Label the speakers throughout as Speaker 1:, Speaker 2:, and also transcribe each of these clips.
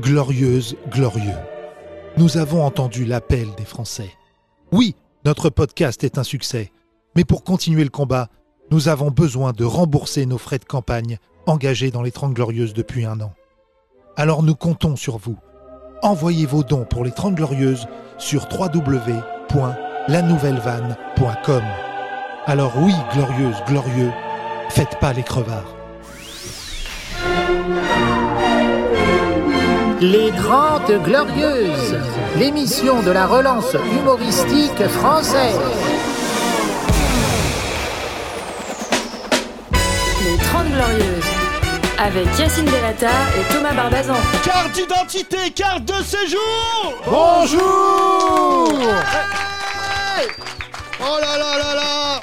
Speaker 1: Glorieuse, glorieux. Nous avons entendu l'appel des Français. Oui, notre podcast est un succès. Mais pour continuer le combat, nous avons besoin de rembourser nos frais de campagne engagés dans les 30 Glorieuses depuis un an. Alors nous comptons sur vous. Envoyez vos dons pour les 30 Glorieuses sur www.lanouvellevanne.com. Alors oui, glorieuse, glorieux, faites pas les crevards.
Speaker 2: Les Grandes Glorieuses, l'émission de la relance humoristique française.
Speaker 3: Les 30 Glorieuses, avec Yacine Delata et Thomas Barbazan.
Speaker 4: Carte d'identité, carte de séjour
Speaker 1: Bonjour
Speaker 4: Oh là là là là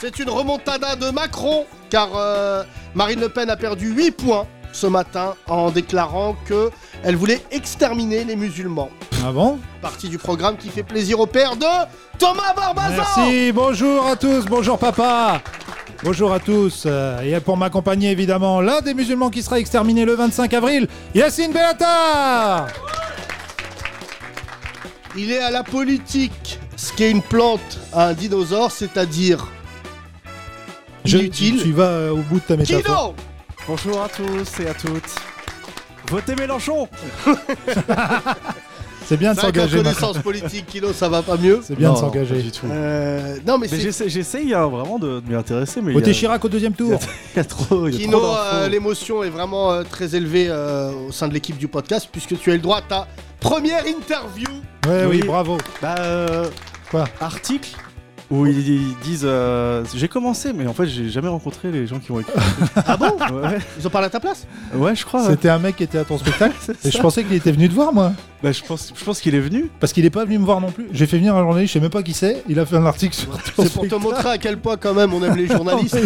Speaker 4: C'est une remontada de Macron, car euh, Marine Le Pen a perdu 8 points ce matin en déclarant que elle voulait exterminer les musulmans.
Speaker 1: Ah bon
Speaker 4: Partie du programme qui fait plaisir au père de Thomas Barbazan
Speaker 1: Merci, bonjour à tous, bonjour papa Bonjour à tous, euh, et pour m'accompagner évidemment l'un des musulmans qui sera exterminé le 25 avril, Yacine Beata
Speaker 4: Il est à la politique, ce qui est une plante à un dinosaure, c'est-à-dire inutile.
Speaker 1: Tu vas euh, au bout de ta métaphore.
Speaker 4: Kino
Speaker 5: Bonjour à tous et à toutes. Votez Mélenchon
Speaker 1: C'est bien de
Speaker 4: C'est vrai qu'en
Speaker 1: s'engager, Macron.
Speaker 4: connaissance politique, Kino, ça va pas mieux.
Speaker 1: C'est bien de
Speaker 5: Non,
Speaker 1: s'engager.
Speaker 4: Euh, non mais,
Speaker 5: Mais
Speaker 4: c'est
Speaker 5: j'essaie- j'essaye hein, vraiment de, de m'y intéresser, mais il y,
Speaker 1: Votez
Speaker 5: a-
Speaker 1: Chirac au deuxième
Speaker 5: il y a-
Speaker 1: tour.
Speaker 5: il y a trop, il y a
Speaker 4: Kino,
Speaker 5: trop d'infos.
Speaker 4: euh, l'émotion est vraiment euh, très élevée euh, au sein de l'équipe du podcast puisque tu as eu le droit à ta première interview.
Speaker 1: Ouais, oui,
Speaker 5: Oui.
Speaker 1: bravo.
Speaker 5: Bah, euh,
Speaker 1: Quoi
Speaker 5: Article où ils, ils disent euh, j'ai commencé, mais en fait j'ai jamais rencontré les gens qui ont écrit. ah bon ouais,
Speaker 4: Ils ont parlé à ta place
Speaker 5: ouais, je crois. ouais.
Speaker 1: C'était un mec qui était à ton spectacle,
Speaker 5: C'est
Speaker 1: et
Speaker 5: ça.
Speaker 1: je pensais qu'il était venu te voir, moi.
Speaker 5: Bah, je pense, je pense qu'il est venu.
Speaker 1: Parce qu'il est pas venu me voir non plus. J'ai fait venir un journaliste, je sais même pas qui c'est. Il a fait un article sur ton
Speaker 4: C'est pour te
Speaker 1: spectacle.
Speaker 4: montrer à quel point quand même on aime les journalistes.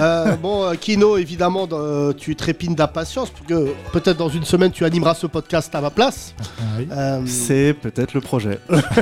Speaker 4: Euh, bon, euh, Kino, évidemment, dans- euh, tu trépines d'impatience parce que peut-être dans une semaine tu animeras ce podcast à ma place.
Speaker 1: Ah oui.
Speaker 4: Euh,
Speaker 5: C'est peut-être le projet.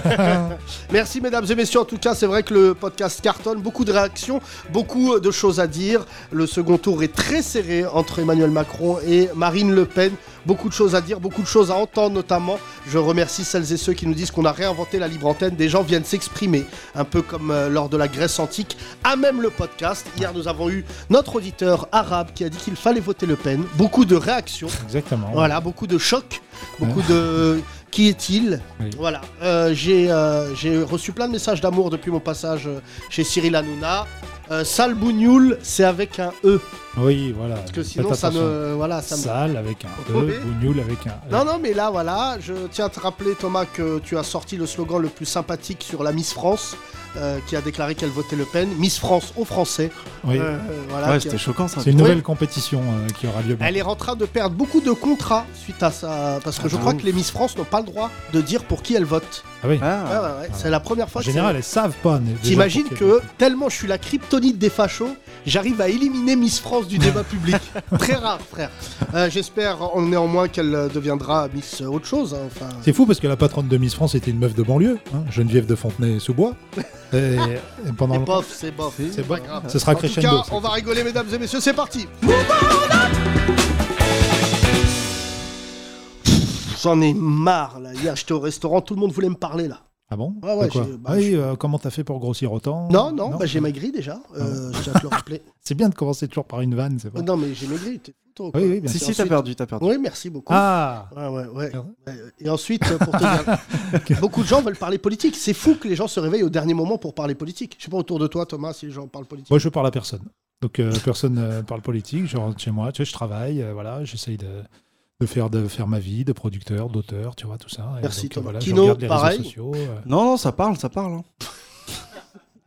Speaker 4: merci mesdames et messieurs. En tout cas, c'est vrai que le podcast cartonne. Beaucoup de réactions, beaucoup euh, de choses à dire. Le second tour est très serré entre Emmanuel Macron et Marine Le Pen. Beaucoup de choses à dire, beaucoup de choses à entendre notamment. Je remercie celles et ceux qui nous disent qu'on a réinventé la libre antenne. Des gens viennent s'exprimer, un peu comme euh, lors de la Grèce antique, à même le podcast. Hier, nous avons eu notre auditeur arabe qui a dit qu'il fallait voter Le Pen. Beaucoup de réactions.
Speaker 1: Exactement.
Speaker 4: Voilà, beaucoup de chocs, beaucoup de qui est-il
Speaker 1: Oui.
Speaker 4: Voilà, Euh, j'ai euh, j'ai reçu plein de messages d'amour depuis mon passage euh, chez Cyril Hanouna. Euh, sale bougnoul, c'est avec un E,
Speaker 1: Oui, voilà.
Speaker 4: parce que sinon ça ne voilà ça. me-
Speaker 1: Sale avec un
Speaker 4: Oh,
Speaker 1: E,
Speaker 4: mais-
Speaker 1: bougnoule avec un E.
Speaker 4: Non non mais là voilà, je tiens à te rappeler Thomas que tu as sorti le slogan le plus sympathique sur la Miss France. euh, qui a déclaré qu'elle votait Le Pen, Miss France aux Français.
Speaker 1: Oui.
Speaker 4: Euh, voilà,
Speaker 5: Ouais,
Speaker 4: qui a-
Speaker 5: c'était choquant ça.
Speaker 1: C'est une
Speaker 4: Oui.
Speaker 1: nouvelle compétition euh, qui aura lieu.
Speaker 4: Elle est en train de perdre beaucoup de contrats suite à ça, parce que
Speaker 5: Ah,
Speaker 4: je
Speaker 5: de
Speaker 4: crois
Speaker 5: ouf.
Speaker 4: que les Miss France n'ont pas le droit de dire pour qui elles votent.
Speaker 1: bah Ah oui.
Speaker 4: Ouais,
Speaker 5: Ah,
Speaker 4: ouais, ouais. C'est la première fois
Speaker 1: En
Speaker 4: que c'est-
Speaker 1: général, elles savent pas. né, déjà,
Speaker 4: T'imagines
Speaker 1: pour
Speaker 4: que tellement je suis la kryptonite des fachos, j'arrive à éliminer Miss France du débat public. Très rare, frère. Euh, J'espère en- néanmoins qu'elle euh, deviendra Miss euh, autre chose. hein, Enfin,
Speaker 1: C'est fou parce que la patronne de Miss France était une meuf de banlieue, hein, Geneviève de Fontenay-sous-Bois. et, et pendant
Speaker 4: c'est
Speaker 1: le-
Speaker 4: bof, c'est bof.
Speaker 1: C'est
Speaker 4: pas
Speaker 1: bof.
Speaker 4: grave.
Speaker 1: Ce sera
Speaker 4: en tout
Speaker 1: crescendo.
Speaker 4: cas, on va rigoler, mesdames et messieurs. C'est parti. Pff, J'en ai marre là. Hier, j'étais au restaurant, tout le monde voulait me parler là.
Speaker 1: Ah bon
Speaker 4: Ouais, ouais,
Speaker 1: De quoi
Speaker 4: j'ai- bah,
Speaker 1: Ah oui,
Speaker 4: je-
Speaker 1: euh, comment t'as fait pour grossir autant
Speaker 4: Non, non, bah, j'ai maigri déjà. Euh, je tiens à te le rappeler.
Speaker 1: C'est bien de commencer toujours par une vanne, c'est vrai.
Speaker 4: Non, mais j'ai maigri. t'es plutôt, quoi.
Speaker 1: Oui, oui, bien
Speaker 5: si
Speaker 1: sûr.
Speaker 5: si, t'as
Speaker 4: Ensuite-
Speaker 5: perdu, t'as perdu.
Speaker 4: Oui, merci beaucoup.
Speaker 1: Ah
Speaker 4: Ouais, ouais, ouais.
Speaker 1: Pardon
Speaker 4: Ouais, Et ensuite, euh, pour te dire, beaucoup de gens veulent parler politique. C'est fou que les gens se réveillent au dernier moment pour parler politique. Je sais pas autour de toi, Thomas, si les gens parlent politique.
Speaker 1: Moi, je parle à personne. Donc, euh, personne euh, parle politique. Je rentre chez moi, tu sais, je travaille, euh, voilà, j'essaye de, de, faire, de faire ma vie de producteur, d'auteur, tu vois, tout ça. Et
Speaker 4: Merci,
Speaker 1: donc,
Speaker 4: Thomas.
Speaker 1: voilà, je
Speaker 4: Kino,
Speaker 1: regarde les
Speaker 4: pareil.
Speaker 1: réseaux sociaux. euh.
Speaker 5: Non, non, ça parle, ça parle. hein.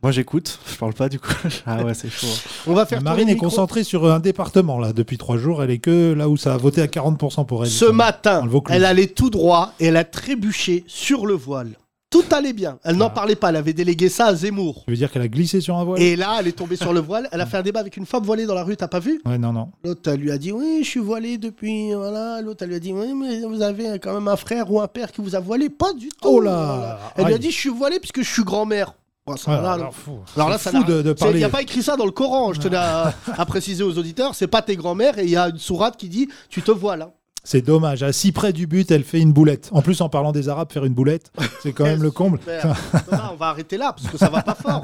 Speaker 5: Moi j'écoute, je parle pas du coup. Ah ouais, c'est chaud.
Speaker 4: On va faire
Speaker 1: Marine
Speaker 4: tourner
Speaker 1: est
Speaker 4: le micro.
Speaker 1: concentrée sur un département, là, depuis trois jours. Elle est que là où ça a voté à 40% pour elle.
Speaker 4: Ce
Speaker 1: Thomas.
Speaker 4: matin,
Speaker 1: Dans le Vaucluse.
Speaker 4: elle allait tout droit et elle a trébuché sur le voile. Tout allait bien. Elle n'en
Speaker 1: Ah.
Speaker 4: parlait pas. Elle avait délégué ça à Zemmour.
Speaker 1: Tu veux dire qu'elle a glissé sur un voile
Speaker 4: Et là, elle est tombée sur le voile. Elle a fait un débat avec une femme voilée dans la rue. T'as pas vu
Speaker 1: Ouais, non, non.
Speaker 4: L'autre elle lui a dit oui, je suis voilée depuis. Voilà. L'autre elle lui a dit oui, mais vous avez quand même un frère ou un père qui vous a voilé. Pas du tout.
Speaker 1: Oh là
Speaker 4: Voilà. Elle lui a
Speaker 1: Aïe.
Speaker 4: dit je suis voilée puisque je suis grand-mère. Bon, ça,
Speaker 1: Ouais,
Speaker 4: là,
Speaker 1: alors, fou.
Speaker 4: Alors là,
Speaker 1: C'est
Speaker 4: ça
Speaker 1: fou
Speaker 4: n'a-
Speaker 1: de, de
Speaker 4: c'est- Il
Speaker 1: parler.
Speaker 4: n'y a pas écrit ça dans le Coran, je tenais à, à préciser aux auditeurs. C'est pas tes grands-mères et il y a une sourate qui dit Tu te voiles. hein.
Speaker 1: C'est dommage. À si près du but, elle fait une boulette. En plus, en parlant des Arabes, faire une boulette, c'est quand même le comble.
Speaker 4: Super. Thomas, on va arrêter là parce que ça va pas fort.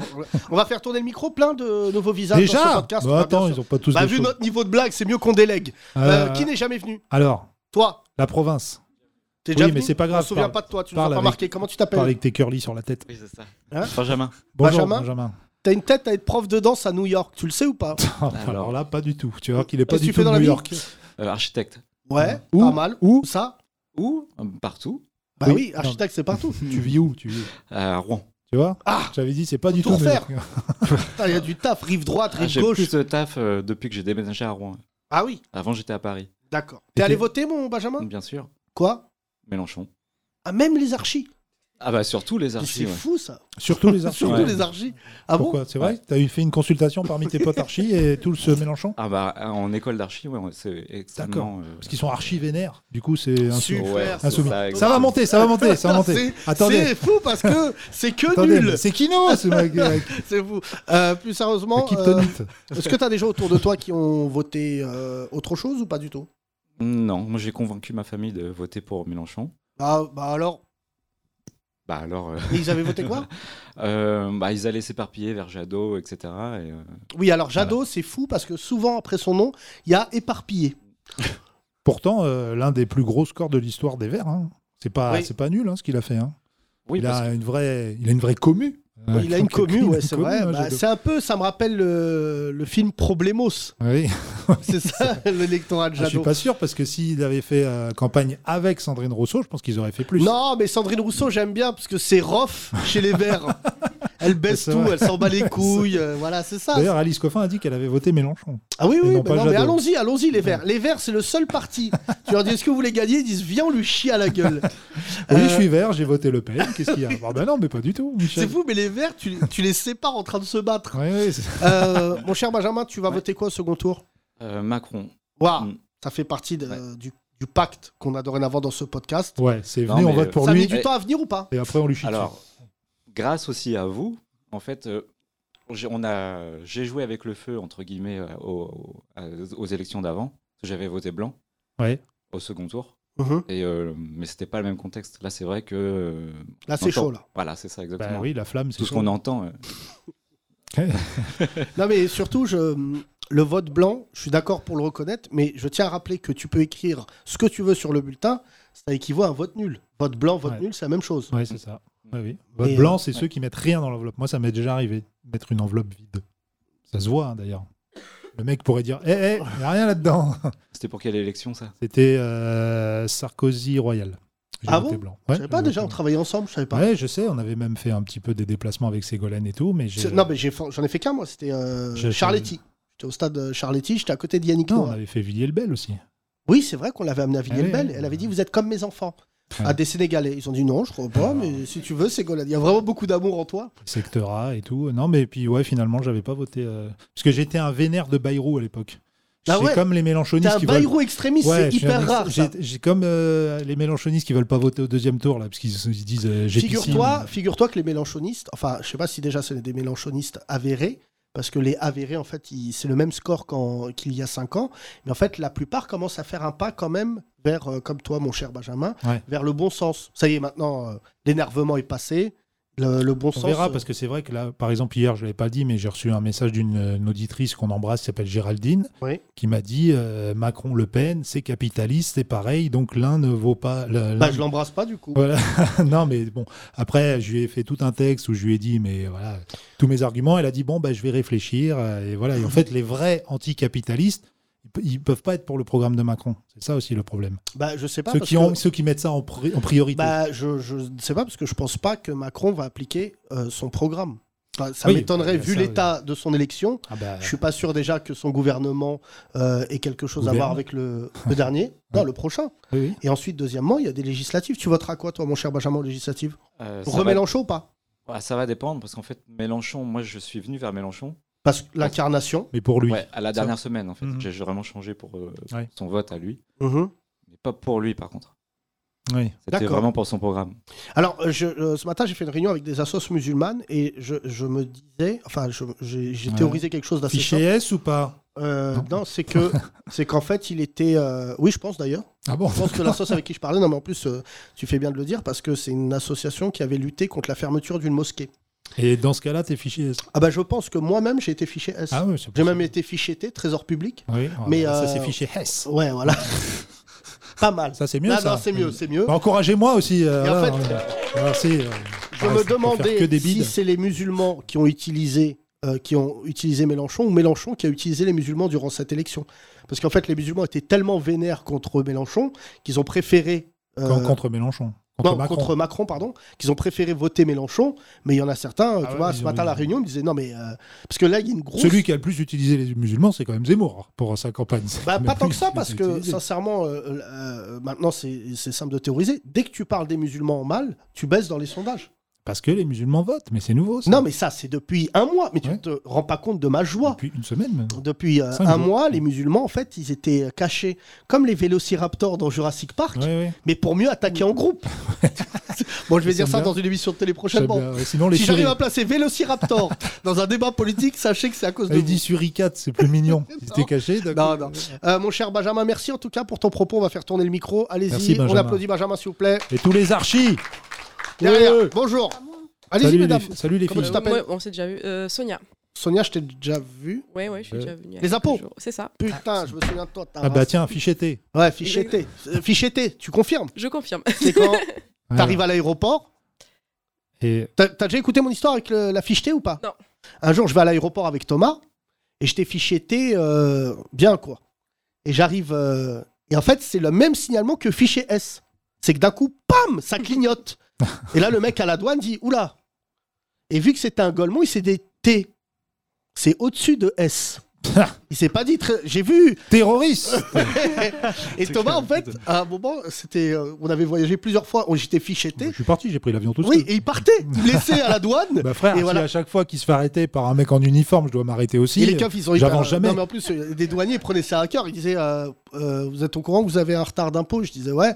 Speaker 4: On va faire tourner le micro plein de nouveaux visages dans ce
Speaker 1: Déjà
Speaker 4: podcast. on
Speaker 1: bah,
Speaker 4: va bien
Speaker 1: Attends,
Speaker 4: sûr-
Speaker 1: ils ont pas tous
Speaker 4: Bah,
Speaker 1: des
Speaker 4: vu
Speaker 1: choses.
Speaker 4: notre niveau de blague, c'est mieux qu'on délègue. Euh,
Speaker 1: Euh,
Speaker 4: qui n'est jamais venu
Speaker 1: Alors,
Speaker 4: Toi,
Speaker 1: la province.
Speaker 4: t'es
Speaker 1: Oui,
Speaker 4: déjà
Speaker 1: mais
Speaker 4: venu
Speaker 1: c'est pas
Speaker 4: On
Speaker 1: grave.
Speaker 4: se souvient
Speaker 1: Parle-
Speaker 4: pas de toi, tu nous as
Speaker 1: parle
Speaker 4: pas
Speaker 1: avec-
Speaker 4: marqué. Comment tu t'appelles
Speaker 1: Parler avec tes curly sur la tête.
Speaker 6: Oui, c'est ça.
Speaker 4: Hein
Speaker 5: Benjamin.
Speaker 1: Bonjour,
Speaker 4: Benjamin
Speaker 1: Benjamin.
Speaker 4: T'as une tête à être prof de danse à New York, tu le sais ou pas
Speaker 1: Ah, bah, Alors là, pas du tout. Tu vois qu'il est pas
Speaker 4: Qu'est-ce que
Speaker 1: du
Speaker 4: tu fais
Speaker 1: tout
Speaker 4: dans
Speaker 1: de
Speaker 4: la
Speaker 1: New
Speaker 4: vie
Speaker 1: York.
Speaker 6: Euh, architecte.
Speaker 4: Ouais,
Speaker 1: Où
Speaker 4: pas mal.
Speaker 1: Où
Speaker 4: Ça
Speaker 6: Où Euh, Partout.
Speaker 4: Bah
Speaker 1: Oui.
Speaker 4: oui, architecte, c'est partout.
Speaker 1: Tu vis où Tu vis
Speaker 6: À Rouen.
Speaker 1: Tu vois
Speaker 4: Ah
Speaker 1: J'avais dit, c'est pas du
Speaker 4: Tout
Speaker 1: tout. New
Speaker 4: refaire.
Speaker 1: York.
Speaker 4: Putain, Il y a du taf, rive droite,
Speaker 6: Ah,
Speaker 4: rive
Speaker 6: J'ai
Speaker 4: gauche.
Speaker 6: plus de taf euh, depuis que j'ai déménagé à Rouen.
Speaker 4: Ah oui,
Speaker 6: Avant, j'étais à Paris,
Speaker 4: d'accord.
Speaker 1: Et
Speaker 4: T'es allé
Speaker 1: t'es-
Speaker 4: voter, mon Benjamin
Speaker 6: bien sûr.
Speaker 4: Quoi
Speaker 6: Mélenchon.
Speaker 4: Ah, même les archis.
Speaker 6: Ah bah surtout les
Speaker 4: Mais C'est
Speaker 6: archives. ouais.
Speaker 4: fou ça.
Speaker 1: Surtout les archives.
Speaker 4: Surtout
Speaker 6: Ouais.
Speaker 4: les archis. Ah bon
Speaker 1: Pourquoi C'est vrai T'as eu fait une consultation parmi tes potes archi et tout ce Mélenchon
Speaker 6: Ah bah en école d'archi, ouais, c'est extrêmement. euh,
Speaker 1: Parce qu'ils sont archi vénères. Du coup, c'est un
Speaker 4: Super,
Speaker 1: Un soumis.
Speaker 6: ça,
Speaker 1: Ça va monter, ça va monter, ça va monter.
Speaker 4: Ah, C'est-
Speaker 1: Attendez,
Speaker 4: C'est fou parce que c'est que
Speaker 1: attendez,
Speaker 4: nul.
Speaker 1: mais c'est Kino ce mec. avec-
Speaker 4: C'est fou. Euh, plus
Speaker 1: la
Speaker 4: sérieusement, euh,
Speaker 1: Kryptonite.
Speaker 4: est-ce que t'as des gens autour de toi qui ont voté euh, autre chose ou pas du tout
Speaker 6: euh, Non, moi j'ai convaincu ma famille de voter pour Mélenchon.
Speaker 4: bah, bah alors,
Speaker 6: Bah alors, euh,
Speaker 4: ils avaient voté quoi
Speaker 6: euh, bah, ils allaient s'éparpiller vers Jadot, etc. Et, euh,
Speaker 4: Oui, alors Jadot, c'est fou parce que souvent après son nom, il y a éparpillé.
Speaker 1: Pourtant, euh, l'un des plus gros scores de l'histoire des Verts. hein. C'est pas,
Speaker 4: Oui.
Speaker 1: c'est pas nul hein, ce qu'il a fait. hein.
Speaker 6: Oui,
Speaker 1: il,
Speaker 6: parce
Speaker 1: a une vraie, il a une vraie commu. Euh,
Speaker 4: il a
Speaker 1: je
Speaker 4: une
Speaker 1: trouve que-
Speaker 4: commune,
Speaker 1: il a
Speaker 4: ouais,
Speaker 1: une
Speaker 4: c'est
Speaker 1: commu,
Speaker 4: vrai.
Speaker 1: hein,
Speaker 4: Bah,
Speaker 1: Jadot.
Speaker 4: c'est un peu, ça me rappelle euh, le, le film Problemos.
Speaker 1: Oui.
Speaker 4: C'est ça, l'électorat de
Speaker 1: Ah, je suis
Speaker 4: Jadot.
Speaker 1: pas sûr parce que s'il avait fait euh, campagne avec Sandrine Rousseau, je pense qu'ils auraient fait plus.
Speaker 4: Non, mais Sandrine Rousseau, j'aime bien parce que c'est rough chez les Verts. Elle baisse
Speaker 1: C'est
Speaker 4: tout,
Speaker 1: vrai.
Speaker 4: elle s'en bat les couilles. euh, voilà, c'est ça.
Speaker 1: D'ailleurs, Alice Coffin a dit qu'elle avait voté Mélenchon.
Speaker 4: Ah oui,
Speaker 1: Et
Speaker 4: oui,
Speaker 1: non
Speaker 4: mais,
Speaker 1: pas
Speaker 4: non, mais
Speaker 1: Jadot.
Speaker 4: allons-y, allons-y, les Verts. Les Verts, c'est le seul parti. tu leur dis, est-ce que vous voulez gagner Ils disent, viens, on lui chie à la gueule.
Speaker 1: Oui,
Speaker 4: Euh,
Speaker 1: je suis vert, j'ai voté Le Pen. Qu'est-ce qu'il y a Ah bah non, mais pas du tout. Michel.
Speaker 4: C'est fou, mais les Verts, tu, tu les sépares en train de se battre.
Speaker 1: Ouais, ouais, c'est-
Speaker 4: Euh, mon cher Benjamin, tu vas voter quoi au second tour
Speaker 6: que, euh, Macron.
Speaker 4: Waouh,
Speaker 6: Mm.
Speaker 4: ça fait partie de-
Speaker 6: Ouais.
Speaker 4: du, du pacte qu'on a dorénavant dans ce podcast.
Speaker 1: Ouais, c'est
Speaker 6: Non,
Speaker 1: venu, on
Speaker 6: mais,
Speaker 1: vote
Speaker 6: euh,
Speaker 1: pour
Speaker 4: ça a
Speaker 1: lui.
Speaker 4: mis du
Speaker 6: Eh.
Speaker 4: temps à venir ou pas
Speaker 1: Et après, on lui chie dessus.
Speaker 6: Alors, grâce aussi à vous, en fait, euh, j'ai- on a- j'ai joué avec le feu, entre guillemets, euh, aux, aux- aux élections d'avant. J'avais voté blanc
Speaker 1: Ouais. Uh-huh.
Speaker 6: au second tour,
Speaker 4: Mhm.
Speaker 6: et, euh, mais c'était pas le même contexte. Là, c'est vrai que. euh,
Speaker 4: Là,
Speaker 6: on
Speaker 4: c'est
Speaker 6: entend-
Speaker 4: chaud, là.
Speaker 6: Voilà, c'est ça,
Speaker 1: Bah
Speaker 6: exactement.
Speaker 1: oui, la flamme, c'est
Speaker 6: Tout ce qu'on entend. euh,
Speaker 4: Non, mais surtout, je- le vote blanc, je suis d'accord pour le reconnaître, mais je tiens à rappeler que tu peux écrire ce que tu veux sur le bulletin, ça équivaut à un vote nul. Vote blanc, vote
Speaker 1: Ouais.
Speaker 4: nul, c'est la même chose.
Speaker 1: Ouais, c'est ça. Ouais, oui.
Speaker 4: Mm. Et,
Speaker 1: Vote
Speaker 4: euh,
Speaker 1: blanc, c'est ceux qui mettent rien dans l'enveloppe. Moi, ça m'est déjà arrivé de mettre une enveloppe vide. Ça se voit, hein, d'ailleurs. Le mec pourrait dire Hé, hé, il n'y a rien là-dedans.
Speaker 6: C'était pour quelle élection, ça
Speaker 1: C'était euh, Sarkozy Royal. J'ai
Speaker 4: Ah
Speaker 1: voté
Speaker 4: bon
Speaker 1: blanc.
Speaker 4: Je
Speaker 1: Ouais,
Speaker 4: savais pas
Speaker 1: j'ai
Speaker 4: déjà, on
Speaker 1: voté blanc.
Speaker 4: travaillait ensemble, je savais pas.
Speaker 1: Ouais, je sais, on avait même fait un petit peu des déplacements avec Ségolène et tout, mais j'ai.
Speaker 4: C'est- Non, mais j'ai- j'en ai fait qu'un, moi. C'était euh,
Speaker 1: J'ai-
Speaker 4: Charletti. J'étais au stade euh, Charletti, j'étais à côté de Yannick
Speaker 1: Non, on
Speaker 4: Noah.
Speaker 1: avait fait Villiers-le-Bel aussi.
Speaker 4: Oui, c'est vrai qu'on l'avait amené à
Speaker 1: Ah
Speaker 4: Villiers-le-Bel.
Speaker 1: oui,
Speaker 4: Elle avait
Speaker 1: oui.
Speaker 4: dit Vous êtes comme mes enfants.
Speaker 1: Ouais. Ah.
Speaker 4: À des Sénégalais. Ils ont dit Non, je crois pas, mais si tu veux, c'est Golade. Il y a vraiment beaucoup d'amour en toi.
Speaker 1: secteur A et tout. Non, mais puis ouais, finalement, j'avais pas voté. euh, Parce que j'étais un vénère de Bayrou à l'époque.
Speaker 4: Ah
Speaker 1: c'est
Speaker 4: ouais
Speaker 1: comme les
Speaker 4: T'es
Speaker 1: mélanchonistes
Speaker 4: un
Speaker 1: qui veulent.
Speaker 4: Bayrou extrémiste,
Speaker 1: Ouais,
Speaker 4: c'est
Speaker 1: je suis un
Speaker 4: hyper
Speaker 1: ex-
Speaker 4: rare. ça.
Speaker 1: j'ai- J'ai comme euh, les mélanchonistes qui veulent pas voter au deuxième tour là, parce qu'ils se- ils disent euh, j'ai
Speaker 4: Figure-toi
Speaker 1: piscine.
Speaker 4: figure que les mélanchonistes, enfin, je sais pas si déjà c'est des mélanchonistes avérés, parce que les avérés, en fait, ils- c'est le même score qu'en- qu'il y a 5 ans, mais en fait, la plupart commencent à faire un pas quand même vers, euh, comme toi, mon cher Benjamin,
Speaker 1: Ouais.
Speaker 4: vers le bon sens. Ça y est, maintenant, euh, l'énervement est passé, le, le bon
Speaker 1: On
Speaker 4: sens. euh,
Speaker 1: verra parce que c'est vrai que là, par exemple hier, je l'avais pas dit, mais j'ai reçu un message d'une euh, une auditrice qu'on embrasse, qui s'appelle Géraldine,
Speaker 4: Oui.
Speaker 1: qui m'a dit euh, Macron, Le Pen, c'est capitaliste, c'est pareil, donc l'un ne vaut pas. le-
Speaker 4: Bah,
Speaker 1: l'un-
Speaker 4: je l'embrasse pas, du coup.
Speaker 1: Voilà. non, mais bon, après, je lui ai fait tout un texte où je lui ai dit, mais voilà, tous mes arguments. Elle a dit, bon, bah, je vais réfléchir. euh, Et voilà. Et en fait, les vrais anticapitalistes, ils pe- ils peuvent pas être pour le programme de Macron. C'est ça aussi le problème.
Speaker 4: Bah, je sais pas.
Speaker 1: Ceux
Speaker 4: parce
Speaker 1: qui,
Speaker 4: que-
Speaker 1: ont, ceux qui mettent ça en, pri- en priorité.
Speaker 4: Bah, je, je ne sais pas, parce que je pense pas que Macron va appliquer euh, son programme. Enfin, ça
Speaker 1: Oui,
Speaker 4: m'étonnerait,
Speaker 1: bah,
Speaker 4: vu
Speaker 1: ça,
Speaker 4: l'état de son élection,
Speaker 1: Ah bah,
Speaker 4: Je suis pas sûr déjà que son gouvernement euh, ait quelque chose à
Speaker 1: Gouverne.
Speaker 4: voir avec le, le dernier, non, le prochain.
Speaker 1: oui, oui.
Speaker 4: Et ensuite, deuxièmement, il y a des législatives. Tu voteras quoi, toi, mon cher Benjamin, aux législatives
Speaker 6: Euh, ça, va...
Speaker 4: Remélanchon ou pas
Speaker 6: Ah, ça va dépendre, parce qu'en fait, Mélenchon, moi, je suis venu vers Mélenchon.
Speaker 4: Parce que l'incarnation.
Speaker 1: Mais pour lui.
Speaker 6: Ouais, à la
Speaker 1: Ça-
Speaker 6: dernière semaine, en fait.
Speaker 1: Mhm.
Speaker 6: J'ai j'ai vraiment changé pour euh,
Speaker 1: Ouais.
Speaker 6: son vote à lui.
Speaker 4: Mhm.
Speaker 6: Mais pas pour lui, par contre.
Speaker 1: Oui.
Speaker 6: C'était
Speaker 4: D'accord.
Speaker 6: vraiment pour son programme.
Speaker 4: Alors, euh, je- euh, ce matin, j'ai fait une réunion avec des assos musulmanes et je, je me disais, enfin, je- j'ai j'ai
Speaker 1: Ouais.
Speaker 4: théorisé quelque chose d'assez
Speaker 1: Fiché
Speaker 4: simple.
Speaker 1: S ou pas
Speaker 4: Euh,
Speaker 1: Non.
Speaker 4: non, c'est que c'est qu'en fait, il était. euh, Oui, je pense d'ailleurs.
Speaker 1: Ah bon
Speaker 4: Je pense que l'association avec qui je parlais, non, mais en plus, euh, tu fais bien de le dire parce que c'est une association qui avait lutté contre la fermeture d'une mosquée.
Speaker 1: Et dans ce cas-là, t'es fichier S.
Speaker 4: Ah bah, je pense que moi-même, j'ai été fiché S.
Speaker 1: Ah oui, c'est
Speaker 4: j'ai
Speaker 1: possible.
Speaker 4: même été fiché T, Trésor public.
Speaker 1: Oui, ah,
Speaker 4: Mais,
Speaker 1: ça
Speaker 4: euh,
Speaker 1: c'est fichier S.
Speaker 4: Ouais, voilà. Pas mal.
Speaker 1: Ça c'est mieux.
Speaker 4: non,
Speaker 1: ça.
Speaker 4: non, c'est mieux, c'est mieux.
Speaker 1: Bah, Encouragez-moi aussi. euh,
Speaker 4: Et en
Speaker 1: voilà,
Speaker 4: fait,
Speaker 1: euh, merci. euh,
Speaker 4: Je
Speaker 1: bah,
Speaker 4: me
Speaker 1: ça peut faire que
Speaker 4: demandais
Speaker 1: des
Speaker 4: si
Speaker 1: bides.
Speaker 4: c'est les musulmans qui ont utilisé euh, qui ont utilisé Mélenchon ou Mélenchon qui a utilisé les musulmans durant cette élection. Parce qu'en fait, les musulmans étaient tellement vénères contre Mélenchon qu'ils ont préféré euh,
Speaker 1: Quand- contre Mélenchon. Contre
Speaker 4: non,
Speaker 1: Macron.
Speaker 4: contre Macron, pardon, qu'ils ont préféré voter Mélenchon, mais il y en a certains, euh, tu
Speaker 1: Ah ouais,
Speaker 4: vois,
Speaker 1: ils
Speaker 4: ce
Speaker 1: ont-
Speaker 4: matin à la réunion, ils disaient non mais euh, parce que là il y a une grosse
Speaker 1: Celui qui a le plus utilisé les musulmans, c'est quand même Zemmour pour sa campagne. C'est
Speaker 4: Bah,
Speaker 1: quand
Speaker 4: pas
Speaker 1: même
Speaker 4: tant
Speaker 1: lui
Speaker 4: que ça,
Speaker 1: qui
Speaker 4: parce
Speaker 1: les a
Speaker 4: que
Speaker 1: utilisés.
Speaker 4: sincèrement, euh, euh, maintenant c'est c'est simple de théoriser. Dès que tu parles des musulmans en mal, tu baisses dans les sondages.
Speaker 1: Parce que les musulmans votent, mais c'est nouveau. Ça.
Speaker 4: Non, mais ça, c'est depuis un mois, mais tu
Speaker 1: Ouais.
Speaker 4: te rends pas compte de ma joie.
Speaker 1: Depuis une semaine même.
Speaker 4: Depuis euh,
Speaker 1: Cinq
Speaker 4: un
Speaker 1: jours.
Speaker 4: mois, les musulmans, en fait, ils étaient euh, cachés comme les vélociraptors dans Jurassic Park,
Speaker 1: Ouais, ouais.
Speaker 4: mais pour mieux attaquer en groupe. bon, je vais
Speaker 1: Ça,
Speaker 4: dire
Speaker 1: c'est
Speaker 4: ça
Speaker 1: bien.
Speaker 4: dans une émission de télé
Speaker 1: J'aime
Speaker 4: prochainement.
Speaker 1: bien. Ouais, Sinon, les
Speaker 4: Si j'arrive
Speaker 1: suri...
Speaker 4: à placer vélociraptor dans un débat politique, sachez que c'est à cause de
Speaker 1: Il
Speaker 4: vous.
Speaker 1: dit suricates, c'est plus mignon. Ils étaient
Speaker 4: Non.
Speaker 1: cachés. d'accord.
Speaker 4: Non, non. Euh, mon cher Benjamin, merci en tout cas pour ton propos. On va faire tourner le micro.
Speaker 1: Merci,
Speaker 4: Allez-y, on
Speaker 1: Benjamin.
Speaker 4: applaudit Benjamin, s'il vous plaît.
Speaker 1: Et tous les archis
Speaker 4: Derrière,
Speaker 1: Ouais.
Speaker 4: bonjour. Allez-y,
Speaker 1: Salut les,
Speaker 4: mesdames.
Speaker 1: fi- salut les
Speaker 4: Comment
Speaker 1: filles.
Speaker 4: tu t'appelles
Speaker 7: Ouais, on s'est déjà vu. Euh, Sonia.
Speaker 4: Sonia, je t'ai déjà vu.
Speaker 7: Ouais, ouais, je suis
Speaker 1: Euh,
Speaker 7: déjà venue. il y a
Speaker 4: les impôts.
Speaker 7: quelques jours. C'est ça.
Speaker 4: Putain, je me souviens de toi. ta
Speaker 1: Ah bah
Speaker 4: race.
Speaker 1: tiens, fichier T.
Speaker 4: Ouais, fiché T. Euh, Fiché T, tu confirmes.
Speaker 7: Je confirme.
Speaker 4: C'est quand
Speaker 1: Ouais.
Speaker 4: t'arrives à l'aéroport.
Speaker 1: Et
Speaker 4: T'as t'as déjà écouté mon histoire avec le- la fiche T ou pas
Speaker 7: Non.
Speaker 4: Un jour, je vais à l'aéroport avec Thomas et je t'ai fiché T euh, bien, quoi. Et j'arrive. euh, et en fait, c'est le même signalement que fiché S. C'est que d'un coup, pam, ça clignote. et là, le mec à la douane dit Oula Et vu que c'était un golemont, il s'est dit T. C'est au-dessus de S. Il s'est pas dit. très- J'ai vu
Speaker 1: terroriste
Speaker 4: Et
Speaker 5: C'est
Speaker 4: Thomas,
Speaker 5: clair.
Speaker 4: en fait, à un moment, c'était, euh, on avait voyagé plusieurs fois. on- J'étais fiché T.
Speaker 1: Je suis parti, j'ai pris l'avion tout
Speaker 4: Oui,
Speaker 1: seul.
Speaker 4: et il partait. Il me laissait à la douane.
Speaker 1: Bah frère,
Speaker 4: Et
Speaker 1: si
Speaker 4: voilà.
Speaker 1: à chaque fois qu'il se fait arrêter par un mec en uniforme, je dois m'arrêter aussi.
Speaker 4: Et les keufs, ils ont
Speaker 1: J'avance
Speaker 4: euh,
Speaker 1: jamais.
Speaker 4: Non, mais en plus, euh, des douaniers prenaient ça à cœur. Ils disaient euh, euh, Vous êtes au courant que vous avez un retard d'impôt Je disais Ouais.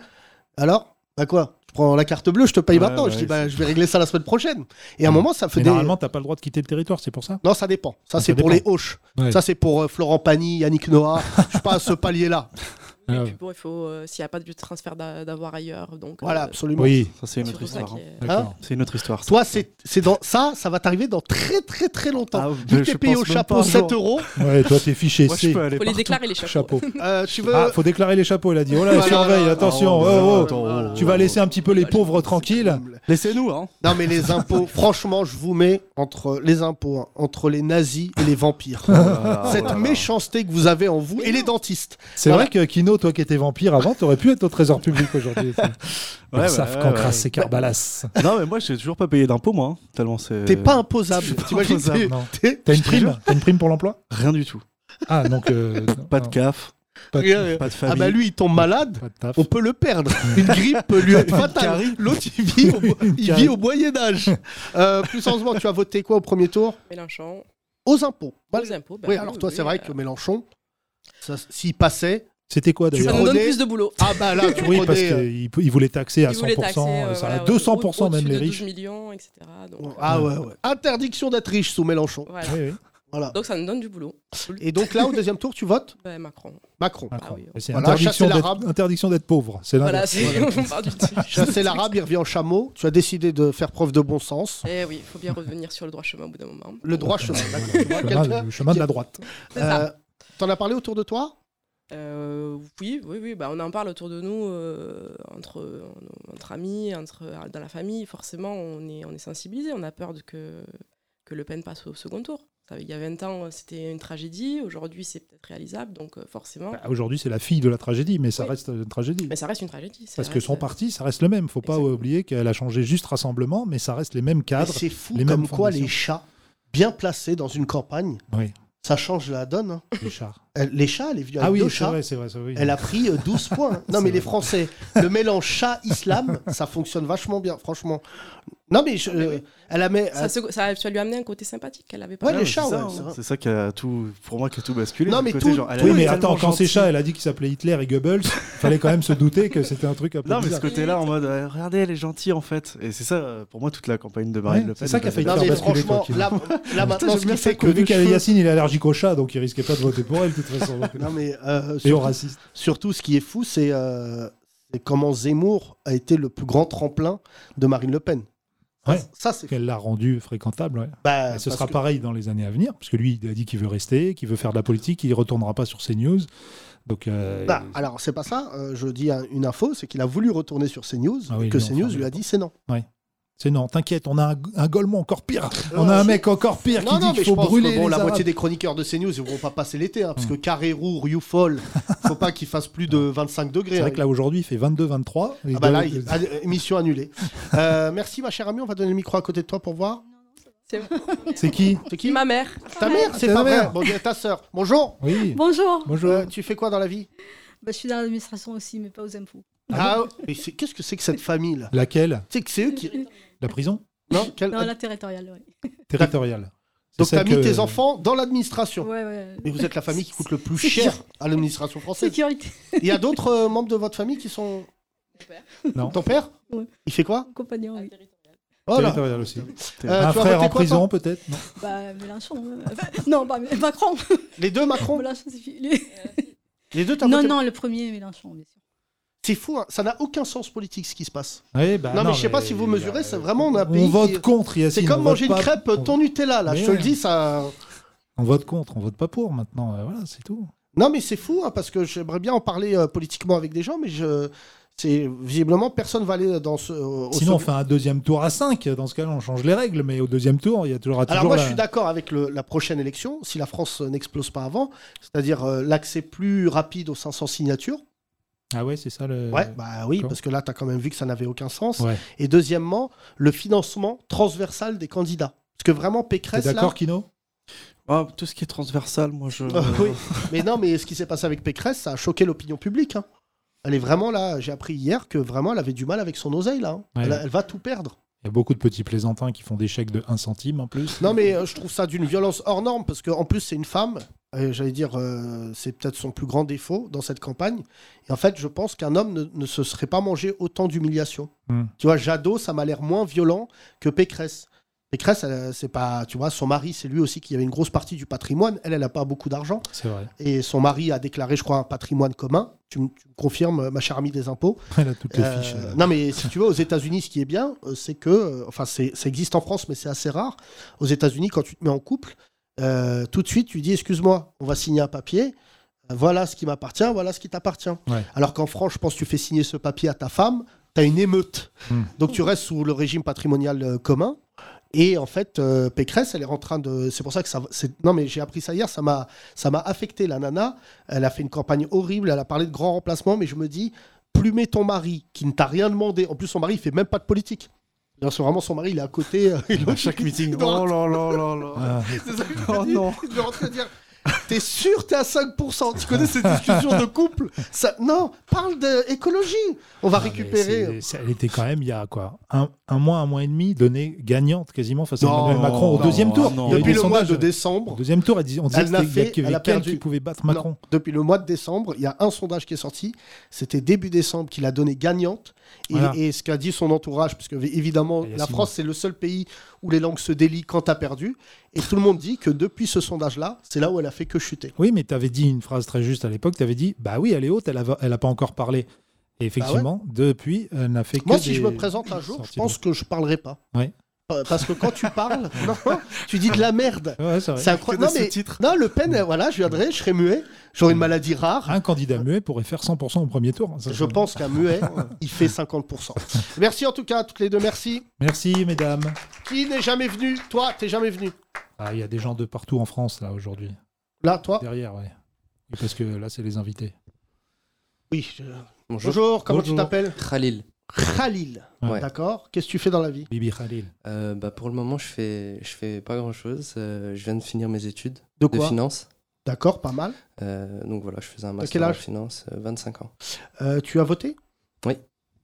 Speaker 4: Alors Bah quoi Je prends la carte bleue, je te paye
Speaker 5: Ouais,
Speaker 4: maintenant. je
Speaker 5: ouais,
Speaker 4: dis Bah,
Speaker 5: c'est-
Speaker 4: je vais régler ça la semaine prochaine. Et à un
Speaker 1: Ouais.
Speaker 4: moment, ça
Speaker 1: Mmh. Mais
Speaker 4: faisait.
Speaker 1: Normalement, t'as pas le droit de quitter le territoire, c'est pour ça. Ah,
Speaker 4: Non, ça dépend. Ça,
Speaker 1: Ça
Speaker 4: c'est pour les
Speaker 1: dépend.
Speaker 4: hoches.
Speaker 1: Ouais.
Speaker 4: Ça, c'est pour euh, Florent Pagny, Yannick Noah. je suis pas à ce palier-là.
Speaker 1: Ah,
Speaker 7: Et puis bon, il faut. euh, S'il n'y a pas de transfert d'a- d'avoir ailleurs. Donc,
Speaker 4: Voilà,
Speaker 7: euh,
Speaker 4: absolument.
Speaker 1: oui,
Speaker 5: Ça, c'est une
Speaker 7: c'est
Speaker 5: autre
Speaker 7: pour ça
Speaker 5: histoire.
Speaker 7: qu'il
Speaker 5: hein.
Speaker 7: y a-
Speaker 1: d'accord.
Speaker 5: C'est une autre histoire. ça.
Speaker 4: Toi, c'est c'est dans ça, ça va t'arriver dans très très très longtemps.
Speaker 5: Ah,
Speaker 4: Vu
Speaker 5: je
Speaker 4: que t'es
Speaker 5: pense
Speaker 4: payé au
Speaker 5: même pas
Speaker 4: chapeau
Speaker 5: un
Speaker 4: 7
Speaker 5: jour.
Speaker 4: euros,
Speaker 1: Ouais, toi t'es fiché
Speaker 5: Moi, je
Speaker 1: C.
Speaker 5: peux aller
Speaker 7: faut les
Speaker 5: partout.
Speaker 7: déclarer les chapeaux.
Speaker 1: Chapeau.
Speaker 4: euh, tu veux.
Speaker 1: Ah, faut déclarer les chapeaux, il a dit. Oh là,
Speaker 4: Voilà.
Speaker 1: surveille,
Speaker 4: Ah,
Speaker 1: attention.
Speaker 5: oh,
Speaker 1: oh, oh.
Speaker 5: attends, oh,
Speaker 1: Tu vas
Speaker 5: oh,
Speaker 1: laisser un petit peu les
Speaker 7: Ouais,
Speaker 1: pauvres tranquilles.
Speaker 5: Laissez-nous, hein.
Speaker 4: Non mais les impôts, franchement, je vous mets entre les impôts, hein, entre les nazis et les vampires.
Speaker 5: Oh
Speaker 4: Cette méchanceté que vous avez en vous et les dentistes.
Speaker 1: C'est
Speaker 4: Voilà.
Speaker 1: vrai que Kino, toi qui étais vampire avant, t'aurais pu être au trésor public aujourd'hui. Bah,
Speaker 5: Ouais,
Speaker 1: Ils savent
Speaker 5: ouais, ouais,
Speaker 1: qu'en
Speaker 5: ouais.
Speaker 1: c'est Carbalas.
Speaker 5: Non, mais moi, j'ai toujours pas payé d'impôts, moi. hein, Tellement c'est.
Speaker 4: T'es pas imposable.
Speaker 5: Je suis pas
Speaker 4: T'imagines
Speaker 5: imposable,
Speaker 4: t'es-
Speaker 1: non.
Speaker 4: t'es-
Speaker 1: T'as une
Speaker 5: Je te
Speaker 1: prime
Speaker 5: jure.
Speaker 1: T'as une prime pour l'emploi
Speaker 5: Rien du tout.
Speaker 1: Ah, donc. euh,
Speaker 5: Pas
Speaker 1: non,
Speaker 5: de CAF,
Speaker 1: pas de-
Speaker 4: rien.
Speaker 5: pas de famille.
Speaker 4: Ah bah lui, il tombe malade.
Speaker 1: pas de taf.
Speaker 4: On peut le perdre. Une grippe peut lui être fatale.
Speaker 5: carie.
Speaker 4: L'autre, il vit au,
Speaker 1: Une
Speaker 4: il
Speaker 1: carie.
Speaker 4: vit au Moyen Âge. Euh, plus sérieusement, tu as voté quoi au premier tour
Speaker 7: euh, Mélenchon,
Speaker 4: Aux impôts.
Speaker 7: aux impôts. bah
Speaker 4: oui, alors toi,
Speaker 7: oui,
Speaker 4: c'est vrai
Speaker 7: euh,
Speaker 4: que Mélenchon, ça- s'il passait,
Speaker 1: C'était quoi
Speaker 7: Ça
Speaker 1: d'ailleurs
Speaker 7: nous donne
Speaker 4: prenais-
Speaker 7: plus de boulot.
Speaker 4: ah bah là, tu
Speaker 1: Oui,
Speaker 4: prenais,
Speaker 1: parce
Speaker 4: euh,
Speaker 1: qu'ils voulaient taxer à
Speaker 7: Ils voulaient
Speaker 1: 100%,
Speaker 7: taxer, euh,
Speaker 1: ça,
Speaker 7: voilà,
Speaker 1: à
Speaker 7: au-
Speaker 1: 200%
Speaker 7: au-dessus
Speaker 1: même les
Speaker 7: de
Speaker 1: riches.
Speaker 7: 12 millions, etc. Donc, euh,
Speaker 4: Ah ouais, ouais. Interdiction d'être riche sous Mélenchon.
Speaker 7: voilà.
Speaker 1: Oui, oui.
Speaker 4: Voilà.
Speaker 7: Donc ça nous donne du boulot.
Speaker 4: Et donc là, au deuxième tour, tu votes
Speaker 7: Bah, Macron.
Speaker 4: Macron.
Speaker 1: Macron.
Speaker 7: Ah oui.
Speaker 1: Et C'est
Speaker 4: Voilà,
Speaker 1: interdiction
Speaker 4: chasser
Speaker 1: d'être-
Speaker 4: l'arabe.
Speaker 1: interdiction d'être pauvre. C'est
Speaker 7: Voilà,
Speaker 1: l'inverse.
Speaker 7: c'est on part du dessus.
Speaker 4: Chasser l'arabe, il revient en chameau. Tu as décidé de faire preuve de bon sens.
Speaker 7: Eh oui, il faut bien revenir sur le droit chemin au bout d'un moment.
Speaker 4: Le droit chemin. d'accord. Tu vois,
Speaker 1: Le chemin,
Speaker 4: quelqu'un-
Speaker 1: le chemin de la droite.
Speaker 7: C'est ça.
Speaker 4: Euh, T'en as parlé autour de toi
Speaker 7: Euh, oui, oui, oui, bah, on en parle autour de nous, euh, entre, entre amis, entre, dans la famille. Forcément, on est, on est sensibilisé, on a peur de que, que Le Pen passe au second tour. Vous savez, Il y a 20 ans, c'était une tragédie, aujourd'hui, c'est peut-être réalisable, donc euh, forcément.
Speaker 1: Bah, Aujourd'hui, c'est la fille de la tragédie, mais ça
Speaker 7: Oui.
Speaker 1: reste une tragédie.
Speaker 7: Mais ça reste une tragédie. ça
Speaker 1: Parce que
Speaker 7: reste-
Speaker 1: son parti, ça reste le même. Faut pas
Speaker 7: Exactement.
Speaker 1: oublier qu'elle a changé juste rassemblement, mais ça reste les mêmes
Speaker 4: Mais
Speaker 1: cadres.
Speaker 4: C'est fou
Speaker 1: les
Speaker 4: comme
Speaker 1: mêmes
Speaker 4: quoi
Speaker 1: fondations.
Speaker 4: les chats, bien placés dans une campagne,
Speaker 1: Oui.
Speaker 4: ça change la donne. hein.
Speaker 1: les chars.
Speaker 4: Elle- Les chats, elle est venue avec
Speaker 1: Ah oui,
Speaker 4: deux
Speaker 1: c'est
Speaker 4: chats.
Speaker 1: vrai, c'est vrai, c'est vrai.
Speaker 4: Elle a pris euh, 12 points. hein. Non,
Speaker 1: C'est
Speaker 4: mais les
Speaker 1: vrai.
Speaker 4: Français, le mélange chat-islam, ça fonctionne vachement bien, franchement. Non, mais, je-
Speaker 7: Ah,
Speaker 4: euh,
Speaker 7: Mais oui.
Speaker 4: elle a mais,
Speaker 1: euh,
Speaker 7: Ça, se- ça- ça lui a amené un côté sympathique qu'elle avait pas.
Speaker 4: Ouais,
Speaker 5: Non,
Speaker 4: les
Speaker 5: mais
Speaker 4: chats,
Speaker 5: c'est ça,
Speaker 4: ouais,
Speaker 5: hein.
Speaker 4: c'est vrai.
Speaker 5: C'est ça qui a tout, pour moi, qui a tout basculé.
Speaker 4: Non,
Speaker 5: Le
Speaker 4: mais
Speaker 5: côté,
Speaker 4: tout-
Speaker 5: genre, elle a
Speaker 1: Oui,
Speaker 5: l'air
Speaker 1: mais
Speaker 5: tellement
Speaker 1: attends, quand c'est
Speaker 5: gentille.
Speaker 1: chat, elle a dit qu'il s'appelait Hitler et Goebbels, fallait quand même se douter que c'était un truc un peu
Speaker 5: Non, mais ce
Speaker 1: bizarre.
Speaker 5: côté-là, en mode, euh, regardez, elle est gentille, en fait. Et c'est ça, euh, pour moi, toute la campagne de Marine
Speaker 1: Ouais,
Speaker 5: Le Pen.
Speaker 1: c'est ça qui a
Speaker 5: est
Speaker 1: fait
Speaker 5: basée-
Speaker 4: Non,
Speaker 1: Hitler
Speaker 4: mais
Speaker 1: basculer,
Speaker 4: franchement,
Speaker 1: quoi qu'il
Speaker 4: là, là maintenant, ce
Speaker 5: j'aime bien
Speaker 4: qui fait
Speaker 5: ça
Speaker 4: que.
Speaker 1: Vu
Speaker 4: le
Speaker 1: qu'Alain
Speaker 4: feu-
Speaker 1: Yacine, il est allergique au chat, donc il risquait pas de voter pour elle, de toute façon. donc.
Speaker 4: Non, mais euh,
Speaker 1: Et au
Speaker 4: surtout,
Speaker 1: raciste.
Speaker 4: surtout, ce qui est fou, c'est euh, c'est comment Zemmour a été le plus grand tremplin de Marine Le Pen. Ça,
Speaker 1: Ouais.
Speaker 4: c'est- Ça, c'est fou.
Speaker 1: Qu'elle l'a rendu fréquentable, ouais.
Speaker 4: Bah,
Speaker 1: Et ce
Speaker 4: parce
Speaker 1: sera
Speaker 4: que-
Speaker 1: pareil dans les années à venir, parce que lui, il a dit qu'il veut rester, qu'il veut faire de la politique, il ne retournera pas sur CNews. Donc, euh,
Speaker 4: Bah, alors, c'est pas ça. euh, je dis un- une info, c'est qu'il a voulu retourner sur CNews
Speaker 1: Ah oui,
Speaker 4: et que
Speaker 1: ils l'ont
Speaker 4: CNews
Speaker 1: fermé
Speaker 4: lui
Speaker 1: la
Speaker 4: a dit c'est non.
Speaker 1: c'est non, t'inquiète, on a un, un Golemont encore pire.
Speaker 4: Ah,
Speaker 1: On a un mec encore pire qui dit qu'il faut brûler
Speaker 4: bon,
Speaker 1: les
Speaker 4: la
Speaker 1: Arabes. Hmm.
Speaker 4: moitié des chroniqueurs de CNews ils vont pas passer l'été, hein, parce que Carrérou, Rioufol, faut pas qu'il fasse plus de 25 degrés.
Speaker 1: C'est vrai
Speaker 4: hein.
Speaker 1: que là, aujourd'hui, il fait 22-23. et
Speaker 4: Ah bah là,
Speaker 1: donc,
Speaker 4: il- ad- émission annulée. Euh, merci ma chère amie, on va donner le micro à côté de toi pour voir.
Speaker 1: C'est qui
Speaker 4: C'est qui
Speaker 7: Qui ma mère
Speaker 4: Ta mère, c'est
Speaker 1: Ta
Speaker 4: pas vrai.
Speaker 1: mère.
Speaker 4: Bon, ta sœur. Bonjour.
Speaker 1: Oui,
Speaker 8: Bonjour.
Speaker 1: bonjour.
Speaker 4: Euh, tu fais quoi dans la vie
Speaker 8: Bah, je suis dans l'administration aussi, mais pas aux impôts.
Speaker 4: Ah, mais c'est- qu'est-ce que c'est que cette famille là
Speaker 1: Laquelle
Speaker 4: Tu sais que c'est eux qui.
Speaker 1: La prison
Speaker 4: Non, quel-
Speaker 8: Non, la territoriale, ouais.
Speaker 1: Territoriale. C'est
Speaker 4: Donc t'as
Speaker 1: celle
Speaker 4: mis
Speaker 1: que-
Speaker 4: tes enfants dans l'administration.
Speaker 8: Ouais, ouais.
Speaker 4: Mais vous êtes la famille qui coûte le plus
Speaker 8: C'est
Speaker 4: cher à l'administration française.
Speaker 8: Sécurité.
Speaker 4: Il y a d'autres euh, membres de votre famille qui sont.
Speaker 1: Non.
Speaker 4: Ton père
Speaker 8: Ouais.
Speaker 4: Il fait quoi
Speaker 8: Compagnon, oui.
Speaker 4: Oh là.
Speaker 1: Territoriale aussi.
Speaker 4: Euh,
Speaker 1: un
Speaker 4: tu
Speaker 1: frère
Speaker 4: as voté
Speaker 1: en
Speaker 4: quoi, toi
Speaker 1: prison, peut-être Non.
Speaker 8: Bah, Mélenchon. hein. Enfin, non, pas Mé- Macron.
Speaker 4: Les deux Macron
Speaker 8: Mélenchon, c'est fini.
Speaker 4: Les deux t'as
Speaker 8: Non,
Speaker 4: voté-
Speaker 8: non, le premier Mélenchon, bien sûr.
Speaker 4: C'est fou, hein, ça n'a aucun sens politique ce qui se passe.
Speaker 1: Oui, bah,
Speaker 4: non, mais je sais pas si vous mesurez, c'est vraiment on a un pays
Speaker 1: On vote
Speaker 4: qui-
Speaker 1: contre, Yacine.
Speaker 4: C'est comme
Speaker 1: on vote
Speaker 4: manger une
Speaker 1: pas-
Speaker 4: crêpe,
Speaker 1: on-
Speaker 4: ton Nutella, là,
Speaker 1: Mais
Speaker 4: je te le
Speaker 1: ouais.
Speaker 4: dis, ça.
Speaker 1: On vote contre, on vote pas pour maintenant. euh, Voilà, c'est tout.
Speaker 4: Non, mais c'est fou, hein, parce que j'aimerais bien en parler euh, politiquement avec des gens, mais je. C'est visiblement personne va aller dans ce. au
Speaker 1: Sinon, on
Speaker 4: second-
Speaker 1: fait un deuxième tour à 5. Dans ce cas-là, on change les règles, mais au deuxième tour, il y a toujours,
Speaker 4: Alors
Speaker 1: toujours
Speaker 4: moi,
Speaker 1: la-
Speaker 4: je suis d'accord avec le- la prochaine élection, si la France euh, n'explose pas avant, c'est-à-dire euh, l'accès plus rapide aux 500 signatures.
Speaker 1: Ah ouais, c'est ça le.
Speaker 4: Ouais, bah oui,
Speaker 1: d'accord.
Speaker 4: parce que là, t'as quand même vu que ça n'avait aucun sens.
Speaker 1: Ouais.
Speaker 4: Et deuxièmement, le financement transversal des candidats. Parce que vraiment,
Speaker 1: T'es
Speaker 4: Pécresse, là,
Speaker 1: d'accord, Kino
Speaker 5: Ah, tout ce qui est transversal, moi, je.
Speaker 4: Euh, oui. Mais non, mais ce qui s'est passé avec Pécresse, ça a choqué l'opinion publique. hein. Elle est vraiment là. J'ai appris hier que vraiment elle avait du mal avec son oseille là. hein.
Speaker 1: Ouais.
Speaker 4: Elle, elle va tout perdre.
Speaker 1: Il y a beaucoup de petits plaisantins qui font des chèques de 1 centime en plus.
Speaker 4: Non, mais euh, je trouve ça d'une violence hors norme parce qu'en plus c'est une femme. Et J'allais dire, euh, c'est peut-être son plus grand défaut dans cette campagne. Et en fait, je pense qu'un homme ne, ne se serait pas mangé autant d'humiliation.
Speaker 1: Hmm.
Speaker 4: Tu vois, Jadot, ça m'a l'air moins violent que Pécresse. Pécresse, elle, euh, c'est pas, tu vois, son mari, c'est lui aussi qui avait une grosse partie du patrimoine. Elle, elle a pas beaucoup d'argent.
Speaker 1: C'est vrai.
Speaker 4: et son mari a déclaré, je crois, un patrimoine commun. Tu me, tu me confirmes, ma chère amie des impôts.
Speaker 1: Elle a toutes les
Speaker 4: Euh,
Speaker 1: fiches. euh.
Speaker 4: non, mais si tu veux, aux États-Unis, ce qui est bien, euh, c'est que, euh, enfin, c'est- ça existe en France, mais c'est assez rare. Aux États-Unis, quand tu te mets en couple, euh, tout de suite, tu dis, excuse-moi, on va signer un papier. Euh, Voilà ce qui m'appartient, voilà ce qui t'appartient.
Speaker 1: Ouais.
Speaker 4: Alors qu'en France, je pense que tu fais signer ce papier à ta femme, tu as une émeute.
Speaker 1: Hmm.
Speaker 4: Donc tu restes sous le régime patrimonial euh, commun. Et en fait, euh, Pécresse, elle est en train de. C'est pour ça que ça. c'est- Non, mais j'ai appris ça hier, ça m'a, ça m'a affecté, la nana. Elle a fait une campagne horrible, elle a parlé de grand remplacement, mais je me dis, plumer ton mari qui ne t'a rien demandé. En plus, son mari, il fait même pas de politique. Alors, C'est vraiment son mari, il est à côté. euh, il
Speaker 5: À chaque meeting.
Speaker 4: Non.
Speaker 5: Oh là là là là.
Speaker 1: Ah,
Speaker 4: c'est ça que je
Speaker 5: Oh
Speaker 4: me dis.
Speaker 5: non.
Speaker 4: Il devait rentrer et dire T'es sûr, t'es à 5%. Tu connais ces discussions de couple ça... Non, parle d'écologie. On va
Speaker 1: ah, mais
Speaker 4: récupérer. euh,
Speaker 1: c'est- c'est- Elle était quand même, il y a quoi un, un mois, un mois et demi, donnée gagnante quasiment face à
Speaker 4: Non,
Speaker 1: Emmanuel Macron au
Speaker 5: non,
Speaker 1: deuxième tour.
Speaker 5: non.
Speaker 1: Il y avait
Speaker 4: Depuis
Speaker 1: des
Speaker 4: le mois
Speaker 1: sondages.
Speaker 4: de décembre,
Speaker 1: Au deuxième tour, elle disait- on disait
Speaker 4: Elle
Speaker 1: qu'il
Speaker 4: n'a
Speaker 1: y avait
Speaker 4: fait- elle a
Speaker 1: qu'elle
Speaker 4: perdu.
Speaker 1: qui pouvait battre
Speaker 4: Non,
Speaker 1: Macron.
Speaker 4: depuis le mois de décembre, il y a un sondage qui est sorti. C'était début décembre qu'il a donné gagnante. Et,
Speaker 1: Voilà.
Speaker 4: et ce qu'a dit son entourage, parce que évidemment,
Speaker 1: Et
Speaker 4: la
Speaker 1: Yacine.
Speaker 4: France, c'est le seul pays où les langues se délient quand t'as perdu. Et tout le monde dit que depuis ce sondage-là, c'est là où elle a fait que chuter.
Speaker 1: Oui, mais tu avais dit une phrase très juste à l'époque. Tu avais dit Bah oui, elle est haute, elle n'a pas encore parlé. Et effectivement, depuis, elle n'a fait que.
Speaker 4: Bah Moi, si
Speaker 1: des-
Speaker 4: je me présente un jour, je
Speaker 1: sorties
Speaker 4: pense que je parlerai pas.
Speaker 1: Ouais.
Speaker 4: Euh, Parce que quand tu parles, non, tu dis de la merde.
Speaker 1: Ouais, c'est vrai.
Speaker 4: C'est incroyable. Non, mais- non, Le Pen, euh, voilà, je viendrai, je serai muet. J'aurai une maladie rare.
Speaker 1: Mm. Un candidat muet pourrait faire 100% au premier tour. hein, Ça,
Speaker 4: Je pense qu'un muet, il fait 50%. Merci en tout cas à toutes les deux, merci.
Speaker 1: Merci, mesdames.
Speaker 4: Qui n'est jamais venu Toi, t'es jamais venu.
Speaker 1: Ah, il y a des gens de partout en France, là, aujourd'hui.
Speaker 4: Là, toi
Speaker 1: Derrière, ouais. Et parce que là, c'est les invités.
Speaker 4: Oui. je- Bonjour, comment
Speaker 9: Bonjour.
Speaker 4: tu t'appelles
Speaker 9: Khalil.
Speaker 4: Khalil.
Speaker 9: Ouais.
Speaker 4: Ah, D'accord. Qu'est-ce que tu fais dans la vie
Speaker 1: Bibi Khalil.
Speaker 9: Euh, bah, pour le moment, je fais, je fais pas grand chose. je viens de finir mes études
Speaker 4: De
Speaker 9: de
Speaker 4: quoi
Speaker 9: finance.
Speaker 4: D'accord, pas mal.
Speaker 9: Euh, donc voilà, je faisais un
Speaker 4: quel
Speaker 9: master en
Speaker 4: âge
Speaker 9: finance, euh, 25 ans.
Speaker 4: Euh, tu as voté
Speaker 9: Oui.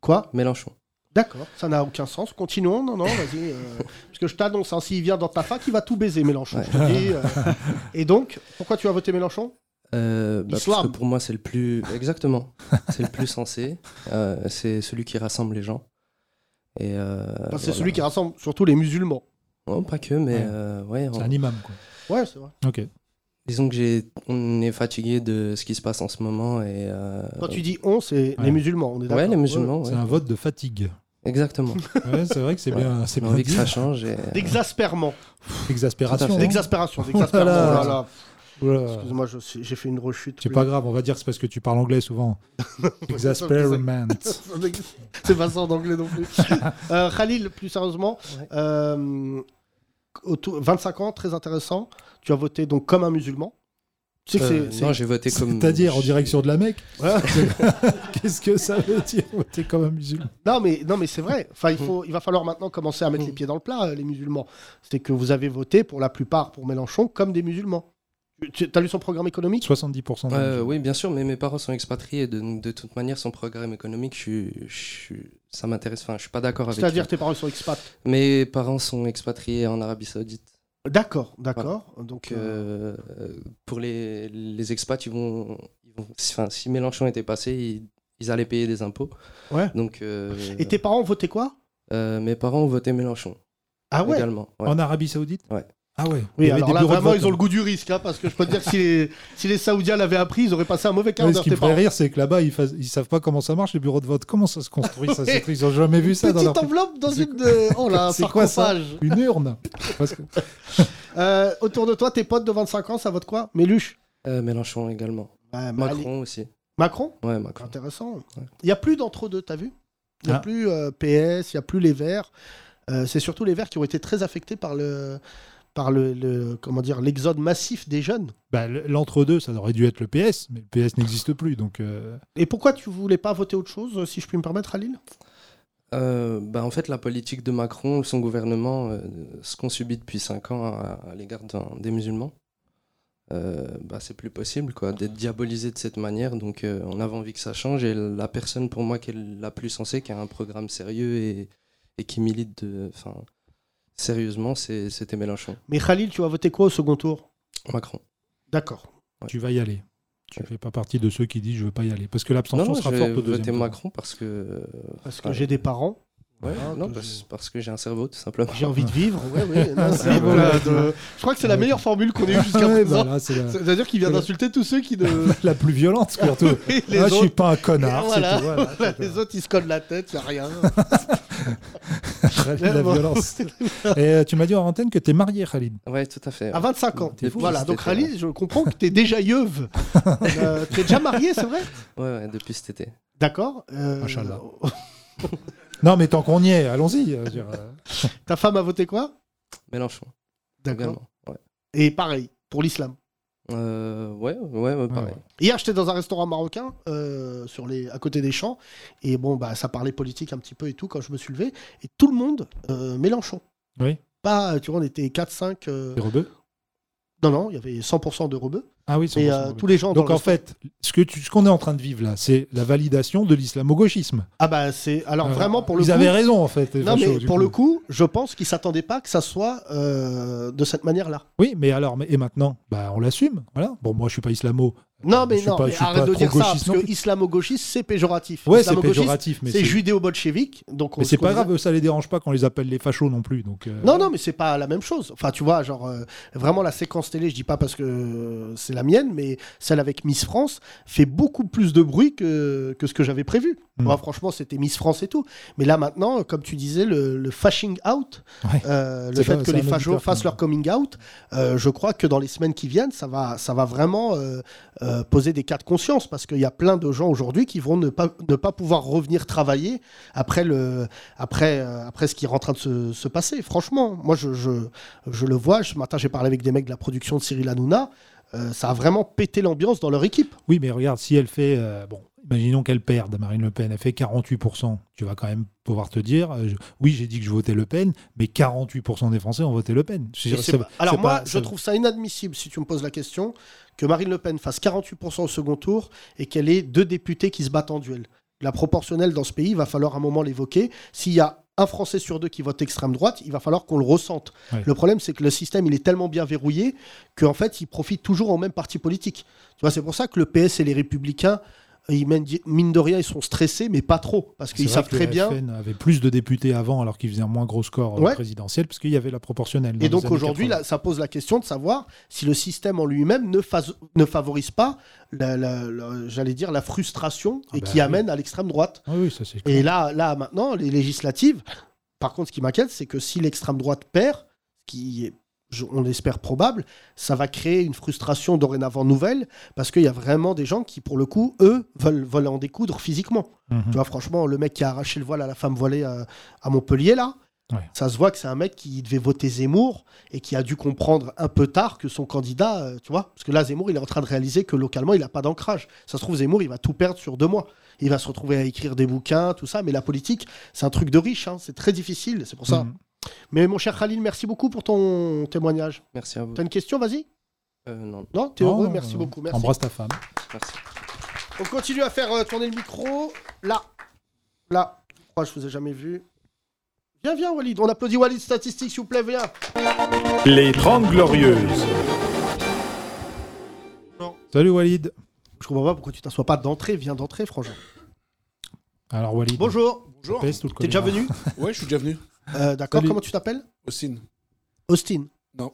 Speaker 4: Quoi
Speaker 9: Mélenchon.
Speaker 4: D'accord, ça n'a aucun sens. Continuons, non, non, vas-y. euh, parce que je t'annonce, hein, s'il vient dans ta fac, il va tout baiser, Mélenchon. je te dis, euh. et donc, pourquoi tu as voté Mélenchon
Speaker 9: Euh, bah, parce
Speaker 4: Histoire.
Speaker 9: que pour moi, c'est le plus. Exactement. c'est le plus sensé. Euh, c'est celui qui rassemble les gens. Et euh,
Speaker 4: Enfin, C'est
Speaker 9: voilà.
Speaker 4: celui qui rassemble surtout les musulmans.
Speaker 9: Non, pas que, mais
Speaker 1: Ouais.
Speaker 9: euh, ouais,
Speaker 1: C'est
Speaker 9: on-
Speaker 1: un imam, quoi.
Speaker 4: Ouais, c'est vrai.
Speaker 1: Ok.
Speaker 9: disons que j'ai, on est fatigué de ce qui se passe en ce moment et. euh,
Speaker 4: Quand tu dis on, c'est
Speaker 1: Ouais.
Speaker 4: les musulmans, on est d'accord.
Speaker 9: ouais, les musulmans.
Speaker 1: C'est
Speaker 9: ouais.
Speaker 1: un vote de fatigue.
Speaker 9: Exactement.
Speaker 1: Ouais, c'est vrai que c'est
Speaker 9: Ouais.
Speaker 1: bien. C'est
Speaker 9: J'ai
Speaker 1: bien
Speaker 9: envie que
Speaker 1: dit.
Speaker 9: ça change. Et... euh,
Speaker 4: Ouais. D'exaspèrement.
Speaker 9: Tout
Speaker 1: Exaspération.
Speaker 9: à fait.
Speaker 4: D'exaspération, d'exaspèrement.
Speaker 1: Oh là là.
Speaker 4: oh là là.
Speaker 1: Oula.
Speaker 4: Excuse-moi, je suis- j'ai fait une rechute.
Speaker 1: C'est pas grave, on va dire c'est parce que tu parles anglais souvent. Exasperment.
Speaker 4: c'est pas ça en anglais non plus. Euh, Khalil, plus sérieusement,
Speaker 9: Ouais.
Speaker 4: euh, autour- 25 ans, très intéressant. Tu as voté donc comme un musulman. Tu sais que
Speaker 9: Euh,
Speaker 4: c'est- c'est-
Speaker 9: non, j'ai voté comme.
Speaker 1: C'est-à-dire en direction de la Mecque
Speaker 4: Ouais.
Speaker 1: Qu'est-ce que ça veut dire T'es comme un musulman. Mm.
Speaker 4: Non mais non mais c'est vrai. Enfin il faut il va falloir maintenant commencer à mettre les pieds dans le plat euh, les musulmans. C'est que vous avez voté pour la plupart pour Mélenchon comme des musulmans. Tu as lu son programme économique
Speaker 1: 70% de
Speaker 9: Euh, oui, bien sûr, mais mes parents sont expatriés, de, de toute manière, son programme économique, je, suis- je, suis- ça m'intéresse. Enfin, je suis pas d'accord avec.
Speaker 4: C'est-à-dire
Speaker 9: eux.
Speaker 4: tes parents sont expats.
Speaker 9: Mes parents sont expatriés en Arabie Saoudite.
Speaker 4: D'accord, d'accord. Donc
Speaker 9: Donc, euh, euh, pour les, les expats, ils vont, ils vont- enfin, si Mélenchon était passé, ils, ils allaient payer des impôts.
Speaker 4: Ouais.
Speaker 9: Donc, euh,
Speaker 4: et tes parents ont voté quoi
Speaker 9: euh, mes parents ont voté Mélenchon
Speaker 4: Ah ouais.
Speaker 9: également. ouais.
Speaker 1: En Arabie Saoudite
Speaker 9: Ouais.
Speaker 1: Ah ouais. Il y
Speaker 4: Oui,
Speaker 1: avait
Speaker 4: alors
Speaker 1: des
Speaker 4: là,
Speaker 1: bureaux de
Speaker 4: vraiment,
Speaker 1: vote.
Speaker 4: ils ont le goût du risque, hein, parce que je peux te dire que si les, si les Saoudiens l'avaient appris, ils auraient passé un mauvais quart
Speaker 1: Ouais, ce
Speaker 4: d'heure.
Speaker 1: qui me
Speaker 4: tes parents.
Speaker 1: ferait rire, c'est que là-bas, ils, fassent- ils savent pas comment ça marche, les bureaux de vote. Comment ça se construit, ça, ces
Speaker 4: Ouais.
Speaker 1: trucs Ils ont jamais vu ça dans
Speaker 4: Petite
Speaker 1: leur...
Speaker 4: enveloppe dans
Speaker 1: C'est
Speaker 4: une. euh, Oh là, un
Speaker 1: C'est quoi ça
Speaker 4: sarcophage.
Speaker 1: Une urne Parce que-
Speaker 4: Euh, autour de toi, tes potes de 25 ans, ça vote quoi Méluche
Speaker 9: Euh, Mélenchon également.
Speaker 4: Ouais, mais allez.
Speaker 9: Macron aussi.
Speaker 4: Macron
Speaker 9: Ouais, Macron.
Speaker 4: Intéressant. Il
Speaker 9: Ouais.
Speaker 4: n'y a plus d'entre-deux, t'as vu Il n'y a
Speaker 1: Ah.
Speaker 4: plus euh, PS, il n'y a plus les Verts. Euh, c'est surtout les Verts qui ont été très affectés par le par le, le- comment dire l'exode massif des jeunes.
Speaker 1: Bah, l- L'entre-deux, ça aurait dû être le PS, mais le PS n'existe plus. Donc, euh,
Speaker 4: Et pourquoi tu voulais pas voter Ah, autre chose, si je puis me permettre, à Lille
Speaker 9: Euh, bah, en fait, la politique de Macron, son gouvernement, euh, ce qu'on subit depuis 5 ans à, à l'égard d'un- des musulmans, euh, bah, c'est plus possible quoi, d'être diabolisé de cette manière. Donc, euh, on avait envie que ça change. Et la personne, pour moi, qui est la plus sensée, qui a un programme sérieux et, et qui milite de, enfin, sérieusement, c'est- c'était Mélenchon.
Speaker 4: Mais Khalil, tu vas voter quoi au second tour
Speaker 9: Macron.
Speaker 4: D'accord.
Speaker 1: tu vas y aller. Tu fais pas partie de ceux qui disent je veux pas y aller. Parce que
Speaker 9: Non,
Speaker 1: l'abstention
Speaker 9: non,
Speaker 1: sera
Speaker 9: je vais
Speaker 1: forte au deuxième.
Speaker 9: voter
Speaker 1: tour.
Speaker 9: Macron parce que. euh,
Speaker 4: Parce que
Speaker 9: Ouais.
Speaker 4: j'ai des parents,
Speaker 9: ouais,
Speaker 4: Ah,
Speaker 9: non,
Speaker 4: que
Speaker 9: parce,
Speaker 4: je-
Speaker 9: parce que j'ai un cerveau, tout simplement.
Speaker 4: j'ai envie de vivre. Ouais, ouais, non, c'est-
Speaker 1: Ah,
Speaker 4: voilà,
Speaker 1: ouais.
Speaker 4: de- Je crois que c'est la
Speaker 1: Ouais.
Speaker 4: meilleure formule qu'on ait eue jusqu'à
Speaker 1: Ouais, bah,
Speaker 4: présent.
Speaker 1: là, c'est la,
Speaker 4: C'est-à-dire qu'il vient d'insulter tous ceux qui ne.
Speaker 1: la plus violente, surtout.
Speaker 4: Et les
Speaker 1: Ah, Je suis
Speaker 4: autres,
Speaker 1: pas un connard,
Speaker 4: Voilà.
Speaker 1: c'est tout. voilà, c'est tout.
Speaker 4: les autres, ils se collent la tête, y a rien.
Speaker 1: Khalid, la
Speaker 4: Bon.
Speaker 1: violence. Et euh, tu m'as dit en antenne que t'es marié, Khalid.
Speaker 9: Ouais, tout à fait.
Speaker 4: À 25 ans.
Speaker 9: T'es fou,
Speaker 4: voilà,
Speaker 9: cet
Speaker 4: donc
Speaker 9: été,
Speaker 1: hein.
Speaker 4: Khalil, je comprends que t'es déjà yeuve. Euh, t'es déjà marié, c'est vrai
Speaker 9: Ouais, ouais, depuis cet été.
Speaker 4: D'accord. euh,
Speaker 1: Inch'Allah. Non, mais tant qu'on y est, allons-y. euh, je veux dire, euh,
Speaker 4: Ta femme a voté quoi
Speaker 9: Mélenchon.
Speaker 4: D'accord.
Speaker 9: Également. Ouais.
Speaker 4: Et pareil, pour l'islam.
Speaker 9: Euh, ouais, ouais, ouais, pareil.
Speaker 4: Hier, j'étais dans un restaurant marocain euh, sur les, à côté des champs. Et bon, bah, ça parlait politique un petit peu et tout quand je me suis levé. Et tout le monde, euh, Mélenchon.
Speaker 1: Oui.
Speaker 4: Pas, euh, tu vois, on était 4-5. euh,
Speaker 1: les rebeux.
Speaker 4: Non, non, il y avait 100% de rebeux.
Speaker 1: Ah oui,
Speaker 4: Et
Speaker 1: 100%
Speaker 4: euh,
Speaker 1: rebeux.
Speaker 4: tous les gens. dans
Speaker 1: Donc
Speaker 4: le
Speaker 1: en
Speaker 4: restaurant-
Speaker 1: fait, ce que tu- ce qu'on est en train de vivre là, c'est la validation de l'islamo-gauchisme.
Speaker 4: Ah bah, c'est. Alors
Speaker 1: Euh,
Speaker 4: vraiment, pour le
Speaker 1: ils
Speaker 4: coup.
Speaker 1: avaient raison en fait. les
Speaker 4: Non,
Speaker 1: fachos,
Speaker 4: mais
Speaker 1: du
Speaker 4: pour le coup, je pense qu'ils s'attendaient pas que ça soit euh, de cette manière-là.
Speaker 1: Oui, mais alors mais- et maintenant, bah on l'assume. Voilà. Bon, moi je suis pas islamo.
Speaker 4: Non, mais
Speaker 1: Je suis
Speaker 4: non,
Speaker 1: pas-
Speaker 4: mais
Speaker 1: je suis
Speaker 4: arrête
Speaker 1: pas
Speaker 4: de
Speaker 1: trop
Speaker 4: dire ça,
Speaker 1: gauchiste
Speaker 4: parce
Speaker 1: non
Speaker 4: que
Speaker 1: plus.
Speaker 4: islamo-gauchiste, c'est péjoratif.
Speaker 1: Ouais, c'est
Speaker 4: Islamo-gauchiste,
Speaker 1: péjoratif, mais
Speaker 4: C'est
Speaker 1: c'est-
Speaker 4: judéo-bolchevique, donc on
Speaker 1: mais
Speaker 4: se
Speaker 1: c'est pas
Speaker 4: connaît-
Speaker 1: grave. Eux, ça les dérange pas qu'on les appelle les fachos non plus. Donc euh,
Speaker 4: Non, non, mais c'est pas la même chose. Enfin, tu vois, genre, euh, vraiment, la séquence télé, je dis pas parce que euh, c'est la mienne, mais celle avec Miss France fait beaucoup plus de bruit que, que ce que j'avais prévu.
Speaker 1: Mm.
Speaker 4: Moi, franchement, c'était Miss France et tout. Mais là, maintenant, comme tu disais, le, le fashing out,
Speaker 1: Ouais.
Speaker 4: euh, le
Speaker 1: C'est
Speaker 4: fait
Speaker 1: pas-
Speaker 4: que
Speaker 1: c'est
Speaker 4: les
Speaker 1: un
Speaker 4: fachos
Speaker 1: auditeur
Speaker 4: fassent
Speaker 1: qui-
Speaker 4: leur coming out, euh, je crois que dans les semaines qui viennent, ça va, ça va vraiment euh, euh, poser des cas de conscience parce qu'il y a plein de gens aujourd'hui qui vont ne pas, ne pas pouvoir revenir travailler après le, après, euh, après ce qui est en train de se, se passer. Franchement, moi, je, je, je le vois. Ce matin, j'ai parlé avec des mecs de la production de Cyril Hanouna. Euh, ça a vraiment pété l'ambiance dans leur équipe.
Speaker 1: Oui, mais regarde, si elle fait. euh, bon, imaginons qu'elle perde, Marine Le Pen, elle fait 48%. Tu vas quand même pouvoir te dire euh, je- oui, j'ai dit que je votais Le Pen, mais 48% des Français ont voté Le Pen. Je veux
Speaker 4: Et
Speaker 1: dire,
Speaker 4: c'est
Speaker 1: ça-
Speaker 4: pas- Alors
Speaker 1: c'est
Speaker 4: moi,
Speaker 1: pas-
Speaker 4: je
Speaker 1: ça-
Speaker 4: trouve ça inadmissible, si tu me poses la question, que Marine Le Pen fasse 48% au second tour et qu'elle ait deux députés qui se battent en duel. La proportionnelle dans ce pays, il va falloir un moment l'évoquer. S'il y a un Français sur deux qui vote extrême droite, il va falloir qu'on le ressente.
Speaker 1: Ouais.
Speaker 4: Le problème, c'est que le système, il est tellement bien verrouillé qu'en fait, il profite toujours au même parti politique. Tu vois, c'est pour ça que le PS et les Républicains, ils mènent- mine de rien, ils sont stressés, mais pas trop, parce
Speaker 1: C'est
Speaker 4: qu'ils
Speaker 1: vrai
Speaker 4: savent
Speaker 1: que
Speaker 4: très
Speaker 1: le
Speaker 4: bien.
Speaker 1: FN avait plus de députés avant alors qu'ils faisaient un moins gros score euh,
Speaker 4: Ouais.
Speaker 1: présidentiel parce qu'il y avait la proportionnelle. dans
Speaker 4: Et
Speaker 1: les
Speaker 4: donc
Speaker 1: années
Speaker 4: aujourd'hui,
Speaker 1: 80.
Speaker 4: là, ça pose la question de savoir si le système en lui-même ne, faso- ne favorise pas, la- la- la- j'allais dire, la frustration
Speaker 1: Ah
Speaker 4: et
Speaker 1: bah
Speaker 4: qui
Speaker 1: oui.
Speaker 4: amène à l'extrême droite.
Speaker 1: Ah oui, ça c'est clair.
Speaker 4: Et là, là, maintenant, les législatives, par contre, ce qui m'inquiète, c'est que si l'extrême droite perd, ce qui est, je- on l'espère, probable, ça va créer une frustration dorénavant nouvelle, parce qu'il y a vraiment des gens qui, pour le coup, eux, veulent, veulent en découdre physiquement.
Speaker 1: Mhm.
Speaker 4: Tu vois, Bah, franchement, le mec qui a arraché le voile à la femme voilée à, à Montpellier, là,
Speaker 1: Ouais.
Speaker 4: ça se voit que c'est un mec qui devait voter Zemmour et qui a dû comprendre un peu tard que son candidat, euh, tu vois, parce que là, Zemmour, il est en train de réaliser que localement, il n'a pas d'ancrage. Ça se trouve, Zemmour, il va tout perdre sur deux mois. Il va se retrouver à écrire des bouquins, tout ça, mais la politique, c'est un truc de riche, hein, c'est très difficile, c'est pour ça.
Speaker 1: Mhm.
Speaker 4: Mais mon cher Khalil, merci beaucoup pour ton témoignage.
Speaker 9: Merci à vous.
Speaker 4: T'as une question, vas-y
Speaker 9: Euh, non,
Speaker 4: Non, t'es
Speaker 1: Non,
Speaker 4: heureux,
Speaker 1: non,
Speaker 4: merci
Speaker 1: non.
Speaker 4: beaucoup. Merci.
Speaker 1: Embrasse ta femme.
Speaker 9: merci.
Speaker 4: On continue à faire euh, tourner le micro. Là. Là. Je crois que Oh, je vous ai jamais vu. Viens, viens, Walid. On applaudit Walid Statistique, s'il vous plaît, viens.
Speaker 10: Les 30 Glorieuses.
Speaker 1: Salut Walid.
Speaker 4: Je comprends pas pourquoi tu t'assois pas d'entrée. Viens d'entrée, franchement.
Speaker 1: Alors Walid.
Speaker 4: Bonjour.
Speaker 10: Bonjour.
Speaker 1: pèse tout le
Speaker 4: T'es déjà
Speaker 1: collier.
Speaker 4: venu
Speaker 10: Ouais, je suis déjà venu.
Speaker 4: Euh, D'accord,
Speaker 1: Salut.
Speaker 4: comment tu t'appelles
Speaker 10: Austin.
Speaker 4: Austin.
Speaker 10: Non.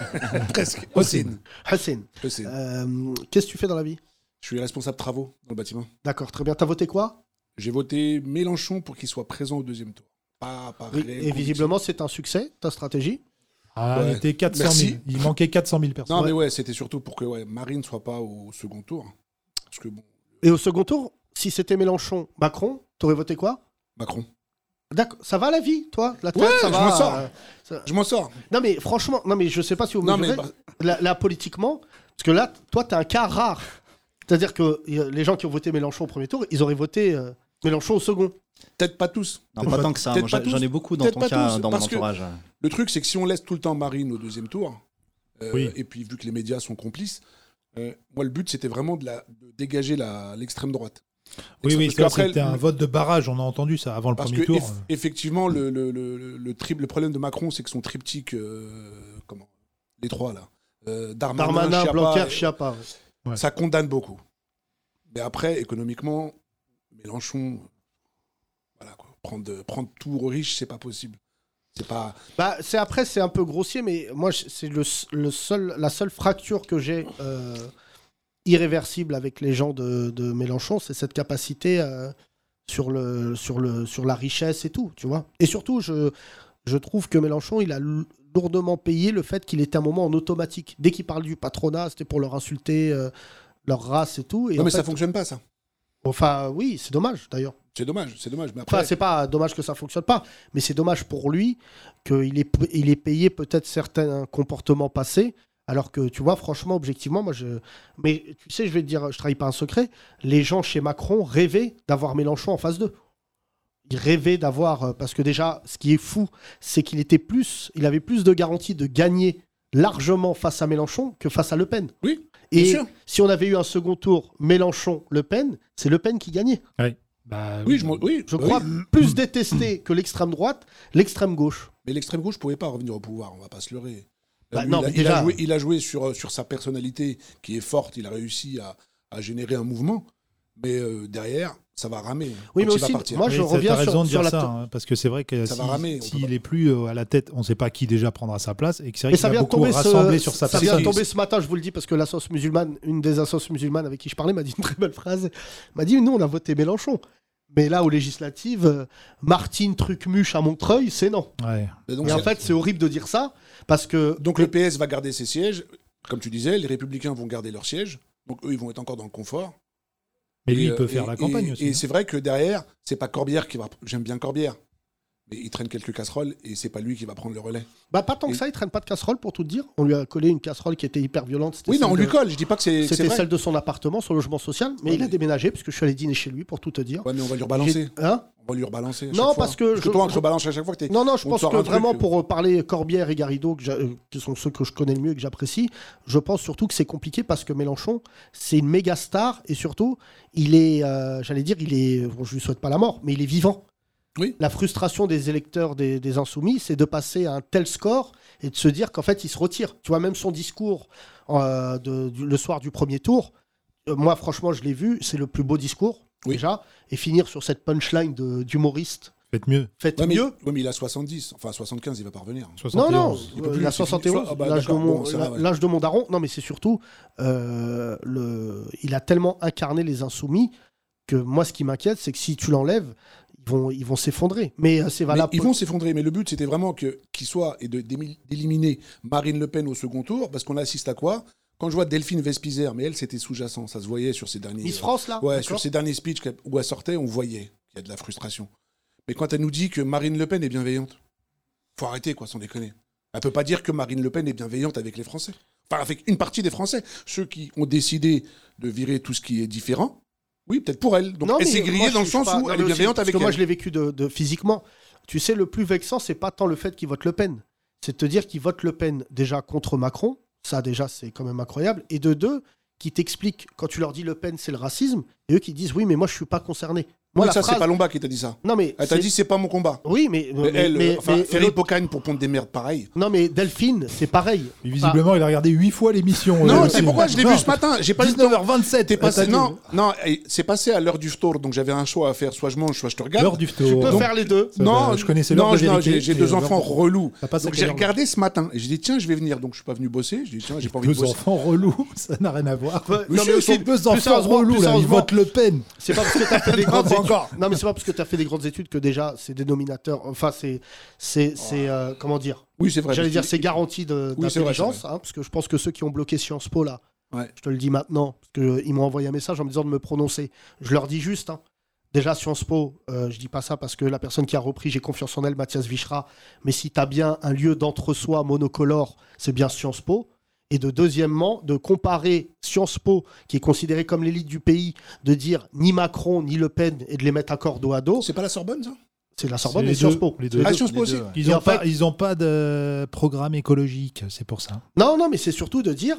Speaker 10: Presque.
Speaker 1: Austin.
Speaker 10: Austin.
Speaker 4: Hassan.
Speaker 10: Austin.
Speaker 4: Euh, Qu'est-ce que tu fais dans la vie
Speaker 10: Je suis responsable travaux dans le bâtiment.
Speaker 4: D'accord, très bien. T'as voté quoi
Speaker 10: J'ai voté Mélenchon pour qu'il soit présent au deuxième tour. Pas, pas
Speaker 4: Oui,
Speaker 10: réel
Speaker 4: Et
Speaker 10: conviction.
Speaker 4: visiblement, c'est un succès, ta stratégie.
Speaker 1: Ah, il
Speaker 10: Ouais.
Speaker 1: était 400 000.
Speaker 10: Merci.
Speaker 1: Il manquait 400 000 personnes.
Speaker 10: Non, mais ouais, c'était surtout pour que ouais, Marine soit pas au second tour. Parce que bon,
Speaker 4: Et au second tour, si c'était Mélenchon, Macron, t'aurais voté quoi
Speaker 10: Macron.
Speaker 4: D'accord, ça va la vie, toi La tête,
Speaker 10: Ouais,
Speaker 4: ça
Speaker 10: je
Speaker 4: va
Speaker 10: m'en sors.
Speaker 4: euh,
Speaker 10: Je m'en sors.
Speaker 4: Non mais franchement, non mais je sais pas si vous
Speaker 10: Non,
Speaker 4: mesurez
Speaker 10: mais bah-
Speaker 4: là, là, politiquement, parce que là, t- toi t'es un cas rare. C'est-à-dire que y a les gens qui ont voté Mélenchon au premier tour, ils auraient voté euh, Mélenchon au second.
Speaker 10: Peut-être pas tous.
Speaker 11: Non, pas tant que ça.
Speaker 10: peut-être
Speaker 11: Moi,
Speaker 10: pas
Speaker 11: j'a- J'en
Speaker 10: tous,
Speaker 11: ai beaucoup dans
Speaker 10: peut-être
Speaker 11: ton
Speaker 10: pas
Speaker 11: cas,
Speaker 10: tous,
Speaker 11: dans mon
Speaker 10: parce que-
Speaker 11: entourage.
Speaker 10: Le truc, c'est que si on laisse tout le temps Marine au deuxième tour, euh,
Speaker 1: Oui.
Speaker 10: et puis vu que les médias sont complices, euh, moi, le but, c'était vraiment de, la, de dégager la- l'extrême droite.
Speaker 1: Oui, oui,
Speaker 10: Parce
Speaker 1: ça,
Speaker 10: qu'après,
Speaker 1: c'était un vote de barrage, on a entendu ça avant le
Speaker 10: Parce
Speaker 1: premier
Speaker 10: que
Speaker 1: tour. euh.
Speaker 10: eff- effectivement, le, le, le, le, tri- le problème de Macron, c'est que son triptyque, euh, comment, les trois là, euh, Darmanin,
Speaker 4: Darmanin,
Speaker 10: Schiappa,
Speaker 4: Blanquer,
Speaker 10: et-
Speaker 4: Chiappa. ouais.
Speaker 1: Ouais.
Speaker 10: ça condamne beaucoup. Mais après, économiquement, Mélenchon, voilà quoi, prendre, prendre tout aux riches, c'est pas possible. C'est pas.
Speaker 4: Bah c'est après c'est un peu grossier, mais moi je- c'est le, s- le seul, la seule fracture que j'ai euh, irréversible avec les gens de, de Mélenchon, c'est cette capacité euh, sur le, sur le, sur la richesse et tout, tu vois. Et surtout je, je trouve que Mélenchon il a lou- lourdement payé le fait qu'il était un moment en automatique. Dès qu'il parle du patronat, c'était pour leur insulter euh, leur race et tout. Et
Speaker 10: non,
Speaker 4: en
Speaker 10: mais
Speaker 4: fait-
Speaker 10: ça fonctionne pas, ça.
Speaker 4: Enfin oui, c'est dommage d'ailleurs.
Speaker 10: C'est dommage, c'est dommage. Mais après,
Speaker 4: Enfin, c'est pas dommage que ça fonctionne pas, mais c'est dommage pour lui qu'il est, il est payé peut-être certains comportements passés. Alors que tu vois, franchement, objectivement, moi je. Mais tu sais, je vais te dire, je trahis pas un secret. Les gens chez Macron rêvaient d'avoir Mélenchon en face d'eux. Ils rêvaient d'avoir. euh, Parce que déjà, ce qui est fou, c'est qu'il était plus. Il avait plus de garanties de gagner largement face à Mélenchon que face à Le Pen.
Speaker 10: Oui, bien
Speaker 4: Et
Speaker 10: sûr.
Speaker 4: si on avait eu un second tour Mélenchon-Le Pen, c'est Le Pen qui gagnait
Speaker 1: Bah,
Speaker 10: Oui, je, m'en- oui,
Speaker 4: je
Speaker 10: bah
Speaker 4: crois,
Speaker 10: oui.
Speaker 4: plus détesté que l'extrême droite, l'extrême gauche.
Speaker 10: Mais l'extrême gauche pouvait pas revenir au pouvoir, on va pas se leurrer. Euh,
Speaker 4: Bah
Speaker 10: lui,
Speaker 4: non,
Speaker 10: il, a,
Speaker 4: mais
Speaker 10: il a
Speaker 4: déjà-
Speaker 10: joué, il a joué sur, euh, sur sa personnalité qui est forte, il a réussi à, à générer un mouvement, mais euh, derrière, ça va ramer. hein,
Speaker 4: Oui,
Speaker 10: quand
Speaker 4: mais
Speaker 10: il va
Speaker 4: aussi,
Speaker 10: partir.
Speaker 4: moi
Speaker 1: Oui,
Speaker 4: je
Speaker 1: ça,
Speaker 4: reviens
Speaker 1: t'as
Speaker 4: sur,
Speaker 1: raison de
Speaker 4: sur
Speaker 1: dire
Speaker 4: la.
Speaker 1: ça, hein, parce que c'est vrai que
Speaker 10: Ça
Speaker 1: si-
Speaker 10: va ramer, on peut
Speaker 1: s'il
Speaker 10: pas.
Speaker 1: est plus euh, à la tête, on ne sait pas qui déjà prendra sa place, et que c'est vrai
Speaker 4: Mais
Speaker 1: qu'il
Speaker 4: ça
Speaker 1: a
Speaker 4: vient de
Speaker 1: beaucoup
Speaker 4: tomber,
Speaker 1: rassemblé
Speaker 4: ce...
Speaker 1: sur sa
Speaker 4: ça
Speaker 1: personne.
Speaker 4: vient de tomber ce matin, je vous le dis, parce que la sauce musulmane, une des assos musulmanes avec qui je parlais, m'a dit une très belle phrase. m'a dit Nous, on a voté Mélenchon. Mais là, aux législatives, euh, Martine Trucmuche à Montreuil, c'est non.
Speaker 1: Ouais.
Speaker 10: Mais donc,
Speaker 4: Et en
Speaker 10: c'est-
Speaker 4: fait, c'est horrible de dire ça, parce que.
Speaker 10: donc le PS va garder ses sièges, comme tu disais, les républicains vont garder leurs sièges, donc eux, ils vont être encore dans le confort.
Speaker 1: Mais lui,
Speaker 10: Et,
Speaker 1: il peut
Speaker 10: euh,
Speaker 1: faire
Speaker 10: et-
Speaker 1: la campagne
Speaker 10: et-
Speaker 1: aussi.
Speaker 10: Et
Speaker 1: hein.
Speaker 10: c'est vrai que derrière, c'est pas Corbière qui va. J'aime bien Corbière, mais il traîne quelques casseroles et c'est pas lui qui va prendre le relais.
Speaker 4: Bah, pas tant que ça, il traîne pas de casserole, pour tout te dire. On lui a collé une casserole qui était hyper violente. c'était
Speaker 10: Oui, non,
Speaker 4: celle
Speaker 10: on lui
Speaker 4: de-
Speaker 10: colle, je dis pas que c'est. que c'est
Speaker 4: C'était
Speaker 10: vrai.
Speaker 4: celle de son appartement, son logement social, mais
Speaker 10: Ouais,
Speaker 4: il a
Speaker 10: mais-
Speaker 4: déménagé, parce que je suis allé dîner chez lui, pour tout te dire.
Speaker 10: Ouais, mais on va lui rebalancer.
Speaker 4: J'ai- Hein
Speaker 10: On pas lui rebalancer. à
Speaker 4: Non,
Speaker 10: chaque fois.
Speaker 4: parce que
Speaker 10: Parce que
Speaker 4: je-
Speaker 10: toi, on te
Speaker 4: je-
Speaker 10: rebalance à chaque fois que t'es.
Speaker 4: Non, non, je
Speaker 10: on te
Speaker 4: pense
Speaker 10: sort
Speaker 4: que
Speaker 10: un truc,
Speaker 4: vraiment
Speaker 10: euh,
Speaker 4: pour euh, parler Corbière et Garrido, que j'a- euh, qui sont ceux que je connais le mieux et que j'apprécie, je pense surtout que c'est compliqué parce que Mélenchon, c'est une méga star et surtout, il est, euh, j'allais dire, il est, bon, je lui souhaite pas la mort, mais il est vivant. La frustration des électeurs des, des Insoumis, c'est de passer à un tel score et de se dire qu'en fait, il se retire. Tu vois, même son discours euh, de- du- le soir du premier tour, euh, moi, franchement, je l'ai vu, c'est le plus beau discours, déjà, et finir sur cette punchline de- d'humoriste.
Speaker 1: Faites mieux.
Speaker 4: Faites
Speaker 10: Ouais, mais-
Speaker 4: mieux.
Speaker 10: ouais, mais il a 70, enfin 75, il va pas revenir.
Speaker 4: Non, non,
Speaker 10: il peut
Speaker 4: euh,
Speaker 10: plus,
Speaker 4: la
Speaker 10: c'est fini.
Speaker 4: 71,
Speaker 10: Ah bah,
Speaker 4: l'âge de,
Speaker 10: d'accord,
Speaker 4: mon-
Speaker 10: bon, ça
Speaker 4: la-
Speaker 10: va, ouais.
Speaker 4: l'âge de mon daron. Non, mais c'est surtout, euh, le, il a tellement incarné les insoumis que moi, ce qui m'inquiète, c'est que si tu l'enlèves, ils vont, ils vont s'effondrer. Mais euh, c'est
Speaker 10: Mais
Speaker 4: valable.
Speaker 10: ils
Speaker 4: pour-
Speaker 10: vont s'effondrer, mais le but c'était vraiment que qu'il soit et de- d'émi- d'éliminer Marine Le Pen au second tour, parce qu'on assiste à quoi Quand je vois Delphine Vespizer, mais elle c'était sous-jacent, ça se voyait sur ses derniers. euh,
Speaker 4: Miss France, là
Speaker 10: Ouais,
Speaker 4: D'accord.
Speaker 10: sur ses derniers speeches qu'elle- où elle sortait, on voyait qu'il y a de la frustration. Mais quand elle nous dit que Marine Le Pen est bienveillante, faut arrêter quoi, sans déconner. Elle peut pas dire que Marine Le Pen est bienveillante avec les Français, enfin avec une partie des Français, ceux qui ont décidé de virer tout ce qui est différent. Oui, peut-être pour elle. Donc
Speaker 4: Non,
Speaker 10: elle
Speaker 4: mais
Speaker 10: s'est
Speaker 4: moi,
Speaker 10: grillée
Speaker 4: je
Speaker 10: dans le
Speaker 4: suis
Speaker 10: sens
Speaker 4: pas-
Speaker 10: où
Speaker 4: non,
Speaker 10: elle
Speaker 4: mais
Speaker 10: est
Speaker 4: aussi,
Speaker 10: bienveillante
Speaker 4: parce
Speaker 10: avec
Speaker 4: que moi,
Speaker 10: elle.
Speaker 4: je l'ai vécu de, de- physiquement. Tu sais, le plus vexant, c'est pas tant le fait qu'ils votent Le Pen. C'est de te dire qu'ils votent Le Pen déjà contre Macron. Ça, déjà, c'est quand même incroyable. Et de deux, qui t'expliquent, quand tu leur dis Le Pen, c'est le racisme, et eux qui disent oui, mais moi, je suis pas concerné. Moi,
Speaker 10: Oui,
Speaker 4: la
Speaker 10: ça,
Speaker 4: phrase-
Speaker 10: c'est pas Lomba qui t'a dit ça.
Speaker 4: Non, mais
Speaker 10: Elle t'a
Speaker 4: c'est-
Speaker 10: Ah, dit, c'est pas mon combat.
Speaker 4: Oui, mais. mais-
Speaker 10: elle,
Speaker 4: mais-
Speaker 10: enfin,
Speaker 4: mais-
Speaker 10: Ferry
Speaker 4: l'autre-
Speaker 10: Pocagne pour pondre des merdes pareil.
Speaker 4: Non, mais Delphine, c'est pareil.
Speaker 1: Visiblement, il a regardé huit fois l'émission.
Speaker 10: Non,
Speaker 1: euh,
Speaker 10: c'est pourquoi je l'ai
Speaker 1: Non.
Speaker 10: vu ce matin. J'ai pas
Speaker 1: 19h27.
Speaker 10: T'es
Speaker 1: Ah,
Speaker 10: passé.
Speaker 1: t'as
Speaker 10: Non,
Speaker 1: dit.
Speaker 10: non, et c'est passé à l'heure du tour, donc j'avais un choix à faire. Soit je mange, soit je te regarde.
Speaker 1: L'heure du tour. Tu peux faire
Speaker 4: les deux.
Speaker 1: Ça,
Speaker 10: Non,
Speaker 1: bah, je connaissais l'heure
Speaker 10: non,
Speaker 1: de
Speaker 10: je- non,
Speaker 1: vérité,
Speaker 10: j'ai- J'ai
Speaker 1: mais
Speaker 10: deux
Speaker 1: l'heure
Speaker 10: enfants
Speaker 1: de-
Speaker 10: relous.
Speaker 1: Ça passe à
Speaker 10: Donc
Speaker 1: quelle
Speaker 10: j'ai
Speaker 1: heure,
Speaker 10: regardé ce matin et j'ai dit tiens, je vais venir. Donc je suis pas venu bosser. J'ai dit tiens, j'ai pas envie de
Speaker 1: Deux
Speaker 10: bosser.
Speaker 1: enfants relous, ça n'a rien à voir.
Speaker 4: Ouais, non,
Speaker 1: Si,
Speaker 4: mais aussi,
Speaker 1: ces deux
Speaker 4: plus
Speaker 1: enfants
Speaker 4: sérieusement,
Speaker 1: relous,
Speaker 4: plus
Speaker 1: là, ils
Speaker 4: sérieusement.
Speaker 1: votent Le Pen.
Speaker 4: C'est pas parce que t'as fait des grandes
Speaker 1: Pas
Speaker 4: études.
Speaker 1: encore.
Speaker 4: Non, mais c'est pas parce que t'as fait des grandes études que déjà c'est dénominateur. Enfin, c'est c'est c'est euh, comment dire
Speaker 10: Oui, c'est vrai,
Speaker 4: J'allais
Speaker 10: parce
Speaker 4: dire
Speaker 10: que-
Speaker 4: c'est garanti de
Speaker 10: Oui, c'est vrai, c'est
Speaker 4: d'intelligence, hein, parce que je pense que ceux qui ont bloqué Sciences Po là,
Speaker 10: Ouais.
Speaker 4: je te le dis maintenant, parce que euh, ils m'ont envoyé un message en me disant de me prononcer. Je leur dis juste. hein, Déjà, Sciences Po, euh, je dis pas ça parce que la personne qui a repris, j'ai confiance en elle, Mathias Vichra. Mais si tu as bien un lieu d'entre-soi monocolore, c'est bien Sciences Po. Et de deuxièmement, de comparer Sciences Po, qui est considéré comme l'élite du pays, de dire ni Macron ni Le Pen et de les mettre à corps dos à dos.
Speaker 10: C'est pas la Sorbonne, ça
Speaker 4: C'est la
Speaker 1: C'est
Speaker 4: Sorbonne
Speaker 1: les
Speaker 4: et Sciences
Speaker 1: deux,
Speaker 4: Po.
Speaker 1: les deux.
Speaker 4: C'est-
Speaker 1: Ils
Speaker 4: Et
Speaker 1: n'ont
Speaker 4: en fait-
Speaker 1: pas, ils ont pas de programme écologique, c'est pour ça.
Speaker 4: Non, non, mais c'est surtout de dire,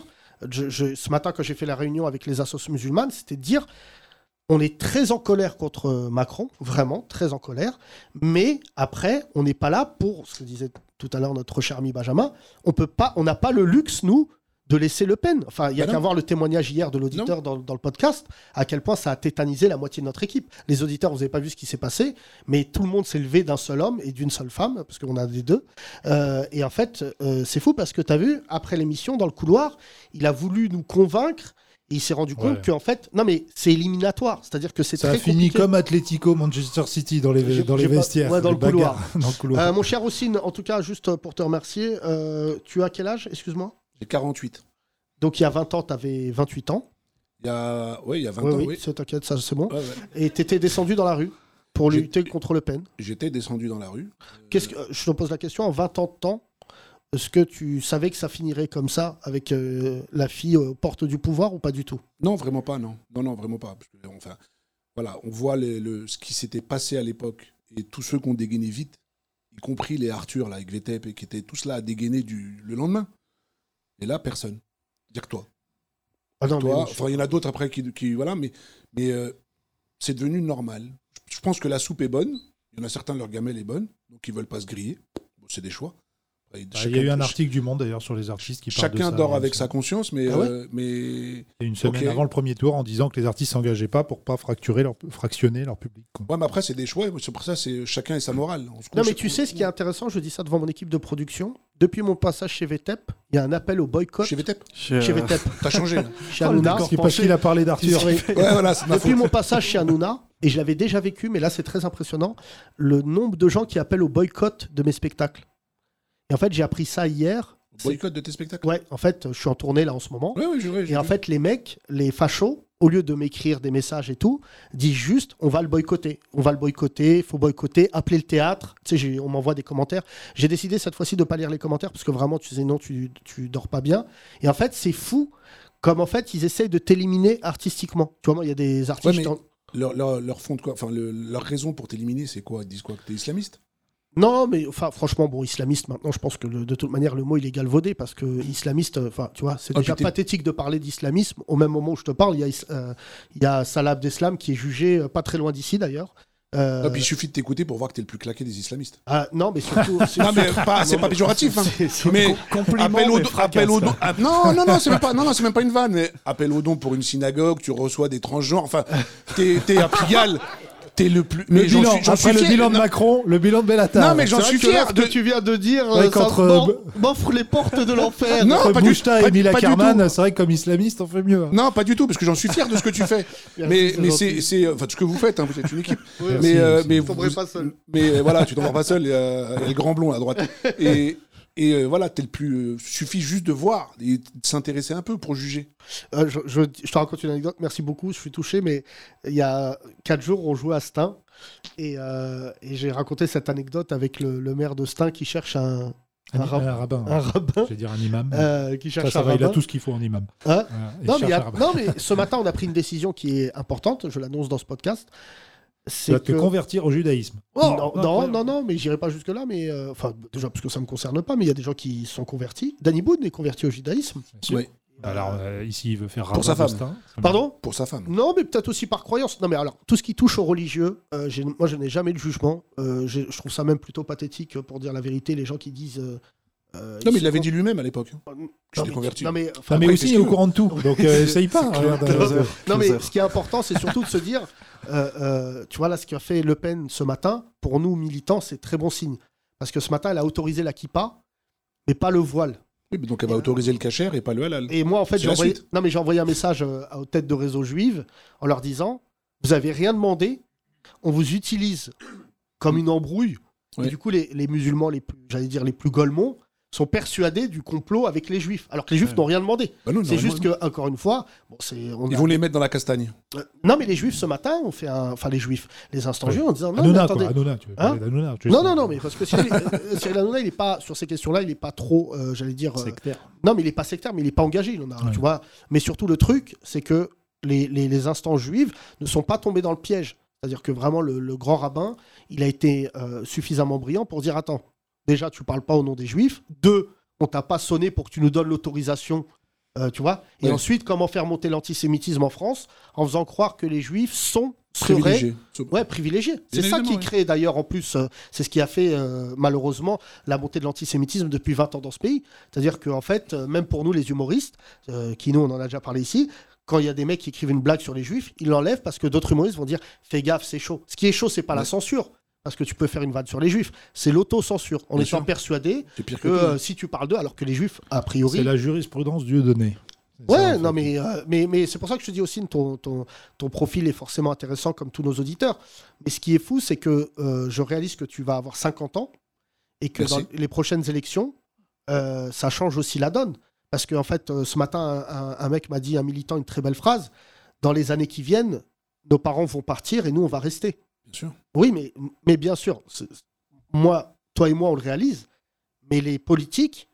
Speaker 4: je- je- ce matin quand j'ai fait la réunion avec les assos musulmanes, c'était de dire, on est très en colère contre euh, Macron, vraiment très en colère, mais après, on n'est pas là pour, ce que disait tout à l'heure notre cher ami Benjamin, on peut pas, on n'a pas le luxe, nous, de laisser Le Pen. Enfin, il y a
Speaker 10: Bah non.
Speaker 4: qu'à voir le témoignage hier de l'auditeur dans, dans le podcast, à quel point ça a tétanisé la moitié de notre équipe. Les auditeurs, vous n'avez pas vu ce qui s'est passé, mais tout le monde s'est levé d'un seul homme et d'une seule femme, parce qu'on a des deux. Euh, et en fait, euh, c'est fou parce que tu as vu, après l'émission, dans le couloir, il a voulu nous convaincre et il s'est rendu compte
Speaker 1: Ouais.
Speaker 4: qu'en fait, non mais c'est éliminatoire, c'est-à-dire que c'est
Speaker 1: Ça
Speaker 4: très
Speaker 1: a fini
Speaker 4: compliqué.
Speaker 1: comme Atlético Manchester City dans les,
Speaker 4: J'ai-
Speaker 1: dans les
Speaker 4: j'ai pas-
Speaker 1: vestiaires.
Speaker 4: ouais, dans,
Speaker 1: les
Speaker 4: le couloir.
Speaker 1: bagarres dans le couloir. Ah,
Speaker 4: Euh, mon cher Rossine, en tout cas, juste pour te remercier, euh, tu as quel âge, excuse-moi
Speaker 10: J'ai 48.
Speaker 4: Donc il y a 20 ans, tu avais 28 ans.
Speaker 10: Il y a, ouais, il y a 20
Speaker 4: Oui,
Speaker 10: ans.
Speaker 4: oui,
Speaker 10: oui.
Speaker 4: c'est- t'inquiète, ça c'est bon.
Speaker 10: Ouais, ouais.
Speaker 4: Et tu étais descendu dans la rue pour
Speaker 10: J'ai-
Speaker 4: lutter contre Le Pen.
Speaker 10: J'étais descendu dans la rue.
Speaker 4: Qu'est-ce que, euh, je te pose la question, en 20 ans de temps, est-ce que tu savais que ça finirait comme ça avec euh, la fille euh, porte du pouvoir ou pas du tout
Speaker 10: Non, vraiment pas, non. Non, non, vraiment pas. Parce que, enfin, voilà, on voit les- le, ce qui s'était passé à l'époque et tous ceux qui ont dégainé vite, y compris les Arthur là, avec VTEP, et qui étaient tous là à dégainer du, le lendemain. Et là, personne. Dire que toi.
Speaker 4: Ah non, mais
Speaker 10: Toi,
Speaker 4: moi, je-
Speaker 10: enfin, il y en a d'autres après qui, qui- voilà, mais, mais euh, c'est devenu normal. Je pense que la soupe est bonne. Il y en a certains, leur gamelle est bonne, donc ils veulent pas se griller. Bon, c'est des choix.
Speaker 1: Bah,
Speaker 10: Et
Speaker 1: Il y
Speaker 10: chacun-
Speaker 1: a eu un article du Monde d'ailleurs sur les artistes qui parle de
Speaker 10: Chacun
Speaker 1: ça,
Speaker 10: dort
Speaker 1: hein,
Speaker 10: avec
Speaker 1: ça.
Speaker 10: sa conscience, mais,
Speaker 1: Ah ouais
Speaker 10: euh, mais
Speaker 1: Et une semaine
Speaker 10: Ok.
Speaker 1: avant le premier tour en disant que les artistes s'engageaient pas pour pas fracturer leur, fractionner leur public. quoi.
Speaker 10: Ouais, mais après, c'est des choix. et C'est pour ça, c'est chacun et sa morale. On se
Speaker 4: Non,
Speaker 10: couche-
Speaker 4: mais tu sais ce qui est intéressant, je dis ça devant mon équipe de production. Depuis mon passage chez VTEP, il y a un appel au boycott. Chez
Speaker 10: VTEP
Speaker 4: Chez,
Speaker 10: euh,
Speaker 4: VTEP.
Speaker 10: t'as changé, là.
Speaker 4: Chez
Speaker 10: Oh, le
Speaker 4: Hanouna.
Speaker 10: décor Parce penché. qu'il a parlé d'Arthur.
Speaker 4: Oui.
Speaker 10: Ouais, voilà, c'est ma
Speaker 4: Depuis
Speaker 10: faute.
Speaker 4: mon passage chez Hanouna, et je l'avais déjà vécu, mais là c'est très impressionnant, le nombre de gens qui appellent au boycott de mes spectacles. Et en fait, j'ai appris ça hier.
Speaker 10: Boycott de tes spectacles
Speaker 4: Ouais, en fait, je suis en tournée là en ce moment.
Speaker 10: et
Speaker 4: en fait, les mecs, les fachos, au lieu de m'écrire des messages et tout, disent juste on va le boycotter. On va le boycotter, faut boycotter, appeler le théâtre. Tu sais, j'ai- on m'envoie des commentaires. J'ai décidé cette fois-ci de pas lire les commentaires parce que vraiment, tu disais non, tu, tu dors pas bien. Et en fait, c'est fou comme en fait, ils essayent de t'éliminer artistiquement. Tu vois, moi, il y a des
Speaker 10: Ouais,
Speaker 4: artistes. je
Speaker 10: mais
Speaker 4: t'en-
Speaker 10: Leur, leur, leur fond de quoi Enfin, le- leur raison pour t'éliminer, c'est quoi Ils te disent quoi Que t'es islamiste
Speaker 4: Non, mais enfin, franchement, bon, islamiste, maintenant, je pense que le- de toute manière, le mot, il est galvaudé parce que islamiste, euh, enfin, tu vois, c'est
Speaker 10: Ah,
Speaker 4: déjà
Speaker 10: puis t'es-
Speaker 4: pathétique de parler d'islamisme. Au même moment où je te parle, il y a, is- euh, il y a Salah Abdeslam qui est jugé euh, pas très loin d'ici, d'ailleurs. Euh,
Speaker 10: Ah, puis il suffit de t'écouter pour voir que t'es le plus claqué des islamistes.
Speaker 4: ah, non, mais surtout.
Speaker 10: Non, mais pas- c'est pas péjoratif. hein. Mais appel au don. appel au don- ah, non, non, non, c'est même pas, non, non, c'est même pas une vanne. Mais appel au don pour une synagogue, tu reçois des transgenres. Enfin, t'es, t'es à Pigalle. T'es le plus.
Speaker 1: Le
Speaker 10: j'en
Speaker 1: bilan,
Speaker 10: suis- j'en suis
Speaker 1: après le
Speaker 10: fier.
Speaker 1: bilan de
Speaker 10: Non,
Speaker 1: Macron, le bilan de Bellatar.
Speaker 10: Non, mais j'en
Speaker 4: C'est vrai
Speaker 10: suis
Speaker 4: que là,
Speaker 10: fier
Speaker 4: ce que
Speaker 10: de.
Speaker 4: tu viens de dire,
Speaker 1: Ouais,
Speaker 4: euh, ça
Speaker 1: contre,
Speaker 4: m'en-
Speaker 1: euh,
Speaker 4: m'offre les portes de l'enfer.
Speaker 10: Non,
Speaker 1: Entre
Speaker 10: pas du-
Speaker 1: Bouchta
Speaker 10: pas-
Speaker 1: et Mila
Speaker 10: pas du
Speaker 1: Carman,
Speaker 10: tout.
Speaker 1: c'est vrai que comme islamiste, on fait mieux. hein.
Speaker 10: Non, pas du tout, parce que j'en suis fier de ce que tu fais. mais mais c'est, c'est, enfin, de ce que vous faites, hein, vous êtes une équipe. mais,
Speaker 1: merci,
Speaker 10: euh,
Speaker 1: merci.
Speaker 10: mais
Speaker 4: Vous tomberez pas seul.
Speaker 10: Mais euh, voilà, tu t'en pas seul, et, euh, et le grand blond à droite. Et, et euh, voilà, t'es le plus. euh, suffit juste de voir et de s'intéresser un peu pour juger.
Speaker 4: Euh, je, je- je te raconte une anecdote, merci beaucoup, je suis touché, mais il y a 4 jours, on jouait à Stein, et, euh, et j'ai raconté cette anecdote avec le, le maire de Stein qui cherche un, un
Speaker 1: Un,
Speaker 4: rab-
Speaker 1: un rabbin.
Speaker 4: un rabbin.
Speaker 1: Je vais dire un imam.
Speaker 4: euh, qui
Speaker 1: ça,
Speaker 4: cherche
Speaker 1: ça
Speaker 4: un
Speaker 1: va, il a
Speaker 4: rabbin.
Speaker 1: tout ce qu'il faut en imam.
Speaker 4: Hein
Speaker 1: Voilà, il
Speaker 4: non, mais
Speaker 1: cherche
Speaker 4: il y a-
Speaker 1: un rabbin.
Speaker 4: non, mais ce matin, on a pris une décision qui est importante, je l'annonce dans ce podcast.
Speaker 1: Tu vas
Speaker 4: C'est
Speaker 1: te
Speaker 4: que... Oh,
Speaker 1: convertir au judaïsme.
Speaker 4: non,
Speaker 1: non,
Speaker 4: non,
Speaker 1: après-
Speaker 4: non, non, mais j'irai pas jusque-là, mais euh, enfin, déjà, parce que ça me concerne pas, mais il y a des gens qui sont convertis. Danny Boone est converti au judaïsme.
Speaker 1: sûr.
Speaker 10: Ouais,
Speaker 1: Alors, euh, ici, il veut faire rabbin.
Speaker 10: Pour sa femme.
Speaker 1: Bostin.
Speaker 4: Pardon
Speaker 10: pour sa femme.
Speaker 4: Non, mais peut-être aussi par croyance. Non, mais alors, tout ce qui touche aux religieux, euh, j'ai- moi, je n'ai jamais de jugement. Euh, j'ai- je trouve ça même plutôt pathétique, euh, pour dire la vérité, les gens qui disent. euh, euh,
Speaker 10: Non, mais
Speaker 4: ils
Speaker 10: il l'avait
Speaker 4: sont-
Speaker 10: dit lui-même à l'époque. hein. Je
Speaker 4: Non,
Speaker 10: l'ai
Speaker 4: mais-
Speaker 10: converti.
Speaker 4: Non, mais,
Speaker 1: Non,
Speaker 4: enfin,
Speaker 1: mais
Speaker 10: Après,
Speaker 1: aussi,
Speaker 10: qu'est-ce
Speaker 1: il est au
Speaker 10: que-
Speaker 1: courant de tout. Donc, euh, essaye pas.
Speaker 10: hein,
Speaker 1: regarde, euh,
Speaker 4: non, mais
Speaker 5: Joseph.
Speaker 4: ce qui est important, c'est surtout de se dire, euh, euh, tu vois, là, ce qu'a fait Le Pen ce matin, pour nous, militants, c'est très bon signe. Parce que ce matin, elle a autorisé la kippa, mais pas le voile.
Speaker 10: Oui, mais donc elle va autoriser le cachère et pas le halal.
Speaker 4: Et moi, en fait,
Speaker 10: C'est
Speaker 4: j'ai
Speaker 10: la
Speaker 4: envoyé...
Speaker 10: suite.
Speaker 4: Non, mais j'ai envoyé un message euh, aux têtes de réseau juive en leur disant Vous avez rien demandé, on vous utilise comme une embrouille.
Speaker 10: Ouais.
Speaker 4: Et du coup, les, les musulmans, les plus, j'allais dire les plus golemons, sont persuadés du complot avec les juifs, alors que les juifs
Speaker 1: Ouais.
Speaker 4: n'ont rien demandé.
Speaker 10: Bah non,
Speaker 4: C'est
Speaker 10: non,
Speaker 4: juste
Speaker 10: non.
Speaker 4: que, encore une fois, bon, c'est, on
Speaker 10: Ils
Speaker 4: a-
Speaker 10: vont les mettre dans la castagne.
Speaker 4: Euh, non, mais les juifs ce matin ont fait un, enfin les juifs, les instants
Speaker 1: Ouais.
Speaker 4: juifs en disant non, mais
Speaker 1: Hanouna,
Speaker 4: attendez, Hein
Speaker 1: quoi. Hanouna, tu veux parler d'Hanouna, tu veux-
Speaker 4: non, non, non, mais parce que Cyril, euh, Cyril Hanouna, il est pas sur ces questions-là, il est pas trop, euh, j'allais dire, euh, non, mais il est pas sectaire, mais il est pas engagé, il en a,
Speaker 1: Ouais.
Speaker 4: tu vois. Mais surtout le truc, c'est que les, les, les instances juives ne sont pas tombées dans le piège, c'est-à-dire que vraiment le, le grand rabbin, il a été euh, suffisamment brillant pour dire attends, déjà tu parles pas au nom des juifs, deux, on t'a pas sonné pour que tu nous donnes l'autorisation. euh, tu vois Et
Speaker 10: Ouais.
Speaker 4: ensuite, comment faire monter l'antisémitisme en France en faisant croire que les juifs sont, seraient,
Speaker 10: Privilégiés.
Speaker 4: Ouais, privilégié. C'est ça
Speaker 10: évidemment,
Speaker 4: qui
Speaker 10: ouais.
Speaker 4: crée d'ailleurs en plus, euh, c'est ce qui a fait euh, malheureusement la montée de l'antisémitisme depuis 20 ans dans ce pays. C'est-à-dire qu'en fait, euh, même pour nous les humoristes, euh, qui nous on en a déjà parlé ici, quand il y a des mecs qui écrivent une blague sur les juifs, ils l'enlèvent parce que d'autres humoristes vont dire fais gaffe, c'est chaud. Ce qui est chaud, c'est pas la
Speaker 10: Ouais.
Speaker 4: censure. Parce que tu peux faire une vanne sur les juifs. C'est l'autocensure. En
Speaker 10: Bien
Speaker 4: étant
Speaker 10: sûr.
Speaker 4: persuadé
Speaker 10: C'est pire
Speaker 4: que
Speaker 10: que tout.
Speaker 4: euh, si tu parles d'eux, alors que les juifs, a
Speaker 1: C'est
Speaker 4: priori,
Speaker 1: la jurisprudence Dieu
Speaker 4: E.
Speaker 1: donnée. C'est ça, en
Speaker 4: Ouais,
Speaker 1: fait.
Speaker 4: non, mais, euh, mais, mais c'est pour ça que je te dis aussi, ton, ton, ton profil est forcément intéressant comme tous nos auditeurs. Mais ce qui est fou, c'est que euh, je réalise que tu vas avoir 50 ans et que
Speaker 10: Merci.
Speaker 4: dans les prochaines élections, euh, ça change aussi la donne. Parce qu'en fait, euh, ce matin, un, un- un mec m'a dit, un militant, une très belle phrase. Dans les années qui viennent, nos parents vont partir et nous, on va rester.
Speaker 10: Bien sûr.
Speaker 4: Oui, mais, mais bien sûr, c'est- moi, toi et moi, on le réalise, mais les politiques,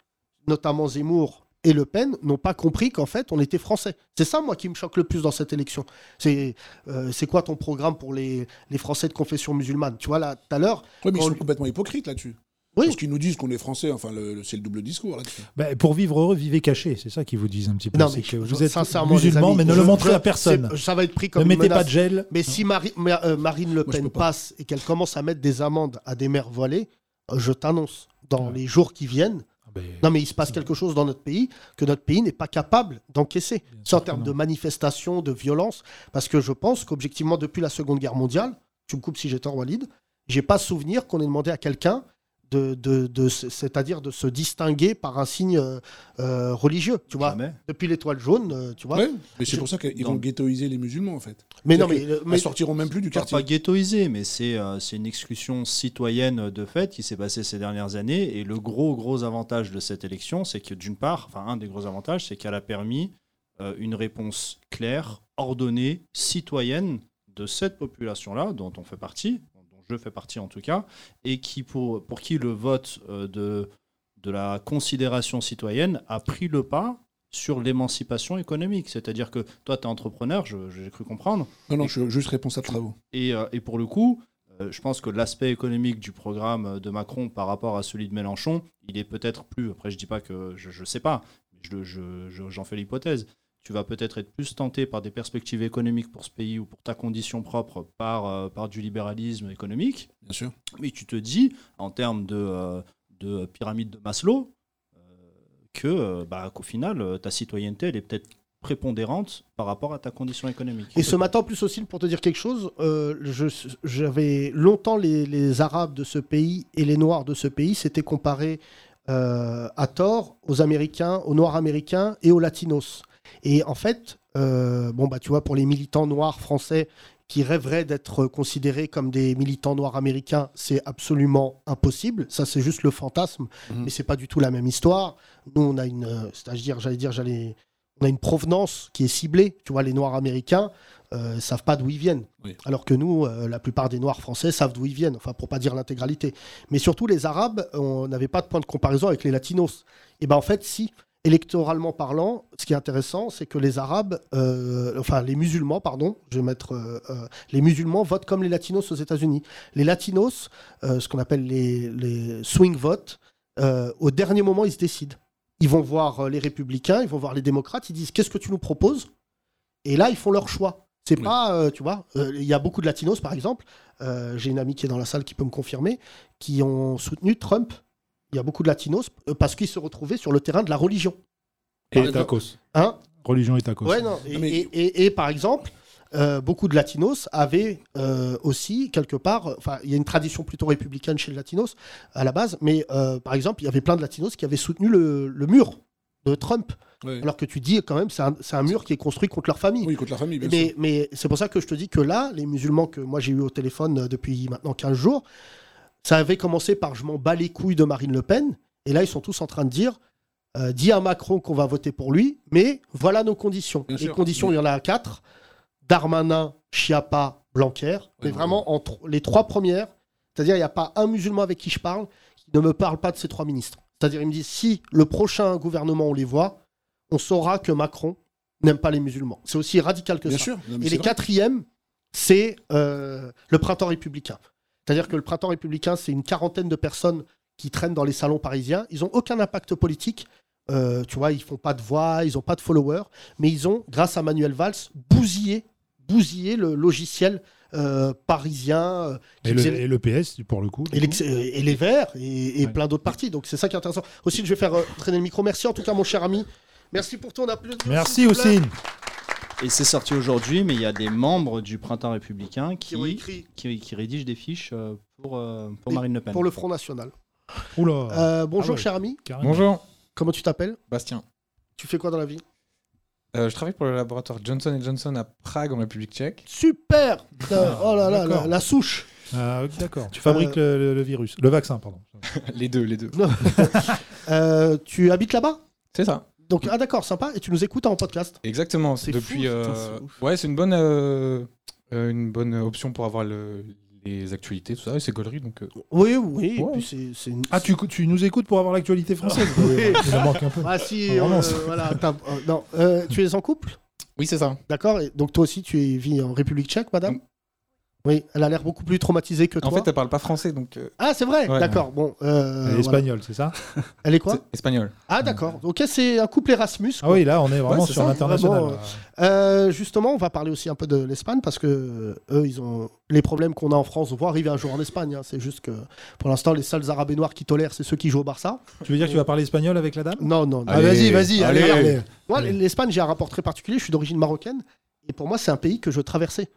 Speaker 4: notamment Zemmour et Le Pen, n'ont pas compris qu'en fait, on était français. C'est ça, moi, qui me choque le plus dans cette élection. C'est euh, c'est quoi ton programme pour les, les Français de confession musulmane Tu vois, là, tout à l'heure,
Speaker 10: Ouais, mais ils
Speaker 4: On-
Speaker 10: sont complètement hypocrites là-dessus.
Speaker 4: Oui.
Speaker 10: Parce qu'ils nous disent qu'on est français, enfin, le- le- c'est le double discours là-dessus.
Speaker 1: Bah, pour vivre heureux, vivez caché. C'est ça qu'ils vous disent un petit peu.
Speaker 4: Non,
Speaker 1: C'est
Speaker 4: mais
Speaker 1: que
Speaker 4: je-
Speaker 1: vous
Speaker 4: je-
Speaker 1: êtes
Speaker 4: sincèrement,
Speaker 1: musulman,
Speaker 4: les amis,
Speaker 1: mais ne
Speaker 4: je-
Speaker 1: le montrez
Speaker 4: je-
Speaker 1: à personne.
Speaker 4: c'est- Ça va être pris
Speaker 1: Ne
Speaker 4: comme une
Speaker 1: mettez pas
Speaker 4: menace.
Speaker 1: de gel.
Speaker 4: Mais si Mari- Ma- euh, Marine Le
Speaker 10: Moi, je
Speaker 4: Pen
Speaker 10: peux pas.
Speaker 4: passe et qu'elle commence à mettre des amendes à des mères voilées, euh, je t'annonce, dans
Speaker 1: Ouais.
Speaker 4: les jours qui viennent,
Speaker 1: Ah, ben,
Speaker 4: Non, mais il se passe quelque chose dans notre pays que notre pays n'est pas capable d'encaisser.
Speaker 1: Bien
Speaker 4: C'est en
Speaker 1: sûr que
Speaker 4: termes
Speaker 1: non.
Speaker 4: de manifestations, de violences, parce que je pense qu'objectivement, depuis la Seconde Guerre mondiale, tu me coupes si j'ai tort, Walid, j'ai pas souvenir qu'on ait demandé à quelqu'un de, de, de se- c'est-à-dire de se distinguer par un signe euh, euh, religieux, tu vois.
Speaker 6: Jamais.
Speaker 4: Depuis l'étoile jaune, euh, tu vois.
Speaker 10: Ouais, mais c'est
Speaker 4: Je-
Speaker 10: pour ça qu'ils
Speaker 11: dans-
Speaker 10: vont ghettoiser les musulmans en fait.
Speaker 4: Mais non, mais,
Speaker 10: C'est-à-dire Ils
Speaker 4: mais-
Speaker 10: sortiront même plus du
Speaker 11: Pas,
Speaker 10: quartier.
Speaker 11: pas ghettoisé, mais c'est euh, c'est une exclusion citoyenne de fait qui s'est passée ces dernières années. Et le gros, gros avantage de cette élection, c'est que d'une part, enfin, un des gros avantages, c'est qu'elle a permis euh, une réponse claire, ordonnée, citoyenne de cette population-là, dont on fait partie, dont je fais partie en tout cas, et qui pour, pour qui le vote euh, de, de la considération citoyenne a pris le pas sur l'émancipation économique. C'est-à-dire que toi, tu es entrepreneur, je- j'ai cru comprendre.
Speaker 10: Non, non, je suis juste responsable travaux.
Speaker 11: Et, euh, et pour le coup, euh, je pense que l'aspect économique du programme euh, de Macron par rapport à celui de Mélenchon, il est peut-être plus. Après, je dis pas que je ne sais pas, mais je- je- je- j'en fais l'hypothèse. Tu vas peut-être être plus tenté par des perspectives économiques pour ce pays ou pour ta condition propre par, euh, par du libéralisme économique.
Speaker 10: Bien sûr.
Speaker 11: Mais tu te dis, en termes de, euh, de pyramide de Maslow, euh, que euh, bah, qu'au final, euh, ta citoyenneté, elle est peut-être prépondérante par rapport à ta condition économique.
Speaker 4: Et ce matin, en plus aussi, pour te dire quelque chose, euh, je- j'avais longtemps les, les Arabes de ce pays et les Noirs de ce pays s'étaient comparés euh, à tort aux Américains, aux Noirs américains et aux Latinos. Et en fait, euh, bon bah tu vois, pour les militants noirs français qui rêveraient d'être considérés comme des militants noirs américains, c'est absolument impossible. Ça, c'est juste le fantasme, mais c'est pas du tout la même histoire. Nous, on a une, euh, c'est-à-dire, j'allais dire, j'allais on a une provenance qui est ciblée. Tu vois, les Noirs américains euh, savent pas d'où ils viennent. Alors que nous, euh, la plupart des Noirs français savent d'où ils viennent. Enfin, pour pas dire l'intégralité. Mais surtout, les Arabes, on n'avait pas de point de comparaison avec les Latinos. Et ben en fait, si. Électoralement parlant, ce qui est intéressant, c'est que les Arabes, euh, enfin les musulmans, pardon, je vais mettre euh, euh, les musulmans votent comme les Latinos aux États-Unis. Les Latinos, euh, ce qu'on appelle les, les swing votes, euh, au dernier moment, ils se décident. Ils vont voir euh, les républicains, ils vont voir les démocrates, ils disent qu'est-ce que tu nous proposes Et là, ils font leur choix. C'est pas, euh, tu vois, euh, il y a beaucoup de latinos, par exemple, euh, j'ai une amie qui est dans la salle qui peut me confirmer, qui ont soutenu Trump. Il y a beaucoup de latinos euh, parce qu'ils se retrouvaient sur le terrain de la religion.
Speaker 1: Et
Speaker 4: Par exemple-
Speaker 1: tacos.
Speaker 4: Hein
Speaker 1: Religion et tacos.
Speaker 4: Ouais, non. Et, et- et- et par exemple, euh, beaucoup de latinos avaient euh, aussi, quelque part, euh, enfin, il y a une tradition plutôt républicaine chez les latinos à la base, mais euh, par exemple, il y avait plein de latinos qui avaient soutenu le, le mur de Trump.
Speaker 10: Ouais.
Speaker 4: Alors que tu dis quand même, c'est un, c'est un mur qui est construit contre leur famille.
Speaker 10: Oui, contre leur famille, bien
Speaker 4: mais
Speaker 10: sûr.
Speaker 4: mais c'est pour ça que je te dis que là, les musulmans que moi j'ai eu au téléphone euh, depuis maintenant 15 jours, ça avait commencé par je m'en bats les couilles de Marine Le Pen. Et là, ils sont tous en train de dire euh, dis à Macron qu'on va voter pour lui, mais voilà nos conditions.
Speaker 10: Bien
Speaker 4: les
Speaker 10: sûr.
Speaker 4: conditions, il y en a quatre Darmanin, Chiappa, Blanquer. mais vraiment, entre les trois premières, c'est-à-dire, il n'y a pas un musulman avec qui je parle qui ne me parle pas de ces trois ministres. C'est-à-dire, ils me disent si le prochain gouvernement, on les voit, on saura que Macron n'aime pas les musulmans. C'est aussi radical que
Speaker 10: Bien
Speaker 4: ça.
Speaker 10: sûr. Non, mais
Speaker 4: Et
Speaker 10: c'est
Speaker 4: les
Speaker 10: vrai.
Speaker 4: quatrièmes, c'est euh, le printemps républicain. C'est-à-dire que le printemps républicain, c'est une quarantaine de personnes qui traînent dans les salons parisiens. Ils n'ont aucun impact politique. Euh, tu vois, ils font pas de voix, ils n'ont pas de followers, mais ils ont, grâce à Manuel Valls, bousillé, bousillé le logiciel euh, parisien. euh, qui
Speaker 1: Et le,
Speaker 4: faisait-
Speaker 1: et le PS, pour le coup.
Speaker 4: et, l'ex- euh, et les Verts et, et plein d'autres partis. Donc c'est ça qui est intéressant. Aussi, je vais faire euh, traîner le micro. Merci en tout cas, mon cher ami. Merci pour ton applaudissement. s'il vous plaît.
Speaker 11: Et c'est sorti aujourd'hui, mais il y a des membres du Printemps républicain qui,
Speaker 4: ont
Speaker 11: qui, qui rédigent des fiches euh, pour, euh, pour
Speaker 4: Et
Speaker 11: Marine Le Pen.
Speaker 4: Pour le Front National.
Speaker 1: Oula.
Speaker 4: Euh, bonjour,
Speaker 6: Ah ouais,
Speaker 4: cher ami.
Speaker 6: carrément. Bonjour.
Speaker 4: Comment tu t'appelles
Speaker 12: Bastien.
Speaker 4: Tu fais quoi dans la vie
Speaker 12: Euh, je travaille pour le laboratoire Johnson Johnson à Prague en République tchèque.
Speaker 4: Super Putain, Oh là là,
Speaker 12: d'accord.
Speaker 4: la, la souche
Speaker 1: Ah, D'accord. Tu fabriques le- le, le virus, le vaccin, Ah, pardon.
Speaker 12: les deux, les deux.
Speaker 4: Euh, tu habites là-bas
Speaker 12: C'est ça.
Speaker 4: Donc, ah d'accord, sympa. Et tu nous écoutes en podcast
Speaker 12: Exactement. C'est depuis.
Speaker 4: fou,
Speaker 12: euh,
Speaker 4: putain, c'est
Speaker 12: ouais, c'est une bonne, euh, euh, une bonne option pour avoir le- les actualités, tout ça, et ces gauleries. Donc, euh,
Speaker 4: Oui, oui. et
Speaker 12: Ouais.
Speaker 4: puis c'est- c'est une-
Speaker 1: Ah, tu, tu nous écoutes pour avoir l'actualité française.
Speaker 4: Oui.
Speaker 1: Il en manque un peu.
Speaker 4: Ah si,
Speaker 1: Ah, vraiment,
Speaker 4: euh,
Speaker 1: c'est-
Speaker 4: voilà. t'as- euh, non, euh, tu es en couple
Speaker 12: Oui, c'est ça. Mm.
Speaker 4: D'accord. et Donc toi aussi, tu es- vis en République tchèque, madame Oui, elle a l'air beaucoup plus traumatisée que toi.
Speaker 12: en fait, elle parle pas français, donc. euh,
Speaker 4: Ah, c'est vrai
Speaker 12: Ouais.
Speaker 4: D'accord, bon. euh,
Speaker 1: Elle est
Speaker 4: voilà.
Speaker 1: espagnole, c'est ça
Speaker 4: Elle est quoi
Speaker 12: Espagnol.
Speaker 4: Ah, d'accord. Ok, c'est un couple Erasmus.
Speaker 1: Ah oui, là, on est vraiment
Speaker 4: c'est
Speaker 1: sur
Speaker 4: ça,
Speaker 1: l'international.
Speaker 4: vraiment, euh, euh, justement, on va parler aussi un peu de l'Espagne parce que euh, eux, ils ont les problèmes qu'on a en France vont arriver un jour en Espagne. hein. C'est juste que pour l'instant, les seuls Arabes et Noirs qui tolèrent, c'est ceux qui jouent au Barça.
Speaker 1: Tu veux dire que tu vas parler espagnol avec la dame
Speaker 4: Non, non.
Speaker 1: Ah, vas-y, vas-y, allez, allez.
Speaker 4: Moi, l'Espagne, j'ai un rapport très particulier. Je suis d'origine marocaine et pour moi, c'est un pays que je traversais.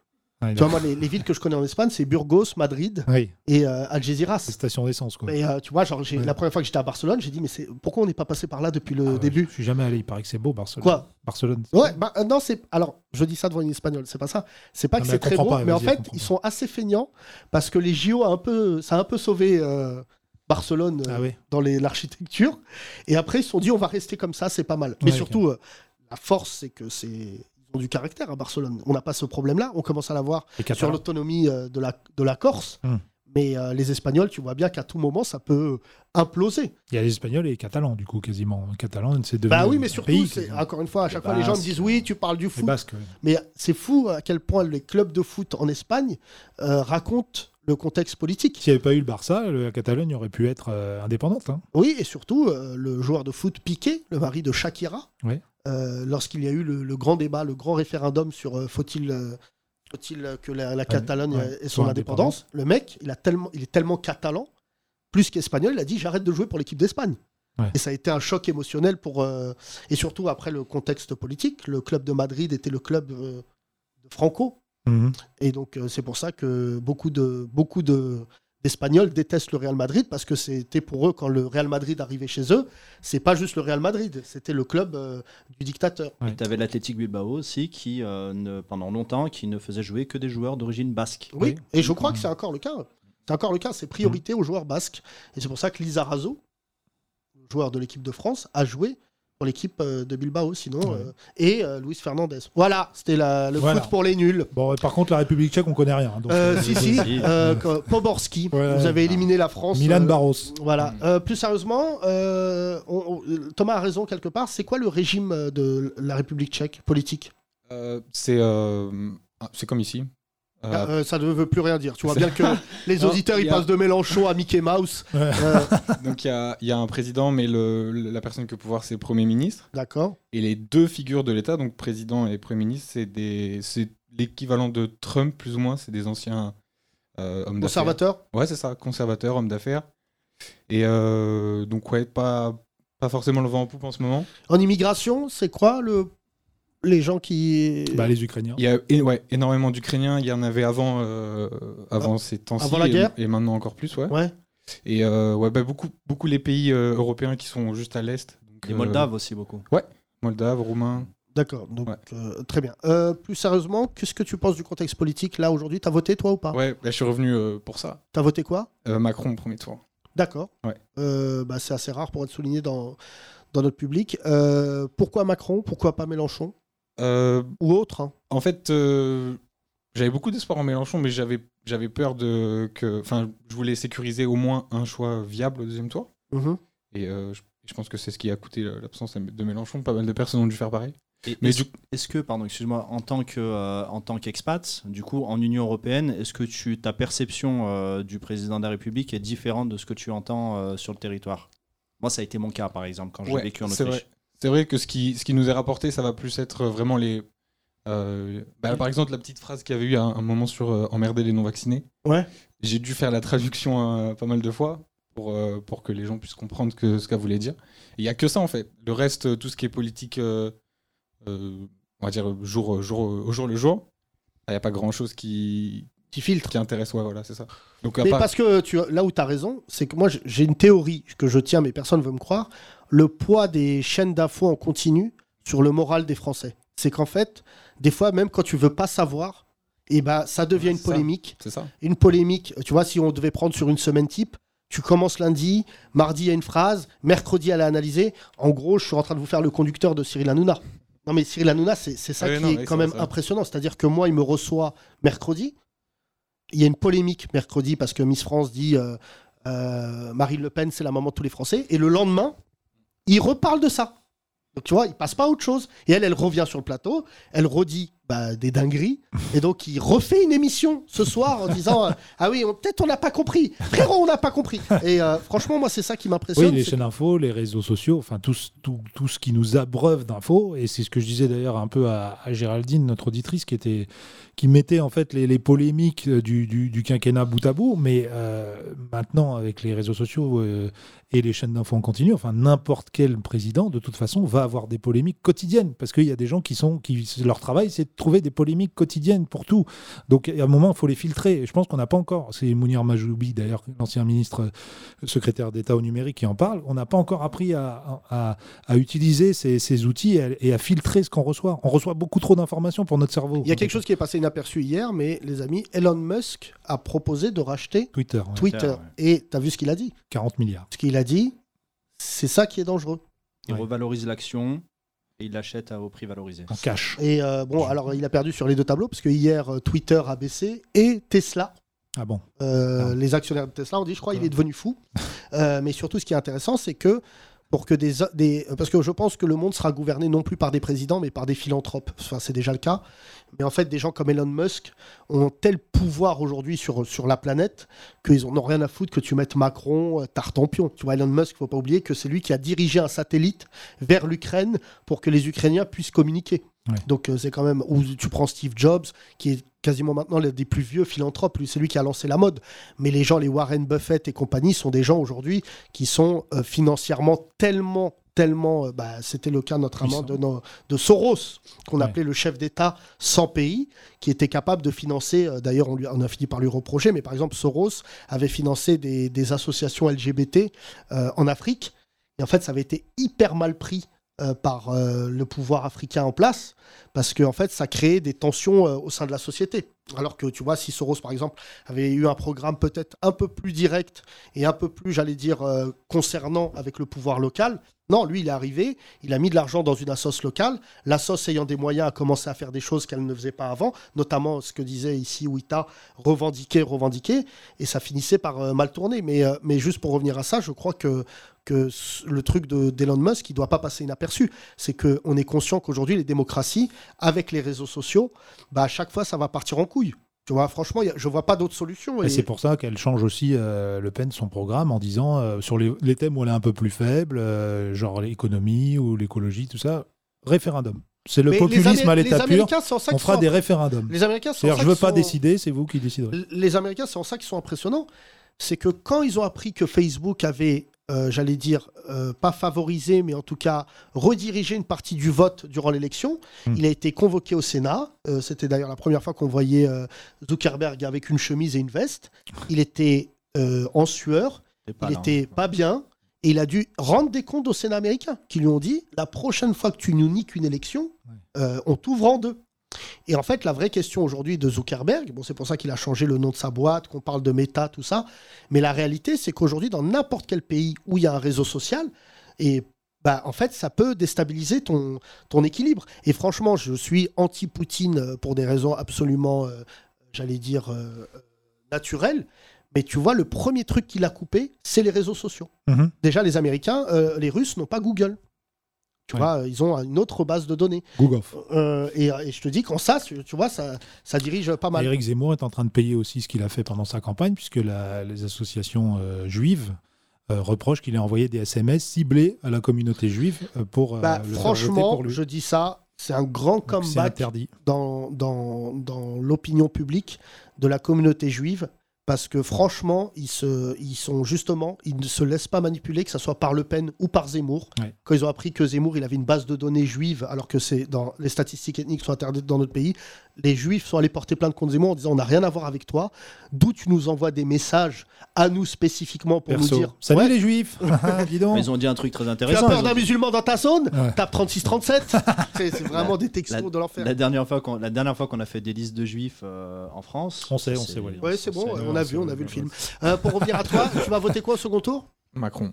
Speaker 1: Ah, il
Speaker 4: tu vois,
Speaker 1: a-
Speaker 4: moi, les, les villes que je connais en Espagne, c'est Burgos, Madrid
Speaker 1: Oui.
Speaker 4: et euh, Algeciras.
Speaker 1: Station d'essence, quoi.
Speaker 4: Mais euh, tu vois, genre, j'ai- la première fois que j'étais à Barcelone, j'ai dit, mais c'est pourquoi on n'est pas passé par là depuis le début
Speaker 1: Ah Je suis jamais allé, il paraît que c'est beau, Barcelone.
Speaker 4: Quoi
Speaker 1: Barcelone.
Speaker 4: Ouais, bah, euh, non, c'est. Alors, je dis ça devant une espagnole, c'est pas ça. C'est pas
Speaker 1: Non,
Speaker 4: que
Speaker 1: mais
Speaker 4: c'est
Speaker 1: elle
Speaker 4: très beau,
Speaker 1: comprend pas, elle
Speaker 4: mais
Speaker 1: va
Speaker 4: en
Speaker 1: dire, elle
Speaker 4: fait,
Speaker 1: comprend
Speaker 4: ils sont assez feignants parce que les JO, a un peu, ça a un peu sauvé euh, Barcelone
Speaker 1: Ah
Speaker 4: euh, dans les- l'architecture. Et après, ils se sont dit, on va rester comme ça, c'est pas mal. mais
Speaker 1: Ouais,
Speaker 4: surtout, euh, la force, c'est que c'est. Ils ont du hein, caractère à Barcelone. On n'a pas ce problème-là. On commence à l'avoir
Speaker 1: Les Mm. Catalans. Hein.
Speaker 4: sur l'autonomie euh, de, la, de la Corse. Mais euh, les Espagnols, tu vois bien qu'à tout moment, ça peut imploser.
Speaker 1: Il y a les Espagnols et les Catalans, du coup, quasiment. Les Catalans, c'est devenu
Speaker 4: Bah oui,
Speaker 1: un
Speaker 4: mais surtout,
Speaker 1: pays,
Speaker 4: c'est-
Speaker 1: quasiment.
Speaker 4: encore une fois, à chaque
Speaker 1: Les
Speaker 4: fois, les gens me
Speaker 1: Basques,
Speaker 4: disent oui, tu parles du foot.
Speaker 1: Basques, ouais.
Speaker 4: Mais c'est fou à quel point les clubs de foot en Espagne euh, racontent le contexte politique.
Speaker 1: S'il n'y avait pas eu le Barça, le- la Catalogne aurait pu être euh, indépendante. hein.
Speaker 4: Oui, et surtout, euh, le joueur de foot Piqué, le mari de Shakira,
Speaker 1: Ouais.
Speaker 4: euh, lorsqu'il y a eu le, le grand débat, le grand référendum sur euh, faut-il euh, faut-il euh, que la, la Catalogne
Speaker 1: Ah, ouais,
Speaker 4: euh, ait son
Speaker 1: soit
Speaker 4: indépendance, le mec, il, a tellement, il est tellement catalan, plus qu'espagnol, il a dit j'arrête de jouer pour l'équipe d'Espagne.
Speaker 1: Ouais.
Speaker 4: Et ça a été un choc émotionnel pour. euh, et surtout après le contexte politique, le club de Madrid était le club euh, de Franco.
Speaker 1: Mhm.
Speaker 4: Et donc, euh, c'est pour ça que beaucoup de beaucoup de d'Espagnols détestent le Real Madrid parce que c'était pour eux quand le Real Madrid arrivait chez eux, c'est pas juste le Real Madrid, c'était le club euh, du dictateur.
Speaker 11: Et t'avais l'Athletic Bilbao aussi qui, euh, ne, pendant longtemps, qui ne faisait jouer que des joueurs d'origine basque.
Speaker 4: Oui, et je crois que c'est
Speaker 12: Ah.
Speaker 4: encore le cas. C'est encore le cas, c'est priorité
Speaker 12: Mm.
Speaker 4: aux joueurs basques. Et c'est pour ça que Lizarazo, joueur de l'équipe de France, a joué pour l'équipe euh, de Bilbao, sinon, euh, et euh, Luis Fernandez. Voilà, c'était la- le
Speaker 1: Voilà.
Speaker 4: foot pour les nuls.
Speaker 1: Bon, ouais, par contre, la République tchèque, on connaît rien. donc,
Speaker 4: Euh,
Speaker 1: euh, c'est-
Speaker 4: si, si,
Speaker 1: c'est-
Speaker 4: euh, quand- Poborski,
Speaker 1: Ouais.
Speaker 4: vous
Speaker 12: Ah.
Speaker 4: avez éliminé la France.
Speaker 1: Milan
Speaker 4: euh,
Speaker 1: Barros.
Speaker 4: Voilà. Euh, plus sérieusement, euh, on- on- Thomas a raison quelque part. C'est quoi le régime euh, de la République tchèque politique
Speaker 12: Euh, c'est euh, c'est comme ici. Euh,
Speaker 4: Ah, euh, Ça ne veut plus rien dire. Tu vois bien que les
Speaker 12: Non,
Speaker 4: auditeurs,
Speaker 12: il
Speaker 4: ils
Speaker 12: y a-
Speaker 4: passent de Mélenchon à Mickey Mouse.
Speaker 12: Euh,
Speaker 4: Euh,
Speaker 12: Donc il y a, il y a un président, mais le- le- la personne que pouvoir, c'est le Premier ministre.
Speaker 4: D'accord.
Speaker 12: Et les deux figures de l'État, donc président et Premier ministre, c'est des- c'est l'équivalent de Trump, plus ou moins. C'est des anciens euh, hommes d'affaires.
Speaker 4: Conservateurs
Speaker 12: Ouais, c'est ça, conservateurs, hommes d'affaires. Et euh, donc, ouais, pas, pas forcément le vent en poupe en ce moment.
Speaker 4: En immigration, c'est quoi le... les gens qui.
Speaker 1: Bah, les Ukrainiens.
Speaker 12: Il y a é- ouais, énormément d'Ukrainiens. Il y en avait avant, euh, avant ces temps-ci.
Speaker 4: Ah, avant la
Speaker 12: et-
Speaker 4: guerre
Speaker 12: Et, maintenant encore plus, ouais.
Speaker 4: Ouais.
Speaker 12: Et euh, ouais, bah, beaucoup, beaucoup les pays euh, européens qui sont juste à l'est. donc, euh,
Speaker 11: Les Moldaves aussi, beaucoup.
Speaker 12: Ouais, Moldaves, Roumains.
Speaker 4: D'accord, donc euh, très bien. Euh, plus sérieusement, qu'est-ce que tu penses du contexte politique là aujourd'hui T'as voté toi ou pas
Speaker 12: Ouais, là, je suis revenu euh, pour ça.
Speaker 4: T'as voté quoi
Speaker 12: Euh, Macron, premier tour.
Speaker 4: D'accord.
Speaker 12: Ouais.
Speaker 4: Euh, bah, c'est assez rare pour être souligné dans, dans notre public. Euh, pourquoi Macron Pourquoi pas Mélenchon Ou autre hein.
Speaker 12: Euh, En fait, euh, j'avais beaucoup d'espoir en Mélenchon, mais j'avais j'avais peur de que. Enfin, je voulais sécuriser au moins un choix viable au deuxième tour.
Speaker 4: Mhm.
Speaker 12: Et euh, je, je pense que c'est ce qui a coûté l'absence de Mélenchon. Pas mal de personnes ont dû faire pareil.
Speaker 11: Et
Speaker 12: Mais
Speaker 11: est-ce,
Speaker 12: du-
Speaker 11: est-ce que, pardon, excuse-moi, en tant que euh, en tant qu'expat, du coup, en Union européenne, est-ce que tu ta perception euh, du président de la République est différente de ce que tu entends euh, sur le territoire Moi, ça a été mon cas, par exemple, quand j'ai
Speaker 12: Ouais,
Speaker 11: vécu en
Speaker 12: c'est
Speaker 11: Autriche.
Speaker 12: vrai. C'est vrai que ce qui, ce qui nous est rapporté, ça va plus être vraiment les. euh, bah, par exemple, la petite phrase qu'il y avait eu à un, un moment sur euh, emmerder les non-vaccinés.
Speaker 4: Ouais.
Speaker 12: J'ai dû faire la traduction euh, pas mal de fois pour, euh, pour que les gens puissent comprendre que, ce qu'elle voulait dire. Et Il n'y a que ça en fait. Le reste, euh, tout ce qui est politique, euh, euh, on va dire jour, euh, jour, au jour le jour, bah, il n'y a pas grand chose qui.
Speaker 4: Qui filtre.
Speaker 12: Qui intéresse, ouais, voilà, c'est ça. Donc, à
Speaker 4: Mais
Speaker 12: part-
Speaker 4: parce que tu, là où tu as raison, c'est que moi j- j'ai une théorie que je tiens, mais personne ne veut me croire. Le poids des chaînes d'infos en continu sur le moral des Français. C'est qu'en fait, des fois, même quand tu veux pas savoir, et ben ça devient une polémique.
Speaker 12: C'est ça.
Speaker 4: Une polémique. Tu vois, si on devait prendre sur une semaine type, tu commences lundi, mardi, il y a une phrase, mercredi, à la analyser. En gros, je suis en train de vous faire le conducteur de Cyril Hanouna. Non, mais Cyril Hanouna, c'est c'est ça qui
Speaker 12: Ouais, Ah non,
Speaker 4: est
Speaker 12: ouais,
Speaker 4: quand
Speaker 12: ça,
Speaker 4: même
Speaker 12: ça.
Speaker 4: impressionnant. C'est-à-dire que moi, il me reçoit mercredi. Il y a une polémique mercredi parce que Miss France dit euh, euh, Marine Le Pen, c'est la maman de tous les Français. Et le lendemain, il reparle de ça. Donc tu vois, il passe pas à autre chose. Et elle, elle revient sur le plateau, elle redit bah, des dingueries. Et donc il refait une émission ce soir en disant euh, Ah oui, on- peut-être on n'a pas compris. Frérot, on n'a pas compris. Et euh, franchement, moi, c'est ça qui m'impressionne.
Speaker 1: Oui, les
Speaker 4: c'est-
Speaker 1: chaînes info, les réseaux sociaux, enfin tout, ce- tout, tout ce qui nous abreuve d'infos. Et c'est ce que je disais d'ailleurs un peu à, à Géraldine, notre auditrice, qui, était, qui mettait en fait les, les polémiques euh, du, du- du quinquennat bout à bout. Mais euh, maintenant, avec les réseaux sociaux euh, et les chaînes d'infos en continu, enfin n'importe quel président, de toute façon, va avoir des polémiques quotidiennes. Parce qu'il y a des gens qui sont, qui leur travail, c'est de trouver des polémiques quotidiennes pour tout. Donc à un moment, il faut les filtrer. Et je pense qu'on n'a pas encore. C'est Mounir Majoubi, d'ailleurs, l'ancien ministre euh, secrétaire d'État au numérique, qui en parle. On n'a pas encore appris à, à- à utiliser ces, ces outils et à, et à filtrer ce qu'on reçoit. On reçoit beaucoup trop d'informations pour notre cerveau.
Speaker 4: Il y a quelque chose qui est passé inaperçu hier, mais les amis, Elon Musk a proposé de racheter
Speaker 1: Twitter. ouais.
Speaker 4: Twitter. Et t'as vu ce qu'il a dit
Speaker 1: 40 milliards.
Speaker 4: Ce qu'il a dit, c'est ça qui est dangereux.
Speaker 11: Il revalorise l'action et il l'achète à- au prix valorisé.
Speaker 1: En cash.
Speaker 4: Et euh, bon, alors il a perdu sur les deux tableaux, parce que hier, euh, Twitter a baissé et Tesla
Speaker 1: Ah bon
Speaker 4: Euh, les actionnaires de Tesla ont dit, je crois, il est devenu fou. Euh, mais surtout, ce qui est intéressant, c'est que pour que des, des- parce que je pense que le monde sera gouverné non plus par des présidents, mais par des philanthropes. Enfin, c'est déjà le cas. Mais en fait, des gens comme Elon Musk ont tel pouvoir aujourd'hui sur, sur la planète qu'ils en ont rien à foutre que tu mettes Macron, euh, Tartampion. Tu vois, Elon Musk, faut pas oublier que c'est lui qui a dirigé un satellite vers l'Ukraine pour que les Ukrainiens puissent communiquer.
Speaker 1: Ouais.
Speaker 4: Donc euh, c'est quand même ou tu prends Steve Jobs qui est quasiment maintenant l'un des plus vieux philanthropes, lui, c'est lui qui a lancé la mode. Mais les gens, les Warren Buffett et compagnie, sont des gens aujourd'hui qui sont euh, financièrement tellement tellement, euh, bah, c'était le cas notamment de, nos- de Soros, qu'on appelait le chef d'État sans pays, qui était capable de financer, euh, d'ailleurs on, lui- on a fini par lui reprocher, mais par exemple Soros avait financé des, des associations LGBT euh, en Afrique, et en fait, ça avait été hyper mal pris euh, par euh, le pouvoir africain en place, parce que en fait, ça créait des tensions euh, au sein de la société. Alors que tu vois, si Soros, par exemple, avait eu un programme peut-être un peu plus direct et un peu plus, j'allais dire, euh, concernant avec le pouvoir local, non, lui, il est arrivé, il a mis de l'argent dans une assoce locale, l'assoce ayant des moyens a commencé à faire des choses qu'elle ne faisait pas avant, notamment ce que disait ici Ouïta, revendiquer, revendiquer, et ça finissait par euh, mal tourner. Mais, euh, mais juste pour revenir à ça, je crois que que s- le truc de- d'Elon Musk, il ne doit pas passer inaperçu. C'est qu'on est conscient qu'aujourd'hui, les démocraties, avec les réseaux sociaux, bah, à chaque fois, ça va partir en couille. Tu vois, franchement, y a- je ne vois pas d'autre solution.
Speaker 1: Et, c'est pour ça qu'elle change aussi euh, Le Pen son programme en disant euh, sur les, les thèmes où elle est un peu plus faible, euh, genre l'économie ou l'écologie, tout ça, référendum. C'est le
Speaker 4: Mais les
Speaker 1: populisme
Speaker 4: Amé-
Speaker 1: à
Speaker 4: les
Speaker 1: l'état pur.
Speaker 4: Américains, c'est en ça
Speaker 1: On
Speaker 4: qu'ils
Speaker 1: fera
Speaker 4: sont-
Speaker 1: des référendums.
Speaker 4: Les Américains, c'est en
Speaker 1: C'est-à-dire,
Speaker 4: ça
Speaker 1: je veux
Speaker 4: qu'ils
Speaker 1: pas
Speaker 4: sont-
Speaker 1: décider, c'est vous qui déciderez.
Speaker 4: L- Les Américains, c'est en ça qu'ils sont impressionnants. C'est que quand ils ont appris que Facebook avait, euh, j'allais dire, euh, pas favorisé, mais en tout cas redirigé une partie du vote durant l'élection, il a été convoqué au Sénat. Euh, C'était d'ailleurs la première fois qu'on voyait euh, Zuckerberg avec une chemise et une veste. Il était euh, en sueur,
Speaker 11: pas
Speaker 4: il
Speaker 11: là, hein.
Speaker 4: était pas bien. Et il a dû rendre des comptes au Sénat américain qui lui ont dit la prochaine fois que tu nous niques une élection, euh, on t'ouvre en deux. Et en fait, la vraie question aujourd'hui de Zuckerberg, bon, c'est pour ça qu'il a changé le nom de sa boîte, qu'on parle de méta, tout ça, mais la réalité, c'est qu'aujourd'hui, dans n'importe quel pays où il y a un réseau social, et bah, en fait, ça peut déstabiliser ton, ton équilibre. Et franchement, je suis anti-Poutine euh, pour des raisons absolument, euh, j'allais dire, euh, euh, naturelles. Mais tu vois, le premier truc qu'il a coupé, c'est les réseaux sociaux.
Speaker 1: Mhm.
Speaker 4: Déjà, les Américains, euh, les Russes n'ont pas Google. Tu vois, euh, ils ont une autre base de données.
Speaker 1: Google.
Speaker 4: Euh, et, et je te dis qu'en ça, tu tu vois, ça, ça dirige pas mal.
Speaker 1: Éric Zemmour est en train de payer aussi ce qu'il a fait pendant sa campagne, puisque la- les associations euh, juives euh, reprochent qu'il ait envoyé des SMS ciblés à la communauté juive euh, pour euh, le
Speaker 4: Bah,
Speaker 1: faire voter
Speaker 4: franchement,
Speaker 1: pour lui.
Speaker 4: je dis ça, c'est un grand
Speaker 1: c'est
Speaker 4: comeback
Speaker 1: interdit.
Speaker 4: dans, dans, dans l'opinion publique de la communauté juive. Parce que franchement, ils, se, ils sont justement, ils ne se laissent pas manipuler, que ce soit par Le Pen ou par Zemmour.
Speaker 1: Ouais.
Speaker 4: Quand ils ont appris que Zemmour, il avait une base de données juive, alors que c'est dans les statistiques ethniques sont interdites dans notre pays, les juifs sont allés porter plainte contre Zemmour en disant on n'a rien à voir avec toi, d'où tu nous envoies des messages à nous spécifiquement pour
Speaker 1: Perso.
Speaker 4: nous dire Ah,
Speaker 1: Salut les juifs Dis donc.
Speaker 11: Ils ont dit un truc très
Speaker 4: tu as
Speaker 11: intéressant.
Speaker 4: peur
Speaker 11: ils ont
Speaker 4: d'un
Speaker 11: dit-
Speaker 4: musulman dans ta zone Tape 36-37 C'est c'est vraiment des
Speaker 11: La,
Speaker 4: textos de l'enfer.
Speaker 11: la dernière fois qu'on la dernière fois qu'on a fait des listes de juifs euh, en France.
Speaker 1: On sait, on
Speaker 11: c'est-
Speaker 1: sait, ouais.
Speaker 4: Ouais, c'est bon,
Speaker 11: sait,
Speaker 4: on a
Speaker 11: on
Speaker 4: vu, on a vu le film. Euh, pour revenir à toi, tu vas voter quoi au second tour
Speaker 12: Macron.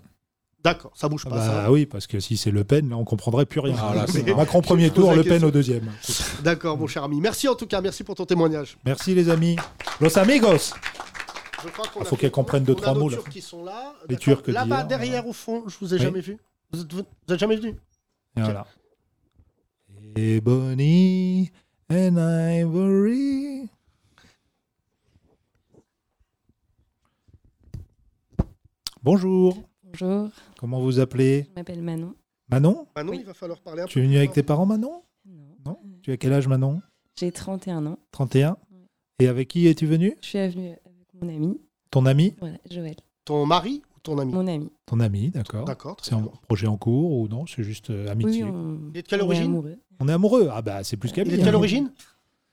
Speaker 4: D'accord, ça bouge pas.
Speaker 1: Bah
Speaker 4: ça va.
Speaker 1: oui, parce que si c'est Le Pen, là, on comprendrait plus rien.
Speaker 4: Ah, là, c'est-
Speaker 1: Macron
Speaker 4: Je
Speaker 1: premier
Speaker 4: me pose
Speaker 1: tour,
Speaker 4: la
Speaker 1: Le Pen
Speaker 4: question.
Speaker 1: au deuxième.
Speaker 4: D'accord, mon cher ami. Merci en tout cas, merci pour ton témoignage.
Speaker 1: Merci les amis. Los amigos
Speaker 4: Je crois qu'on
Speaker 1: Il
Speaker 4: a
Speaker 1: Ah, faut
Speaker 4: fait
Speaker 1: qu'elle
Speaker 4: le
Speaker 1: comprenne
Speaker 4: tour.
Speaker 1: deux,
Speaker 4: On a
Speaker 1: trois
Speaker 4: nos
Speaker 1: mots, là.
Speaker 4: Turcs qui sont là.
Speaker 1: Les
Speaker 4: D'accord.
Speaker 1: Turcs,
Speaker 4: Là-bas,
Speaker 1: d'hier,
Speaker 4: derrière, au fond, je vous ai
Speaker 1: Oui.
Speaker 4: jamais vu. Vous êtes, vous êtes jamais venu
Speaker 1: Et voilà. Ebony and Ivory. Bonjour.
Speaker 13: Bonjour.
Speaker 1: Comment vous appelez
Speaker 13: Je m'appelle Manon.
Speaker 1: Manon
Speaker 4: Manon, Bah il va falloir parler un
Speaker 1: Tu es venue avec tes parents, Manon Non. Tu as quel âge, Manon
Speaker 13: J'ai 31 ans.
Speaker 1: 31. Et avec qui es-tu venue
Speaker 13: Je suis venue avec mon ami.
Speaker 1: Ton ami
Speaker 13: Voilà, Joël.
Speaker 4: Ton mari ou ton ami
Speaker 13: Mon ami.
Speaker 1: Ton ami, d'accord.
Speaker 4: D'accord, très
Speaker 1: C'est un projet en cours ou non C'est juste euh, amitié.
Speaker 13: Oui, on...
Speaker 4: Il est de quelle
Speaker 13: on
Speaker 4: origine
Speaker 13: amoureux.
Speaker 1: On est amoureux. Ah bah c'est plus qu'ami.
Speaker 4: Il est de quelle
Speaker 1: hein.
Speaker 4: origine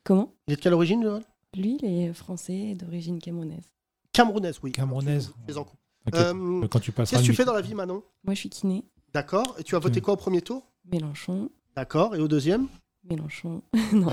Speaker 13: Comment
Speaker 4: Il est de quelle origine, Joël
Speaker 13: Lui, il est français d'origine camerounaise.
Speaker 4: Camerounaise, oui.
Speaker 1: Camerounaise.
Speaker 4: Les en couple.
Speaker 1: T'inquiète,
Speaker 4: Euh,
Speaker 1: Quand tu passeras
Speaker 4: Qu'est-ce que tu
Speaker 1: une-
Speaker 4: fais dans la vie, Manon
Speaker 13: Moi, je suis kiné.
Speaker 4: D'accord. Et tu as voté quoi au premier tour
Speaker 13: Mélenchon.
Speaker 4: D'accord. Et au deuxième
Speaker 13: Mélenchon. non,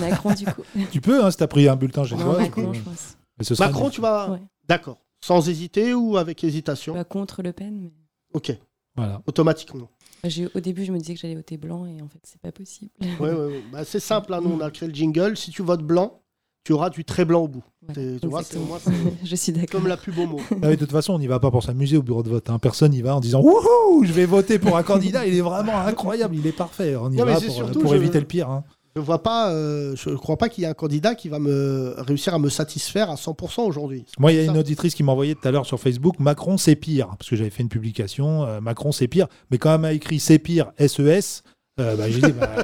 Speaker 13: Macron, du coup.
Speaker 1: Tu peux, hein, si t'as pris un bulletin chez
Speaker 13: Non,
Speaker 1: toi.
Speaker 13: Macron,
Speaker 1: tu
Speaker 13: je
Speaker 1: peux-
Speaker 13: pense.
Speaker 1: Mais ce sera
Speaker 4: Macron,
Speaker 1: une-
Speaker 4: tu vas. D'accord. Sans hésiter ou avec hésitation
Speaker 13: Pas Bah, contre Le Pen, mais
Speaker 4: Ok.
Speaker 1: Voilà.
Speaker 4: Automatiquement.
Speaker 13: j'ai- au début, je me disais que j'allais voter blanc et en fait, c'est pas possible.
Speaker 4: Ouais, ouais, ouais. Bah, c'est simple, hein, nous on a créé le jingle. Si tu votes blanc, tu auras du très blanc au bout. T'es- tu vois, c'est-
Speaker 13: exactement.
Speaker 4: moi, c'est-
Speaker 13: Je suis d'accord.
Speaker 4: Comme la pub au mot.
Speaker 1: Ah oui, de toute façon, on n'y va pas pour s'amuser au bureau de vote. hein. Personne n'y va en disant Wouhou, je vais voter pour un candidat, il est vraiment incroyable, il est parfait. On y
Speaker 4: Non, mais
Speaker 1: va
Speaker 4: c'est
Speaker 1: pour,
Speaker 4: surtout,
Speaker 1: pour
Speaker 4: je-
Speaker 1: éviter le pire. hein.
Speaker 4: Je vois pas, euh, je crois pas qu'il y ait un candidat qui va me réussir à me satisfaire à 100% aujourd'hui.
Speaker 1: Moi, il y a une auditrice qui m'a envoyé tout à l'heure sur Facebook Macron, c'est pire. Parce que j'avais fait une publication euh, Macron, c'est pire. Mais quand elle m'a écrit c'est pire, SES, euh, bah, j'ai dit, bah,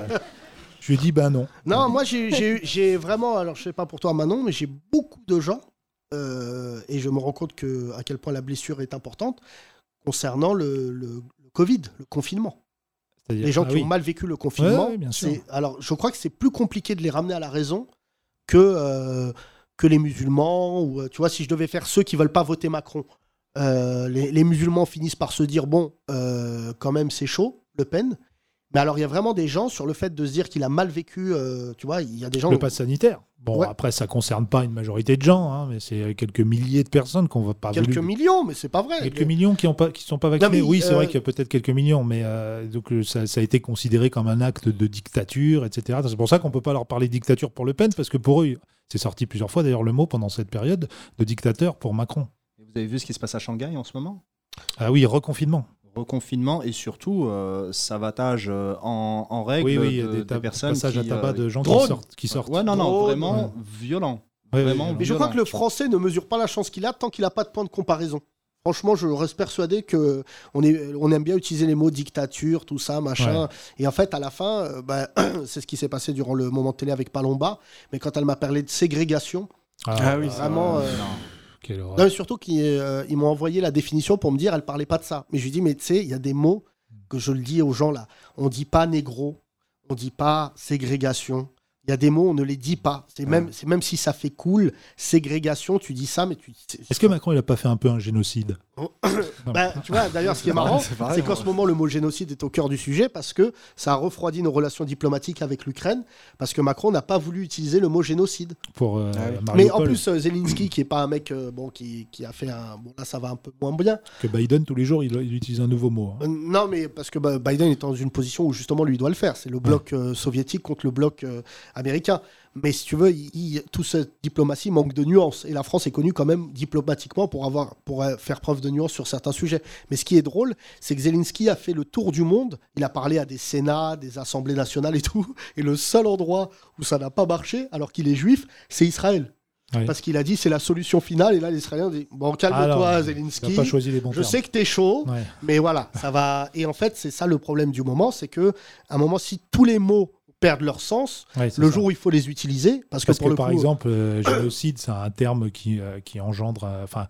Speaker 1: je lui ai dit bah non.
Speaker 4: Non, moi j'ai- j'ai eu- j'ai vraiment, alors je sais pas pour toi Manon, mais j'ai beaucoup de gens, euh, et je me rends compte que, à quel point la blessure est importante, concernant le, le- le Covid, le confinement.
Speaker 1: C'est-à-dire-
Speaker 4: Les gens
Speaker 1: Ah
Speaker 4: qui
Speaker 1: oui.
Speaker 4: ont mal vécu le confinement,
Speaker 1: Ouais, ouais, bien sûr.
Speaker 4: c'est- alors je crois que c'est plus compliqué de les ramener à la raison que, euh, que les musulmans, ou euh, tu vois, si je devais faire ceux qui veulent pas voter Macron. Euh, les, les musulmans finissent par se dire bon, euh, quand même c'est chaud, Le Pen. Mais alors il y a vraiment des gens sur le fait de se dire qu'il a mal vécu, euh, tu vois, il y a des gens.
Speaker 1: Le pass sanitaire. Bon,
Speaker 4: Ouais.
Speaker 1: après, ça concerne pas une majorité de gens, hein, mais c'est quelques milliers de personnes qu'on va pas
Speaker 4: Quelques
Speaker 1: voulu-
Speaker 4: millions, mais c'est pas vrai.
Speaker 1: Quelques millions qui ont pas, qui sont pas
Speaker 4: Non, mais,
Speaker 1: vaccinés. Oui, c'est
Speaker 4: euh,
Speaker 1: vrai qu'il y a peut-être quelques millions, mais euh, donc euh, ça, ça a été considéré comme un acte de dictature, etc. C'est pour ça qu'on peut pas leur parler de dictature pour Le Pen, parce que pour eux, c'est sorti plusieurs fois d'ailleurs le mot pendant cette période de dictateur pour Macron.
Speaker 11: Vous avez vu ce qui se passe à Shanghai en ce moment
Speaker 1: Ah oui, reconfinement.
Speaker 11: Reconfinement et surtout euh, savatage euh, en, en règle
Speaker 1: Oui, oui,
Speaker 11: de,
Speaker 1: des tab-
Speaker 11: personnes.
Speaker 1: passages à
Speaker 11: qui, euh,
Speaker 1: tabac de gens qui
Speaker 11: Drone
Speaker 1: sortent- qui sortent.
Speaker 11: Ouais, non, non,
Speaker 1: Drone.
Speaker 11: vraiment
Speaker 1: Ouais.
Speaker 11: violent.
Speaker 1: Ouais,
Speaker 11: vraiment
Speaker 1: ouais, ouais.
Speaker 4: Mais je
Speaker 11: violent.
Speaker 4: crois que le français ne mesure pas la chance qu'il a tant qu'il n'a pas de point de comparaison. Franchement, je reste persuadé que on, est, on aime bien utiliser les mots dictature, tout ça, machin.
Speaker 1: Ouais.
Speaker 4: Et en fait, à la fin, euh, bah, c'est ce qui s'est passé durant le moment de télé avec Palomba. Mais quand elle m'a parlé de ségrégation,
Speaker 1: Ah oui,
Speaker 4: vraiment.
Speaker 1: ça-
Speaker 4: euh,
Speaker 1: Quelle horreur.
Speaker 4: non, mais surtout qu'ils euh, ils m'ont envoyé la définition pour me dire elle parlait pas de ça. Mais je lui dis mais tu sais, il y a des mots que je le dis aux gens là. On dit pas négro, on dit pas ségrégation. Il y a des mots on ne les dit pas. C'est même c'est même si ça fait cool, ségrégation, tu dis ça mais tu c'est-
Speaker 1: Est-ce que Macron, il a pas fait un peu un génocide
Speaker 4: Bah, tu vois, d'ailleurs, ce qui est marrant,
Speaker 1: C'est pareil, hein.
Speaker 4: c'est qu'en
Speaker 1: ouais.
Speaker 4: ce moment, le mot génocide est au cœur du sujet parce que ça a refroidi nos relations diplomatiques avec l'Ukraine, parce que Macron n'a pas voulu utiliser le mot génocide.
Speaker 1: pour euh,
Speaker 4: Ah Mais
Speaker 1: Mariupol
Speaker 4: en plus, euh, Zelensky, qui est pas un mec euh, bon, qui, qui a fait un. Bon, là, ça va un peu moins bien.
Speaker 1: que Biden tous les jours, il, il utilise un nouveau mot. hein.
Speaker 4: Euh, Non, mais parce que bah, Biden est dans une position où justement lui il doit le faire. C'est le bloc euh, soviétique contre le bloc euh, américain. Mais si tu veux, il, il- toute cette diplomatie manque de nuances. Et la France est connue quand même diplomatiquement pour, avoir, pour euh, faire preuve de nuances sur certains sujets. Mais ce qui est drôle, c'est que Zelensky a fait le tour du monde. Il a parlé à des sénats, des assemblées nationales et tout. Et le seul endroit où ça n'a pas marché, alors qu'il est juif, c'est Israël.
Speaker 1: Ouais.
Speaker 4: Parce qu'il a dit c'est la solution finale. Et là, les Israéliens disent Bon, calme-toi,
Speaker 1: Alors,
Speaker 4: Zelensky.
Speaker 1: il a pas choisi les bons
Speaker 4: Je
Speaker 1: termes.
Speaker 4: sais que t'es chaud,
Speaker 1: Ouais.
Speaker 4: mais voilà, ça va. Et en fait, c'est ça le problème du moment c'est que, à un moment, si tous les mots perdent leur sens,
Speaker 1: Ouais, c'est
Speaker 4: le
Speaker 1: ça.
Speaker 4: jour où il faut les utiliser, parce,
Speaker 1: Parce
Speaker 4: que
Speaker 1: que,
Speaker 4: pour le
Speaker 1: par
Speaker 4: coup,
Speaker 1: exemple, euh, génocide, c'est un terme qui, euh, qui engendre. euh, Enfin,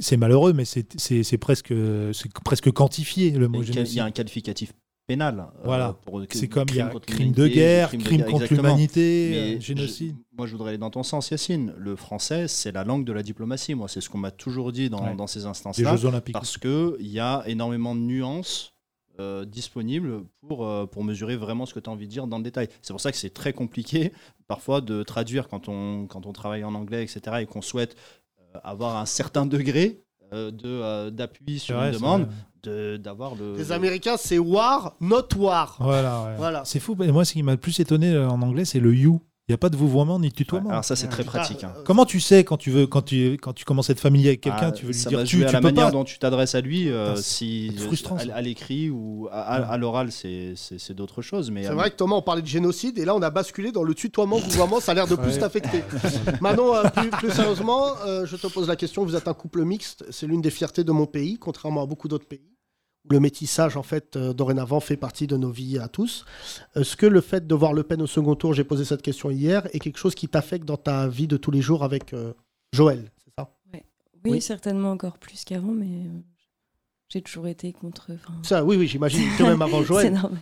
Speaker 1: c'est malheureux, mais c'est c'est- c'est presque, euh, c'est presque quantifié le mot
Speaker 11: Il y a- il y a
Speaker 1: génocide.
Speaker 11: un qualificatif pénal. euh,
Speaker 1: Voilà.
Speaker 11: pour-
Speaker 1: C'est comme il y a
Speaker 11: contre
Speaker 1: crime de
Speaker 11: l'humanité,
Speaker 1: guerre,
Speaker 11: crime de
Speaker 1: crime
Speaker 11: guerre,
Speaker 1: contre
Speaker 11: exactement.
Speaker 1: l'humanité,
Speaker 11: Mais
Speaker 1: euh,
Speaker 11: je-
Speaker 1: génocide.
Speaker 11: moi, je voudrais aller dans ton sens, Yacine. Le français, c'est la langue de la diplomatie. Moi, c'est ce qu'on m'a toujours dit dans,
Speaker 1: Ouais.
Speaker 11: dans ces
Speaker 1: Des
Speaker 11: instances-là.
Speaker 1: Jeux Olympiques.
Speaker 11: Parce qu'il y a énormément de nuances euh, disponibles pour, euh, pour mesurer vraiment ce que tu as envie de dire dans le détail. C'est pour ça que c'est très compliqué parfois de traduire quand on, quand on travaille en anglais, etc., et qu'on souhaite euh, avoir un certain degré euh, de, euh, d'appui sur
Speaker 1: vrai,
Speaker 11: une
Speaker 1: c'est
Speaker 11: demande,
Speaker 1: vrai.
Speaker 11: de- d'avoir le...
Speaker 4: les Américains, c'est war, not war.
Speaker 1: Voilà. ouais.
Speaker 4: Voilà.
Speaker 1: C'est fou. Et moi, ce qui m'a le plus étonné euh, en anglais, c'est le you. Il n'y a pas de vouvoiement ni de tutoiement.
Speaker 11: Alors ça, c'est
Speaker 4: Ah,
Speaker 11: très pratique.
Speaker 4: euh,
Speaker 11: hein.
Speaker 1: Comment tu sais quand tu veux quand tu quand tu commences à être familier avec quelqu'un,
Speaker 11: Ah,
Speaker 1: tu veux lui
Speaker 11: ça
Speaker 1: dire
Speaker 11: va
Speaker 1: tu,
Speaker 11: jouer à
Speaker 1: tu
Speaker 11: la
Speaker 1: peux
Speaker 11: manière
Speaker 1: pas.
Speaker 11: dont tu t'adresses à lui, euh,
Speaker 1: Putain, c'est-
Speaker 11: si
Speaker 1: c'est frustrant,
Speaker 11: à,
Speaker 1: ça.
Speaker 11: à l'écrit ou à, à- à l'oral, c'est c'est- c'est d'autres choses. Mais
Speaker 4: C'est
Speaker 11: euh,
Speaker 4: vrai que Thomas, on parlait de génocide et là on a basculé dans le tutoiement, vouvoiement, ça a l'air de plus
Speaker 11: Ouais.
Speaker 4: t'affecter. Manon, euh, plus, plus sérieusement, euh, je te pose la question, vous êtes un couple mixte, c'est l'une des fiertés de mon pays, contrairement à beaucoup d'autres pays, où le métissage en fait euh, dorénavant fait partie de nos vies à tous. Est-ce que le fait de voir Le Pen au second tour, j'ai posé cette question hier, est quelque chose qui t'affecte dans ta vie de tous les jours avec euh, Joël, c'est ça
Speaker 13: Ouais. Oui,
Speaker 4: Oui.
Speaker 13: certainement encore plus qu'avant, mais euh, j'ai toujours été contre. enfin,
Speaker 4: Ça, oui, oui, j'imagine, quand même avant Joël.
Speaker 13: C'est normal.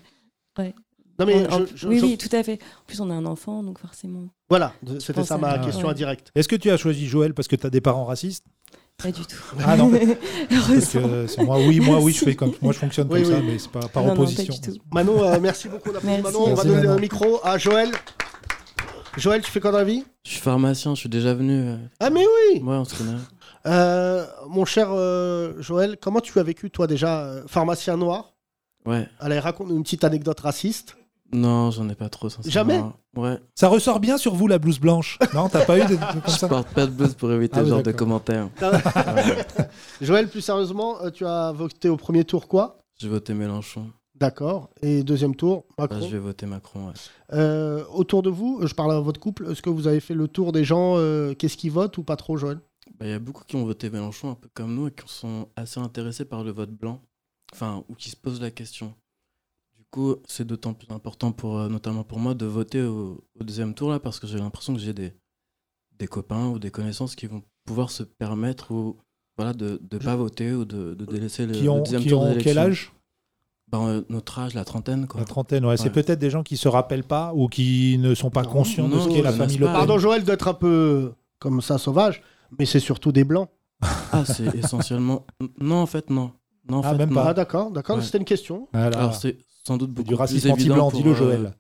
Speaker 13: Ouais.
Speaker 4: Non, mais
Speaker 13: En- en-
Speaker 4: je- je-
Speaker 13: oui,
Speaker 4: je-
Speaker 13: oui, tout à fait. En plus, on a un enfant, donc forcément.
Speaker 4: Voilà,
Speaker 13: je
Speaker 4: c'était
Speaker 13: pense
Speaker 4: ça
Speaker 13: à-
Speaker 4: ma
Speaker 13: ouais.
Speaker 4: question indirecte.
Speaker 1: Ah, Est-ce que tu as choisi Joël parce que tu as des parents racistes
Speaker 13: Pas du tout.
Speaker 1: Ah non. parce
Speaker 13: Heureusement.
Speaker 1: que c'est moi, oui, moi, oui, je fais comme moi, je fonctionne comme
Speaker 4: Oui,
Speaker 1: ça,
Speaker 4: oui.
Speaker 1: mais c'est pas par
Speaker 13: Non, non, pas
Speaker 1: opposition.
Speaker 13: du tout.
Speaker 4: Manon, euh, merci beaucoup. On applaudit
Speaker 13: Merci.
Speaker 4: Manon, on va
Speaker 13: Merci,
Speaker 4: donner le
Speaker 13: Manon.
Speaker 4: micro à Joël. Joël, tu fais quoi dans la vie
Speaker 9: Je suis pharmacien, je suis déjà venu. euh,
Speaker 4: Ah mais oui
Speaker 9: Ouais, on se connaît.
Speaker 4: Euh, Mon cher euh, Joël, comment tu as vécu toi déjà euh, pharmacien noir
Speaker 9: Ouais.
Speaker 4: Allez, raconte-nous une petite anecdote raciste.
Speaker 14: Non, j'en ai pas trop, sincèrement.
Speaker 4: Jamais
Speaker 14: Ouais.
Speaker 1: Ça ressort bien sur vous la blouse blanche Non, t'as pas eu des des- comme
Speaker 14: Je
Speaker 1: ça
Speaker 14: porte pas de blouse pour éviter
Speaker 1: Ah
Speaker 14: ce
Speaker 1: oui,
Speaker 14: genre de
Speaker 1: d'accord.
Speaker 14: commentaires.
Speaker 4: Joël, plus sérieusement, euh, tu as voté au premier tour quoi
Speaker 14: Je votais Mélenchon.
Speaker 4: D'accord. Et deuxième tour, Macron.
Speaker 14: Bah, je vais voter Macron, ouais.
Speaker 4: Euh, autour de vous, je parle à votre couple, est-ce que vous avez fait le tour des gens euh, Qu'est-ce qu'ils votent ou pas trop, Joël
Speaker 14: Bah, Il y a beaucoup qui ont voté Mélenchon, un peu comme nous, et qui sont assez intéressés par le vote blanc, enfin, ou qui se posent la question. Du coup, c'est d'autant plus important, pour, euh, notamment pour moi, de voter au, au deuxième tour, là, parce que j'ai l'impression que j'ai des, des copains ou des connaissances qui vont pouvoir se permettre ou, voilà, de ne pas voter ou de, de délaisser le,
Speaker 1: Euh, Qui
Speaker 14: le
Speaker 1: ont-
Speaker 14: deuxième
Speaker 1: qui
Speaker 14: tour. des
Speaker 1: ont quel
Speaker 14: élections.
Speaker 1: âge
Speaker 14: Bah, euh, Notre âge, la trentaine. Quoi.
Speaker 1: La trentaine, ouais. C'est
Speaker 14: Ouais.
Speaker 1: peut-être des gens qui se rappellent pas ou qui ne sont pas conscients de
Speaker 14: non,
Speaker 1: ce qu'est la
Speaker 14: je
Speaker 1: famille
Speaker 14: n'ose
Speaker 1: Le
Speaker 14: pas.
Speaker 1: Pen.
Speaker 4: Pardon, Joël, d'être un peu comme ça, sauvage, mais c'est surtout des blancs.
Speaker 14: Ah, c'est essentiellement. Non, en fait, non. non en
Speaker 4: Ah,
Speaker 14: fait,
Speaker 4: même pas.
Speaker 14: non.
Speaker 4: Ah, d'accord, d'accord, c'était une question. Voilà.
Speaker 14: Alors, c'est sans doute beaucoup
Speaker 1: du racisme
Speaker 14: plus évident
Speaker 1: anti-blanc,
Speaker 14: pour,
Speaker 1: dis-le,
Speaker 14: euh,
Speaker 1: Joël.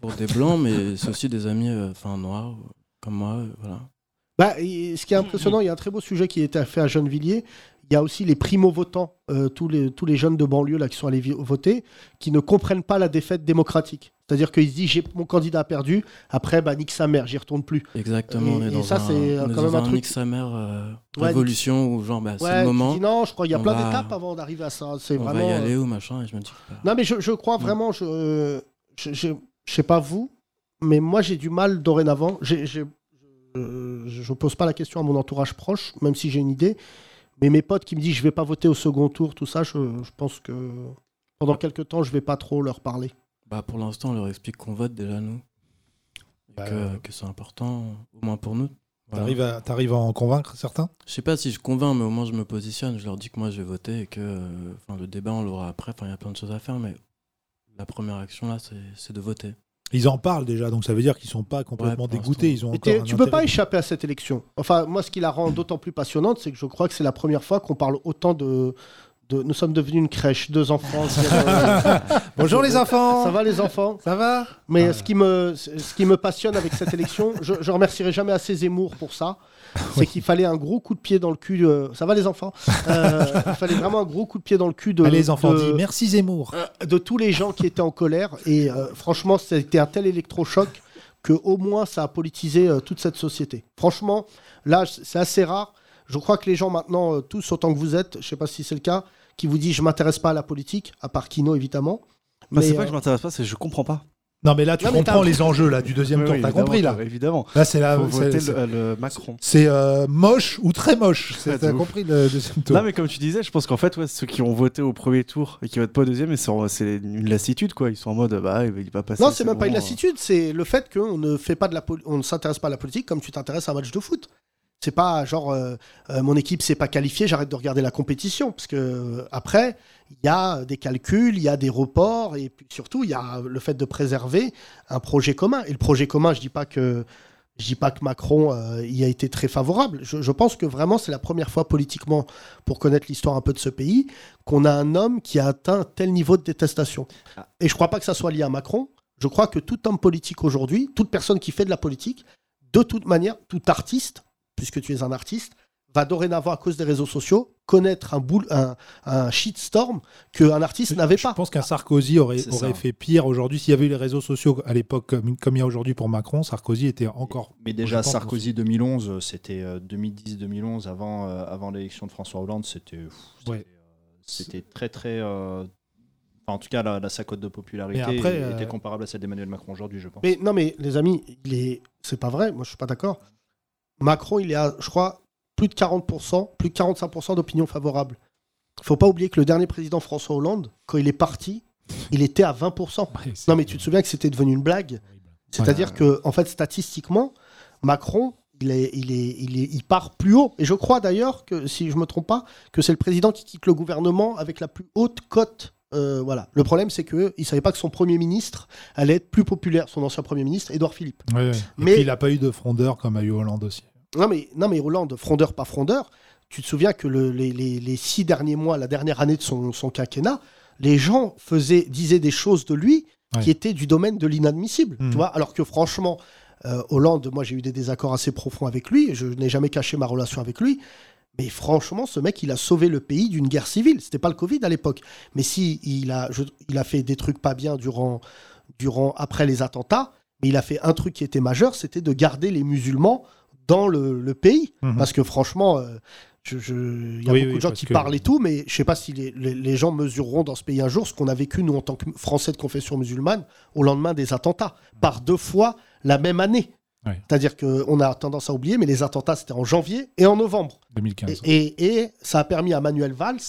Speaker 14: pour des blancs, mais c'est aussi des amis euh, enfin, noirs, euh, comme moi, euh, voilà.
Speaker 4: Bah, et ce qui est impressionnant, il y a un très beau sujet qui était fait à Gennevilliers. Il y a aussi les primo-votants, euh, tous, les, tous les jeunes de banlieue là, qui sont allés vi- voter, qui ne comprennent pas la défaite démocratique. C'est-à-dire qu'ils se disent j'ai mon candidat a perdu, après, bah, nique sa mère, j'y retourne plus.
Speaker 14: Exactement, on
Speaker 4: Et-
Speaker 14: est
Speaker 4: et
Speaker 14: dans
Speaker 4: ça,
Speaker 14: un,
Speaker 4: c'est
Speaker 14: on est
Speaker 4: quand
Speaker 14: dans
Speaker 4: même un
Speaker 14: un
Speaker 4: truc-
Speaker 14: Nick sa mère euh,
Speaker 4: Ouais,
Speaker 14: révolution où genre bah, c'est
Speaker 4: Ouais,
Speaker 14: le
Speaker 4: tu
Speaker 14: moment.
Speaker 4: dis non, je crois qu'il y a
Speaker 14: on
Speaker 4: plein
Speaker 14: va-
Speaker 4: d'étapes avant d'arriver à ça. C'est
Speaker 14: On
Speaker 4: vraiment.
Speaker 14: va y aller
Speaker 4: euh,
Speaker 14: ou machin, et je me dis. bah,
Speaker 4: Non, mais je, je crois vraiment, je, euh, je, je, je sais pas vous, mais moi j'ai du mal dorénavant. J'ai- j'ai- euh, je pose pas la question à mon entourage proche, même si j'ai une idée. Mais mes potes qui me disent je vais pas voter au second tour, tout ça, je, je pense que pendant quelques temps, je vais pas trop leur parler.
Speaker 14: bah, pour l'instant, on leur explique qu'on vote déjà nous. Et
Speaker 4: Bah,
Speaker 14: que que c'est important, au moins pour nous. Voilà.
Speaker 1: T'arrives à, t'arrives à en convaincre certains
Speaker 14: Je sais pas si je convainc, mais au moins je me positionne. Je leur dis que moi je vais voter et que euh, enfin, le débat on l'aura après. Enfin, il y a plein de choses à faire, mais la première action là, c'est c'est de voter.
Speaker 1: Ils en parlent déjà, donc ça veut dire qu'ils sont pas complètement
Speaker 14: Ouais, pour
Speaker 1: dégoûtés. Ils ont
Speaker 4: Mais
Speaker 1: encore
Speaker 4: t'es-
Speaker 1: un
Speaker 4: tu peux
Speaker 1: intérêt. Hmm.
Speaker 4: pas échapper à cette élection. Enfin, moi, ce qui la rend d'autant plus passionnante, c'est que je crois que c'est la première fois qu'on parle autant de. de- Nous sommes devenus une crèche, deux enfants. euh,
Speaker 1: Bonjour les enfants.
Speaker 4: Ça va les enfants
Speaker 1: Ça va
Speaker 4: Mais ce, qui me, ce qui me passionne avec cette élection, je, je remercierai jamais assez Zemmour pour ça, c'est qu'il fallait un gros coup de pied dans le cul. euh, ça va les enfants Euh, Il fallait vraiment un gros coup de pied dans le cul de.
Speaker 1: Allez, les enfants,
Speaker 4: de-
Speaker 1: dis merci Zemmour.
Speaker 4: euh, de tous les gens qui étaient en colère. Et euh, franchement, c'était un tel électrochoc que au moins ça a politisé euh, toute cette société. Franchement, là, c- c'est assez rare. Je crois que les gens maintenant, euh, tous autant que vous êtes, je sais pas si c'est le cas, qui vous disent je m'intéresse pas à la politique, à part Kino évidemment.
Speaker 5: Bah, c'est pas
Speaker 4: euh,
Speaker 5: que je m'intéresse pas, c'est que je comprends pas.
Speaker 1: Non, mais là, tu
Speaker 4: Non, mais
Speaker 1: comprends
Speaker 4: t'as-
Speaker 1: les enjeux là du deuxième
Speaker 5: Oui,
Speaker 1: tour.
Speaker 5: oui,
Speaker 1: T'as
Speaker 5: évidemment,
Speaker 1: compris là
Speaker 5: t'as- évidemment.
Speaker 1: Là, c'est là.
Speaker 5: Faut
Speaker 1: c'est-
Speaker 5: voter
Speaker 1: c'est-
Speaker 5: le- le Macron.
Speaker 1: C'est euh, moche ou très moche.
Speaker 5: Ouais,
Speaker 1: C'est-
Speaker 5: de
Speaker 1: T'as
Speaker 5: ouf.
Speaker 1: compris le deuxième tour
Speaker 5: Non, mais comme tu disais, je pense qu'en fait, ouais, ceux qui ont voté au premier tour et qui votent pas au deuxième, ils sont- c'est une lassitude, quoi. Ils sont en mode, bah, il va passer.
Speaker 4: non, c'est même pas une
Speaker 5: bon, euh.
Speaker 4: lassitude, c'est le fait qu'on ne fait pas de la, poli- on ne s'intéresse pas à la politique comme tu t'intéresses à un match de foot. C'est pas genre euh, euh, mon équipe s'est pas qualifiée, j'arrête de regarder la compétition parce que euh, après il y a des calculs, il y a des reports et puis surtout il y a le fait de préserver un projet commun. Et le projet commun, je dis pas que je dis pas que Macron euh, y a été très favorable. Je, je pense que vraiment c'est la première fois politiquement pour connaître l'histoire un peu de ce pays qu'on a un homme qui a atteint un tel niveau de détestation. Et je crois pas que ça soit lié à Macron. Je crois que tout homme politique aujourd'hui, toute personne qui fait de la politique, de toute manière, tout artiste, puisque tu es un artiste, va dorénavant à cause des réseaux sociaux connaître un boule, un, un shitstorm qu'un artiste n'avait pas.
Speaker 1: Je pense qu'un Sarkozy aurait,
Speaker 4: C'est
Speaker 1: aurait
Speaker 4: ça.
Speaker 1: fait pire aujourd'hui. S'il y avait eu les réseaux sociaux à l'époque comme, comme il y a aujourd'hui pour Macron, Sarkozy était encore.
Speaker 11: Mais déjà,
Speaker 1: je pense,
Speaker 11: Sarkozy 2011, euh, c'était 2010-2011, avant, euh, avant l'élection de François Hollande, c'était pff, c'était,
Speaker 1: Ouais.
Speaker 11: euh, c'était très, très. euh, en tout cas, la, la- sa cote de popularité
Speaker 4: Mais après,
Speaker 11: était
Speaker 4: euh,
Speaker 11: comparable à celle d'Emmanuel Macron aujourd'hui, je pense.
Speaker 4: Mais non, mais les amis, il est- c'est pas vrai. Moi, je suis pas d'accord. Macron, il est à, je crois, plus de 40%, plus de 45% d'opinion favorable. Faut pas oublier que le dernier président François Hollande, quand il est parti, il était à 20%. non, mais tu te souviens que c'était devenu une blague. C'est-à-dire que, en fait, statistiquement, Macron, il, est, il, est, il, est- il part plus haut. Et je crois d'ailleurs que, si je me trompe pas, que c'est le président qui quitte le gouvernement avec la plus haute cote. Euh, voilà. Le problème, c'est qu'il ne savait pas que son premier ministre allait être plus populaire, son ancien premier ministre, Édouard Philippe.
Speaker 1: Ouais, ouais. Et
Speaker 4: Mais-
Speaker 1: puis, il n'a pas eu de frondeur comme a eu Hollande aussi.
Speaker 4: Non mais, non mais Hollande, frondeur pas frondeur, tu te souviens que le- les, les- les six derniers mois, la dernière année de son, son quinquennat, les gens faisaient, disaient des choses de lui qui étaient du domaine de l'inadmissible. Tu vois Alors que franchement, euh, Hollande, moi j'ai eu des désaccords assez profonds avec lui, je n'ai jamais caché ma relation avec lui. Mais franchement, ce mec, il a sauvé le pays d'une guerre civile. C'était pas le Covid à l'époque. Mais si il a, je- il a fait des trucs pas bien durant, durant, après les attentats, mais il a fait un truc qui était majeur, c'était de garder les musulmans dans le, le pays.
Speaker 1: Mhm.
Speaker 4: Parce que franchement, euh, je- je- il y a
Speaker 1: Oui,
Speaker 4: beaucoup
Speaker 1: oui,
Speaker 4: de gens
Speaker 1: parce
Speaker 4: qui
Speaker 1: que-
Speaker 4: parlent et tout, mais je sais pas si les, les- les gens mesureront dans ce pays un jour ce qu'on a vécu, nous, en tant que Français de confession musulmane, au lendemain des attentats, par deux fois la même année.
Speaker 1: Ouais.
Speaker 4: C'est-à-dire qu'on a tendance à oublier, mais les attentats, c'était en janvier et en novembre.
Speaker 1: 2015.
Speaker 4: Et, et ça a permis à Manuel Valls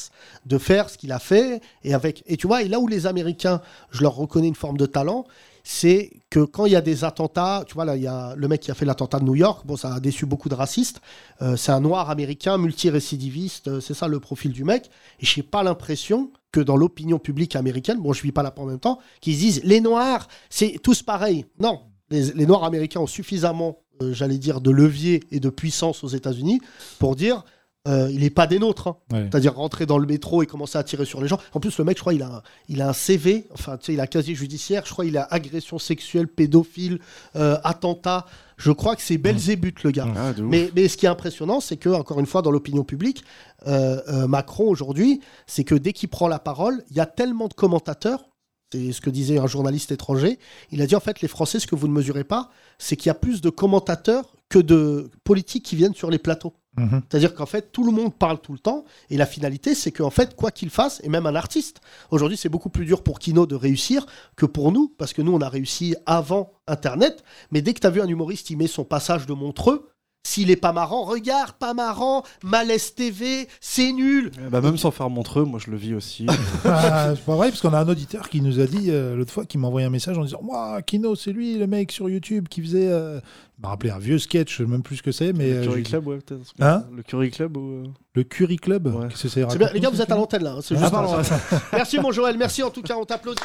Speaker 4: de faire ce qu'il a fait. Et, avec, et tu vois, et là où les Américains, je leur reconnais une forme de talent, c'est que quand il y a des attentats, tu vois, là, il y a le mec qui a fait l'attentat de New York, bon, ça a déçu beaucoup de racistes. Euh, c'est un noir américain multirécidiviste, euh, c'est ça le profil du mec. Et j'ai pas l'impression que dans l'opinion publique américaine, bon, je vis pas là en même temps, qu'ils disent les noirs, c'est tous pareil. Non, les, les noirs américains ont suffisamment, euh, j'allais dire, de levier et de puissance aux États-Unis pour dire. euh, il n'est pas des nôtres. hein.
Speaker 1: Ouais.
Speaker 4: C'est-à-dire rentrer dans le métro et commencer à tirer sur les gens. En plus, le mec, je crois, il a un, il a un CV, enfin, tu sais, il a un casier judiciaire, je crois, il a agression sexuelle, pédophile, euh, attentat. Je crois que c'est Belzébuth, le gars. mais, mais ce qui est impressionnant, c'est que, encore une fois, dans l'opinion publique, euh, euh, Macron, aujourd'hui, c'est que dès qu'il prend la parole, il y a tellement de commentateurs. C'est ce que disait un journaliste étranger. Il a dit en fait, les Français, ce que vous ne mesurez pas, c'est qu'il y a plus de commentateurs que de politiques qui viennent sur les plateaux.
Speaker 1: Mhm.
Speaker 4: C'est-à-dire qu'en fait, tout le monde parle tout le temps, et la finalité, c'est qu'en fait, quoi qu'il fasse, et même un artiste, aujourd'hui, c'est beaucoup plus dur pour Kino de réussir que pour nous, parce que nous, on a réussi avant Internet, mais dès que tu as vu un humoriste, il met son passage de Montreux, s'il est pas marrant, regarde, pas marrant, Malaise TV, c'est nul.
Speaker 5: hein.
Speaker 9: Bah, même sans faire montreux, moi je le vis aussi.
Speaker 1: Ah, c'est pas vrai, parce qu'on a un auditeur qui nous a dit euh, l'autre fois, qui m'a envoyé un message en disant Moi, Kino, c'est lui, le mec sur YouTube qui faisait. euh, Il m'a rappelé un vieux sketch, je sais même plus ce que c'est. mais
Speaker 9: Le
Speaker 1: euh,
Speaker 9: Curry
Speaker 1: j'ai dit-
Speaker 9: Club, ouais, peut-être.
Speaker 1: Hein
Speaker 9: Le Curry Club ou.
Speaker 1: Le Curry Club Qu'est-ce que c'est
Speaker 4: C'est bien,
Speaker 1: raconte-nous,
Speaker 4: les gars, vous
Speaker 1: ça,
Speaker 4: êtes à
Speaker 1: Kino
Speaker 4: l'antenne là, hein, c'est
Speaker 1: Ah,
Speaker 4: juste
Speaker 1: pardon,
Speaker 4: pour ça.
Speaker 1: ouais.
Speaker 4: Merci mon Joël, merci en tout cas, on t'applaudit.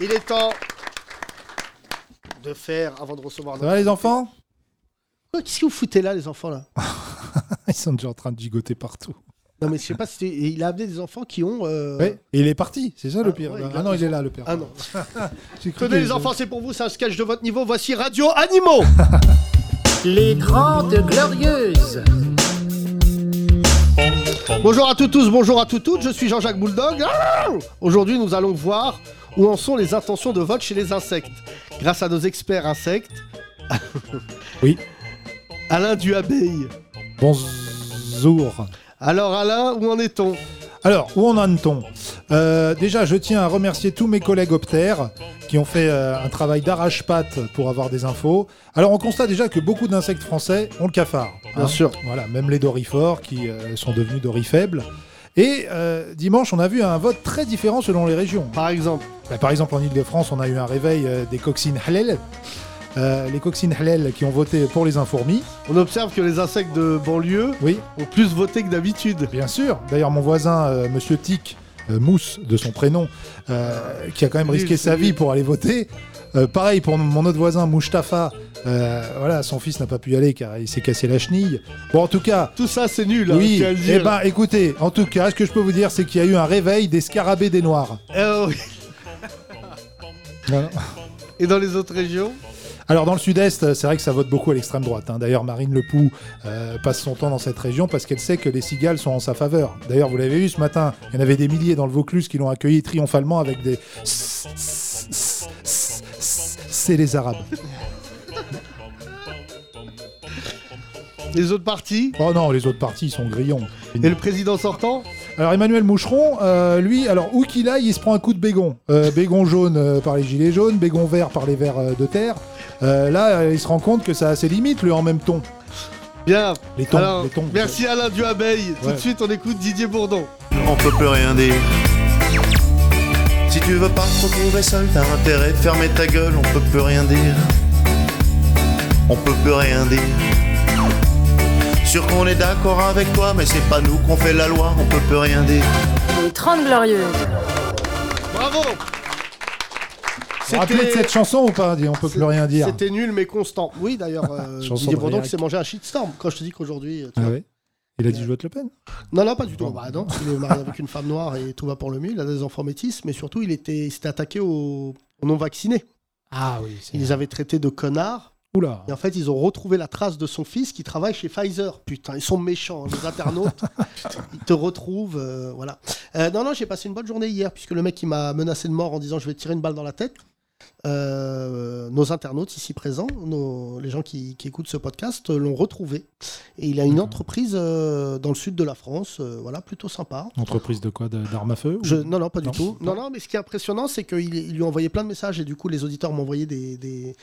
Speaker 4: Il est temps de faire avant de recevoir
Speaker 1: Ça va les enfants
Speaker 4: Ouais, Qu'est-ce que vous foutez là, les enfants là
Speaker 1: Ils sont déjà en train de gigoter partout.
Speaker 4: Non, mais je sais pas si. t'es- Il a amené des enfants qui ont. euh,
Speaker 1: Ouais, et il est parti, c'est ça le
Speaker 4: Ah,
Speaker 1: pire.
Speaker 4: ouais,
Speaker 1: ah non, il est là le père.
Speaker 4: Ah non.
Speaker 1: J'ai cru
Speaker 4: Tenez
Speaker 1: que-
Speaker 4: les enfants, c'est pour vous, c'est un sketch de votre niveau. Voici Radio Animaux.
Speaker 2: Les Grandes Glorieuses.
Speaker 4: Bonjour à toutes tous, bonjour à toutes toutes, je suis Jean-Jacques Bouledog. Ah Aujourd'hui, nous allons voir où en sont les intentions de vote chez les insectes. Grâce à nos experts insectes.
Speaker 1: oui.
Speaker 4: Alain Duabeille.
Speaker 1: Bonjour.
Speaker 4: Alors Alain, où en est-on
Speaker 1: Alors, où en en-t-on Euh, Déjà, je tiens à remercier tous mes collègues Optères qui ont fait euh, un travail d'arrache-patte pour avoir des infos. Alors, on constate déjà que beaucoup d'insectes français ont le cafard. hein.
Speaker 4: Bien sûr.
Speaker 1: Voilà, même les dorifores qui euh, sont devenus dorifaibles. Et euh, dimanche, on a vu un vote très différent selon les régions. Bah,
Speaker 4: Par exemple
Speaker 1: Par exemple, en Ile-de-France, on a eu un réveil euh, des coccines halal. Euh, les coccines halal qui ont voté pour les informis.
Speaker 4: On observe que les insectes de banlieue
Speaker 1: ont
Speaker 4: plus voté que d'habitude.
Speaker 1: Bien sûr. D'ailleurs, mon voisin, euh, Monsieur Tic, euh, Mousse de son prénom, euh, qui a quand même
Speaker 4: C'est
Speaker 1: risqué
Speaker 4: nul,
Speaker 1: sa
Speaker 4: c'est
Speaker 1: vie
Speaker 4: nul.
Speaker 1: pour aller voter. Euh, pareil pour mon autre voisin, Moustafa. Euh, voilà, son fils n'a pas pu y aller car il s'est cassé la chenille. Bon, en tout cas.
Speaker 4: Tout ça, c'est nul. hein, je
Speaker 1: oui.
Speaker 4: tiens à le dire.
Speaker 1: Eh ben, écoutez, en tout cas, ce que je peux vous dire, c'est qu'il y a eu un réveil des scarabées des Noirs.
Speaker 4: Euh, oui.
Speaker 1: Voilà.
Speaker 4: Et dans les autres régions
Speaker 1: Alors dans le sud-est, euh, c'est vrai que ça vote beaucoup à l'extrême droite. hein. D'ailleurs, Marine Le Pou euh, passe son temps dans cette région parce qu'elle sait que les cigales sont en sa faveur. D'ailleurs, vous l'avez vu ce matin, il y en avait des milliers dans le Vaucluse qui l'ont accueilli triomphalement avec des... C'est les Arabes.
Speaker 4: Les autres partis
Speaker 1: Oh non, les autres partis ils sont grillons.
Speaker 4: Et le président sortant
Speaker 1: Alors Emmanuel Moucheron, euh, lui, alors où qu'il aille, il se prend un coup de bégon. Euh, bégon jaune euh, par les gilets jaunes, bégon vert par les verts euh, de terre. Euh, là, euh, il se rend compte que ça a ses limites, le en même ton.
Speaker 4: Bien.
Speaker 1: Les tons,
Speaker 4: Alors,
Speaker 1: les tons.
Speaker 4: Merci Alain Duabeille. Tout
Speaker 1: Ouais.
Speaker 4: de suite, on écoute Didier Bourdon.
Speaker 15: On peut plus rien dire.
Speaker 5: euh,
Speaker 15: Si tu veux pas te retrouver seul, t'as intérêt de fermer ta gueule, on peut plus rien dire. On peut plus rien dire. Sûr qu'on est d'accord avec toi, mais c'est pas nous qu'on fait la loi, on peut plus rien dire.
Speaker 3: Les 30 Glorieuses.
Speaker 4: Bravo
Speaker 1: Vous vous rappelez de cette chanson ou pas On peut plus rien dire.
Speaker 4: C'était nul mais constant. Oui, d'ailleurs, euh,
Speaker 1: Chanson
Speaker 4: Didier
Speaker 1: de
Speaker 4: Bourdon
Speaker 1: Réac.
Speaker 4: qui s'est mangé un shitstorm quand je te dis qu'aujourd'hui. euh, tu
Speaker 1: Ah
Speaker 4: vois.
Speaker 1: ouais Il
Speaker 4: Euh,
Speaker 1: a dit jouer Le Pen
Speaker 4: Non, non, pas du tout. Bah, non, il est marié avec une femme noire et tout va pour le mieux. Il a des enfants métis, mais surtout, il était- il s'était attaqué aux, aux non-vaccinés.
Speaker 1: Ah oui.
Speaker 4: Ils les avaient traités de connards.
Speaker 1: Oula.
Speaker 4: Et en fait, ils ont retrouvé la trace de son fils qui travaille chez Pfizer. Putain, ils sont méchants, hein, les internautes. ils te retrouvent, euh, voilà. Euh, non, non, j'ai passé une bonne journée hier, puisque le mec qui m'a menacé de mort en disant je vais te tirer une balle dans la tête. euh, nos internautes ici présents, nos- les gens qui, qui écoutent ce podcast, euh, l'ont retrouvé. Et il a une entreprise euh, dans le sud de la France, euh, voilà, plutôt sympa.
Speaker 1: Entreprise de quoi de- D'armes à feu ou-
Speaker 4: Je- non, non, pas du tout. Non, non, mais ce qui est impressionnant, c'est qu'ils ils lui ont envoyé plein de messages et du coup, les auditeurs m'ont envoyé des, des,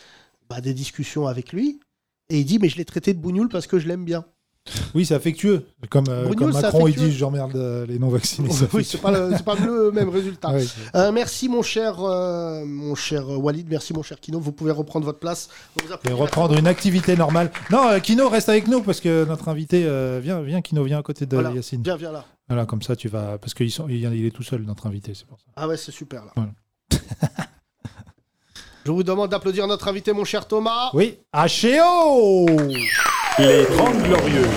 Speaker 4: bah, des discussions avec lui. Et il dit, mais je l'ai traité de bougnoule parce que je l'aime bien.
Speaker 1: Oui, c'est affectueux. Comme, euh,
Speaker 4: Bruno,
Speaker 1: comme
Speaker 4: c'est
Speaker 1: Macron, il
Speaker 4: affectueux.
Speaker 1: dit j'emmerde euh, les non-vaccinés.
Speaker 4: oui, c'est pas, le, c'est pas le même résultat.
Speaker 1: Ouais.
Speaker 4: Euh, merci, mon cher, euh, mon cher Walid. Merci, mon cher Kino. Vous pouvez reprendre votre place. On vous applaudit.
Speaker 1: Et reprendre une activité normale. Non, euh, Kino, reste avec nous parce que notre invité, euh, viens, viens, Kino, viens à côté de
Speaker 4: Voilà.
Speaker 1: Yacine.
Speaker 4: Viens, viens là.
Speaker 1: Voilà, comme ça, tu vas. Parce qu'il sont- il il est tout seul, notre invité, c'est pour ça.
Speaker 4: Ah ouais, c'est super là.
Speaker 1: Voilà.
Speaker 4: Je vous demande d'applaudir notre invité, mon cher Thomas.
Speaker 1: Oui, Achéo
Speaker 16: Les 30 Glorieux.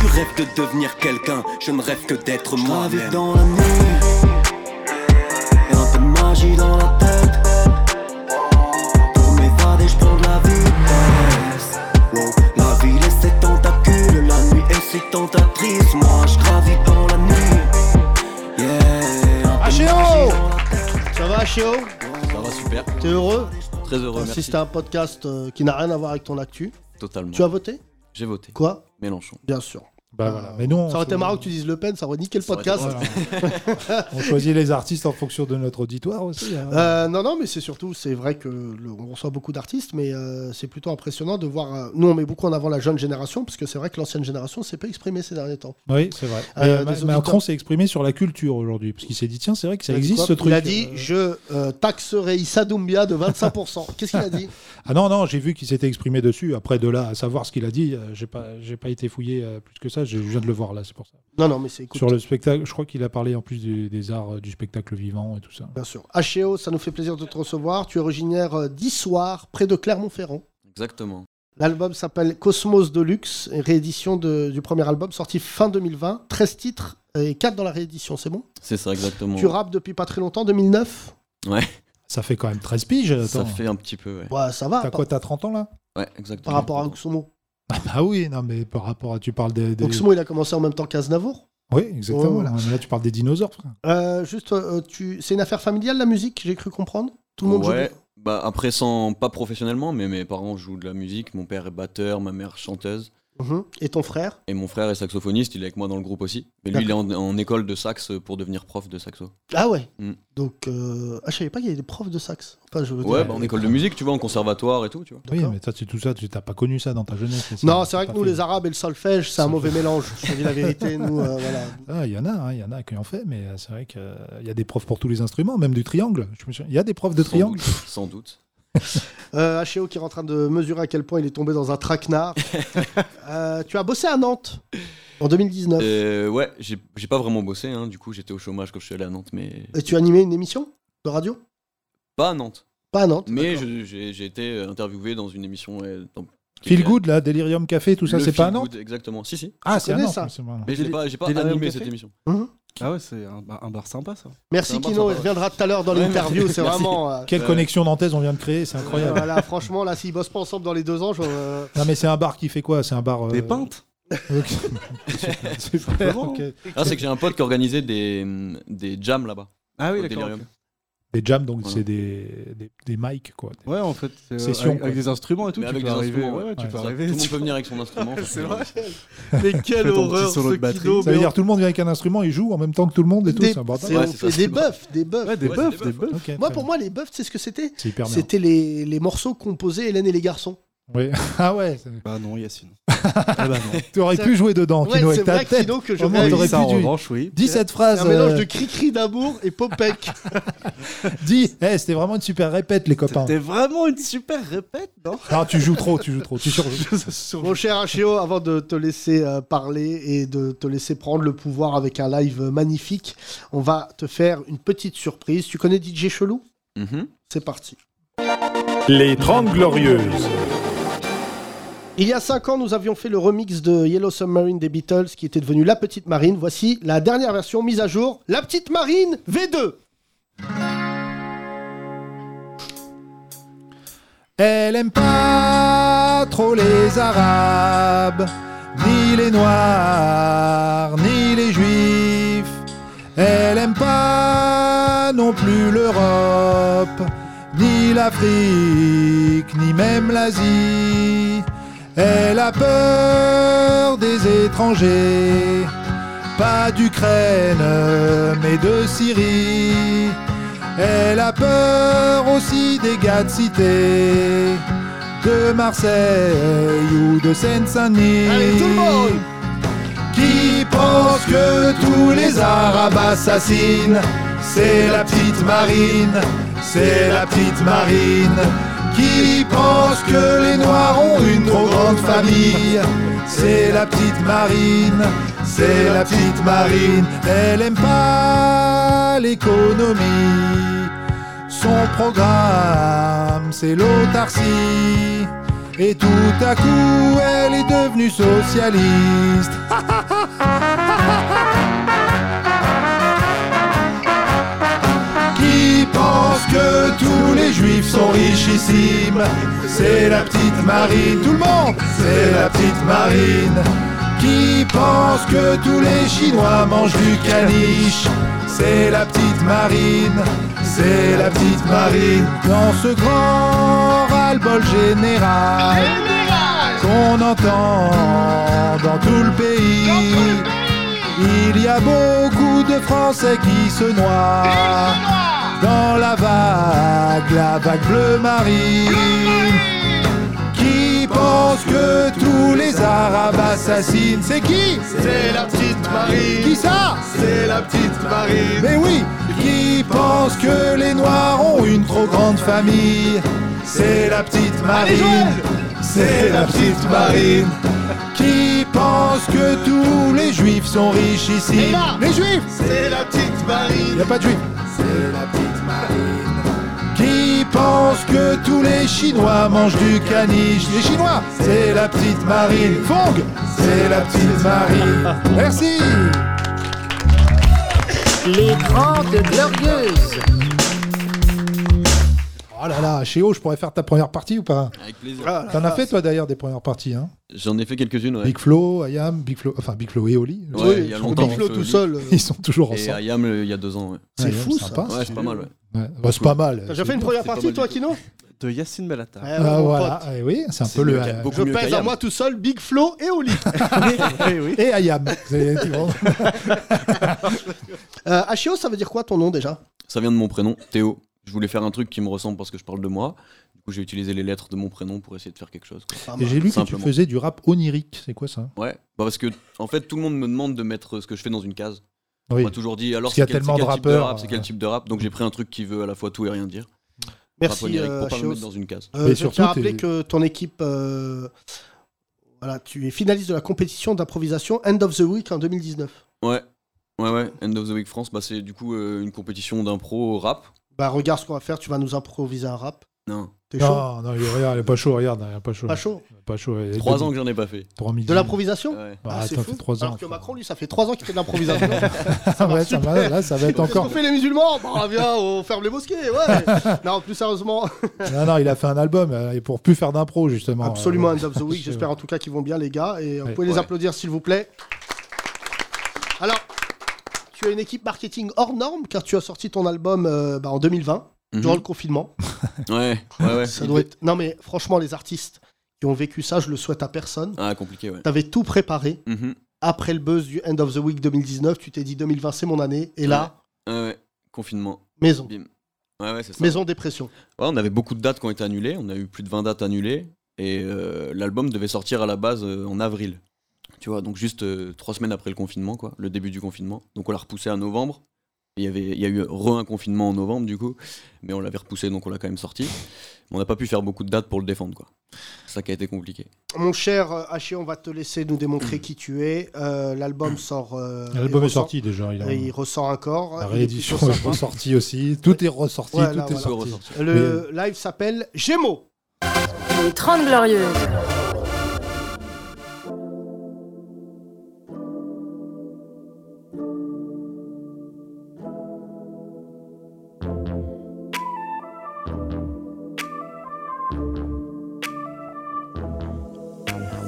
Speaker 17: Je rêve de devenir quelqu'un, je ne rêve que d'être moi-même.
Speaker 16: dans la nuit. Et un peu de magie dans la tête. Pour m'évader, je prends de la vitesse. Wow. La ville et ses tentacules, la nuit et ses tentatrices. Moi, je gravis dans la nuit. Yeah.
Speaker 4: Achéo Oh Ça va, Achéo
Speaker 16: Ça va super.
Speaker 4: T'es heureux
Speaker 16: Très
Speaker 4: Enfin,
Speaker 16: heureux,
Speaker 4: Si
Speaker 16: merci.
Speaker 4: c'était un podcast euh, qui n'a rien à voir avec ton actu.
Speaker 16: Totalement.
Speaker 4: Tu as voté
Speaker 16: J'ai voté.
Speaker 4: Quoi
Speaker 16: Mélenchon.
Speaker 4: Bien sûr.
Speaker 1: Bah voilà. Mais nous, on
Speaker 4: ça aurait été
Speaker 1: se-
Speaker 4: marrant que tu dises Le Pen, ça aurait niqué le
Speaker 1: Ça aurait été
Speaker 4: podcast.
Speaker 1: On choisit les artistes en fonction de notre auditoire aussi. hein.
Speaker 4: Euh, non, non, mais c'est surtout, c'est vrai que le- on reçoit beaucoup d'artistes, mais euh, c'est plutôt impressionnant de voir. euh, nous, on met beaucoup en avant la jeune génération, parce que c'est vrai que l'ancienne génération s'est peu exprimée ces derniers temps.
Speaker 1: Oui, c'est vrai.
Speaker 4: Euh,
Speaker 1: Mais,
Speaker 4: des
Speaker 1: Ma-
Speaker 4: auditeurs-
Speaker 1: Macron s'est exprimé sur la culture aujourd'hui, parce qu'il s'est dit tiens, c'est vrai que ça
Speaker 4: Il a dit
Speaker 1: existe
Speaker 4: quoi
Speaker 1: ce truc.
Speaker 4: Il a dit Je euh, taxerai Issa Doumbia de 25%. Qu'est-ce qu'il a dit
Speaker 1: Ah non, non, j'ai vu qu'il s'était exprimé dessus. Après, de là à savoir ce qu'il a dit, euh, j'ai pas, j'ai pas été fouillé euh, plus que ça. Je je viens de le voir là, c'est pour ça.
Speaker 4: Non, non, mais c'est écoute.
Speaker 1: Sur le spectacle, je crois qu'il a parlé en plus du- des arts euh, du spectacle vivant et tout ça.
Speaker 4: Bien sûr. HEO, ça nous fait plaisir de te recevoir. Tu es originaire euh, d'Issoire, près de Clermont-Ferrand.
Speaker 16: Exactement.
Speaker 4: L'album s'appelle Cosmos Deluxe, et réédition de- du premier album sorti fin 2020. 13 titres et 4 dans la réédition, c'est bon
Speaker 16: C'est ça, exactement.
Speaker 4: Tu rappes depuis pas très longtemps, 2009
Speaker 16: Ouais.
Speaker 1: Ça fait quand même 13 piges. euh,
Speaker 16: Ça
Speaker 1: attends.
Speaker 16: fait un petit peu, ouais.
Speaker 4: Ouais, Bah, ça va.
Speaker 1: T'as
Speaker 4: par-
Speaker 1: quoi, t'as 30 ans là
Speaker 16: Ouais, exactement.
Speaker 4: Par rapport à Oxmo.
Speaker 1: Ah bah oui, non, mais par rapport à. Tu parles des. des-
Speaker 4: Oxmo, il a commencé en même temps qu'Aznavour.
Speaker 1: Oui, exactement.
Speaker 4: Ouais, voilà.
Speaker 1: Mais Là, tu parles des dinosaures, frère.
Speaker 4: Euh, juste, euh, tu... c'est une affaire familiale la musique, j'ai cru comprendre. Tout le monde
Speaker 16: ouais.
Speaker 4: joue.
Speaker 16: Bah après sans pas professionnellement, mais mes parents jouent de la musique. Mon père est batteur, ma mère chanteuse.
Speaker 4: Mhm. Et ton frère
Speaker 16: Et mon frère est saxophoniste, il est avec moi dans le groupe aussi. Mais lui, il est en, en école de sax pour devenir prof de saxo.
Speaker 4: Ah ouais
Speaker 16: Mm.
Speaker 4: Donc, euh... ah, je savais pas qu'il y avait des profs de sax. Enfin, je veux
Speaker 16: Ouais,
Speaker 4: dire- euh,
Speaker 16: bah, en école de musique, tu vois, en conservatoire et tout, tu vois.
Speaker 1: Oui, mais ça, c'est tout ça. Tu t'as pas connu ça dans ta jeunesse. c'est ça.
Speaker 4: Non, c'est vrai que
Speaker 1: T'as
Speaker 4: nous,
Speaker 1: fait-
Speaker 4: les Arabes et le solfège, c'est un mauvais mélange. Je te dis la vérité, nous, euh, voilà.
Speaker 1: Ah, il y en a, hein, il y en a qui en fait, mais euh, c'est vrai qu'il y a des profs pour tous les instruments, même du triangle. Je me souviens- Il y a des profs de triangle.
Speaker 16: Sans doute.
Speaker 4: Euh, HEO qui est en train de mesurer à quel point il est tombé dans un traquenard. Euh, tu as bossé à Nantes en 2019
Speaker 16: Euh, ouais, j'ai j'ai pas vraiment bossé, hein, du coup, j'étais au chômage quand je suis allé à Nantes, mais
Speaker 4: et tu as animé une émission de radio
Speaker 16: pas à Nantes.
Speaker 4: Pas à Nantes.
Speaker 16: Mais je- j'ai j'ai été interviewé dans une émission. ouais, dans-
Speaker 1: Feel Good, là, Delirium Café, tout ça,
Speaker 16: Le
Speaker 1: c'est pas à
Speaker 16: Feel
Speaker 1: Nantes
Speaker 16: Good, Exactement, si, si.
Speaker 1: Ah, c'est à
Speaker 16: connais
Speaker 1: Nantes,
Speaker 16: ça.
Speaker 1: mais c'est pas à Nantes.
Speaker 16: Mais je l'ai pas, j'ai pas
Speaker 1: Delirium
Speaker 16: animé
Speaker 1: Café
Speaker 16: cette émission.
Speaker 5: Ah ouais, c'est un, un bar sympa ça.
Speaker 4: Merci Kino, il reviendra tout à l'heure dans
Speaker 5: Ouais,
Speaker 4: l'interview,
Speaker 5: merci.
Speaker 4: c'est
Speaker 5: Merci.
Speaker 4: vraiment. euh,
Speaker 1: Quelle connexion nantaise on vient de créer, c'est
Speaker 4: euh,
Speaker 1: incroyable.
Speaker 4: voilà, franchement, là, s'ils bossent pas ensemble dans les deux ans, je. euh,
Speaker 1: Non, mais c'est un bar qui fait quoi C'est un bar. euh, Des pintes
Speaker 5: hein.
Speaker 16: Ah, c'est que j'ai un pote qui organisait des, des jams là-bas.
Speaker 5: Ah oui,
Speaker 16: au
Speaker 5: d'accord,
Speaker 16: Delirium.
Speaker 1: Des jams, donc
Speaker 16: Voilà.
Speaker 1: c'est des, des, des mics, quoi.
Speaker 5: Ouais, en fait, c'est, euh,
Speaker 1: Session,
Speaker 5: avec,
Speaker 1: quoi.
Speaker 5: avec des instruments et tout,
Speaker 16: Mais
Speaker 5: tu
Speaker 16: avec
Speaker 5: peux
Speaker 16: des
Speaker 5: arriver.
Speaker 16: instruments, ouais.
Speaker 5: ouais, tu
Speaker 16: Ouais.
Speaker 5: peux
Speaker 16: Ça,
Speaker 5: arriver.
Speaker 16: tout le monde peut venir avec son instrument, faut
Speaker 5: c'est
Speaker 16: venir.
Speaker 5: vrai.
Speaker 4: Mais quelle
Speaker 5: Fais ton petit
Speaker 4: horreur,
Speaker 5: solo
Speaker 4: ce
Speaker 5: de batterie.
Speaker 4: kilo,
Speaker 1: Ça veut dire tout le monde vient avec un instrument, il joue en même temps que tout le monde et tout,
Speaker 4: Des-
Speaker 1: c'est un bordel.
Speaker 4: c'est- on fait des bœufs, des bœufs.
Speaker 1: Ouais, des Ouais, bœufs, c'est des des bœufs. bœufs. Ok,
Speaker 4: Moi,
Speaker 1: très
Speaker 4: pour moi, les bœufs, c'est ce que c'était.
Speaker 1: C'est hyper bien.
Speaker 4: C'était les, les morceaux composés Hélène et les garçons.
Speaker 1: Oui. Ah ouais.
Speaker 5: Bah non, Yacine. Eh ben
Speaker 1: Tu aurais pu jouer dedans,
Speaker 4: Ouais,
Speaker 1: Kino, avec
Speaker 4: c'est
Speaker 1: ta
Speaker 4: vrai,
Speaker 1: tête.
Speaker 4: Kino, que je
Speaker 1: Au moins,
Speaker 4: vais-
Speaker 1: t'aurais
Speaker 4: Oui, ça,
Speaker 1: pu
Speaker 4: en
Speaker 1: du-
Speaker 4: revanche, oui.
Speaker 1: Dis cette phrase.
Speaker 4: Un mélange
Speaker 1: euh,
Speaker 4: de cri-cri d'amour et Popek.
Speaker 1: Dis, Eh, c'était vraiment une super répète, les copains.
Speaker 5: C'était vraiment une super répète, non
Speaker 1: Non, tu joues trop, tu joues trop, tu surjoues.
Speaker 4: Mon cher Hachio, avant de te laisser euh, parler et de te laisser prendre le pouvoir avec un live euh, magnifique, on va te faire une petite surprise. Tu connais DJ Chelou
Speaker 18: Mhm.
Speaker 4: C'est parti.
Speaker 16: Les 30 Glorieuses.
Speaker 4: Il y a 5 ans, nous avions fait le remix de Yellow Submarine des Beatles qui était devenu La Petite Marine. Voici la dernière version mise à jour, La Petite Marine V2.
Speaker 19: Elle aime pas trop les Arabes, ni les Noirs, ni les Juifs. Elle aime pas non plus l'Europe, ni l'Afrique, ni même l'Asie. Elle a peur des étrangers, pas d'Ukraine, mais de Syrie. Elle a peur aussi des gars de cité, de Marseille ou de Seine-Saint-Denis. Qui pense que tous les Arabes assassinent C'est la petite marine, c'est la petite marine. Qui pense que les Noirs ont une trop grande famille C'est la petite marine, c'est la petite marine. Elle aime pas l'économie. Son programme, c'est l'autarcie. Et tout à coup, elle est devenue socialiste. Qui pense que tous les juifs sont richissimes C'est la petite marine, tout le monde C'est la petite marine Qui pense que tous les chinois mangent du caniche C'est la petite marine C'est la petite marine Dans ce grand ras-le-bol général Qu'on entend dans tout le pays il y a beaucoup de Français qui se noient dans la vague, la vague bleu marine. Qui pense que tous les Arabes assassinent C'est qui C'est la petite marine. Qui ça C'est la petite marine. Mais oui Qui pense que les Noirs ont une trop grande famille C'est la petite marine. C'est la petite marine. Qui pense que tous les juifs sont riches ici Les juifs C'est la petite marine. Y a pas de juifs C'est la petite marine. Qui pense que tous les chinois mangent du caniche Les chinois C'est la petite marine. Fong C'est la petite marine. Merci
Speaker 2: Les Grandes Glorieuses.
Speaker 19: Oh là là, Chéo, je pourrais faire ta première partie ou pas
Speaker 18: Avec plaisir.
Speaker 4: Ah
Speaker 19: T'en as fait toi d'ailleurs des premières parties hein
Speaker 18: J'en ai fait quelques-unes, ouais.
Speaker 19: Big Flo, Ayam, Big Flo, enfin Big Flo et Oli.
Speaker 18: Ouais, il y a longtemps.
Speaker 19: Big
Speaker 18: Flo
Speaker 19: Flo
Speaker 18: tout seul.
Speaker 19: Ils sont toujours
Speaker 18: Et
Speaker 19: ensemble.
Speaker 18: Ayam, le- il y a deux ans, ouais.
Speaker 19: C'est Ayam, fou, sympa, ça.
Speaker 18: Ouais, c'est pas mal, ouais.
Speaker 19: Ouais, bah, c'est pas mal.
Speaker 4: T'as déjà fait une première partie, toi, Kino
Speaker 20: De Yacine Bellata.
Speaker 4: Ah,
Speaker 19: Ah, voilà, eh oui, c'est un peu le. euh,
Speaker 4: Je pèse à moi tout seul, Big Flo et Oli. Eh
Speaker 19: Et Ayam. C'est- tu vois.
Speaker 4: Euh, Ashio, ça veut dire quoi ton nom déjà
Speaker 18: Ça vient de mon prénom, Théo. Je voulais faire un truc qui me ressemble parce que je parle de moi. Du coup, j'ai utilisé les lettres de mon prénom pour essayer de faire quelque chose.
Speaker 19: Et j'ai lu que tu
Speaker 18: Simplement.
Speaker 19: faisais du rap onirique. C'est quoi ça
Speaker 18: Ouais, bah parce que en fait, tout le monde me demande de mettre ce que je fais dans une case.
Speaker 19: Oui.
Speaker 18: On m'a toujours dit alors
Speaker 19: Parce qu'il y a
Speaker 18: c'est quel,
Speaker 19: tellement
Speaker 18: c'est
Speaker 19: de
Speaker 18: quel type de
Speaker 19: rappeurs, euh.
Speaker 18: rap, c'est quel type de rap. Donc j'ai pris un truc qui veut à la fois tout et rien dire. Rap
Speaker 4: Merci,
Speaker 18: onirique,
Speaker 4: euh,
Speaker 18: pour pas me
Speaker 4: Ashio.
Speaker 18: mettre dans une case.
Speaker 4: Euh, je tiens à rappeler
Speaker 18: t'es-
Speaker 4: que ton équipe, euh, voilà, tu es finaliste de la compétition d'improvisation End of the Week en 2019.
Speaker 18: Ouais, ouais, ouais. End of the Week France, bah c'est du coup euh, une compétition d'impro rap.
Speaker 4: Bah regarde ce qu'on va faire, tu vas nous improviser un rap.
Speaker 18: Non.
Speaker 4: T'es chaud
Speaker 19: Non, non, il- regarde, il est pas chaud, regarde, il est pas chaud.
Speaker 4: Pas chaud
Speaker 19: Pas chaud. il est
Speaker 18: Trois
Speaker 19: deux-
Speaker 18: ans que j'en ai pas fait.
Speaker 19: Trois millions.
Speaker 4: De l'improvisation
Speaker 19: Bah,
Speaker 4: Ah, c'est
Speaker 19: attends,
Speaker 4: fou.
Speaker 19: fait trois
Speaker 4: Alors
Speaker 19: ans.
Speaker 4: que Macron, lui, ça fait 3 ans qu'il fait de l'improvisation.
Speaker 19: Ouais, ça va, là, ça va être
Speaker 4: Qu'est-ce qu'on
Speaker 19: encore.
Speaker 4: fait les musulmans Bah viens, on ferme les mosquées, ouais Non, plus sérieusement,
Speaker 19: Non, non, il a fait un album euh, et pour plus faire d'impro justement.
Speaker 4: absolument
Speaker 19: Euh,
Speaker 4: End of the Week,
Speaker 19: c'est-
Speaker 4: j'espère en tout cas qu'ils vont bien les gars, et vous
Speaker 19: Ouais.
Speaker 4: pouvez les
Speaker 19: Ouais.
Speaker 4: applaudir s'il vous plaît. Alors, tu as une équipe marketing hors norme, car tu as sorti ton album euh, bah, en 2020,
Speaker 18: Mhm.
Speaker 4: durant le confinement.
Speaker 18: Ouais, ouais, ouais.
Speaker 4: Ça doit être- Non mais franchement, les artistes qui ont vécu ça, je le souhaite à personne.
Speaker 18: Ah, compliqué, ouais.
Speaker 4: T'avais tout préparé.
Speaker 18: Mhm.
Speaker 4: Après le buzz du End of the Week 2019, tu t'es dit 2020 c'est mon année. Et là,
Speaker 18: Ouais, ouais, confinement.
Speaker 4: Maison.
Speaker 18: Bim. Ouais, ouais, c'est ça.
Speaker 4: maison dépression.
Speaker 18: Ouais, on avait beaucoup de dates qui ont été annulées. On a eu plus de 20 dates annulées. Et euh, l'album devait sortir à la base euh, en avril. Tu vois, donc juste euh, trois semaines après le confinement, quoi, le début du confinement. Donc on l'a repoussé à novembre. Il y, avait, il y a eu re un confinement en novembre, du coup. Mais on l'avait repoussé, donc on l'a quand même sorti. Mais on n'a pas pu faire beaucoup de dates pour le défendre, quoi. C'est ça qui a été compliqué.
Speaker 4: Mon cher euh, Haché, on va te laisser nous démontrer qui tu es. Euh, L'album sort. euh,
Speaker 19: L'album
Speaker 4: il
Speaker 19: est
Speaker 4: ressort-
Speaker 19: sorti déjà, il a-
Speaker 4: Et il ressort encore.
Speaker 19: La
Speaker 4: Il est
Speaker 19: réédition
Speaker 4: plutôt
Speaker 19: est
Speaker 4: sympa.
Speaker 19: ressortie aussi. Tout est ressorti,
Speaker 4: hein. Voilà,
Speaker 19: tout est
Speaker 4: voilà.
Speaker 19: sorti.
Speaker 4: Le live s'appelle Gémeaux.
Speaker 21: Les 30 Glorieuses.
Speaker 17: Gémeaux.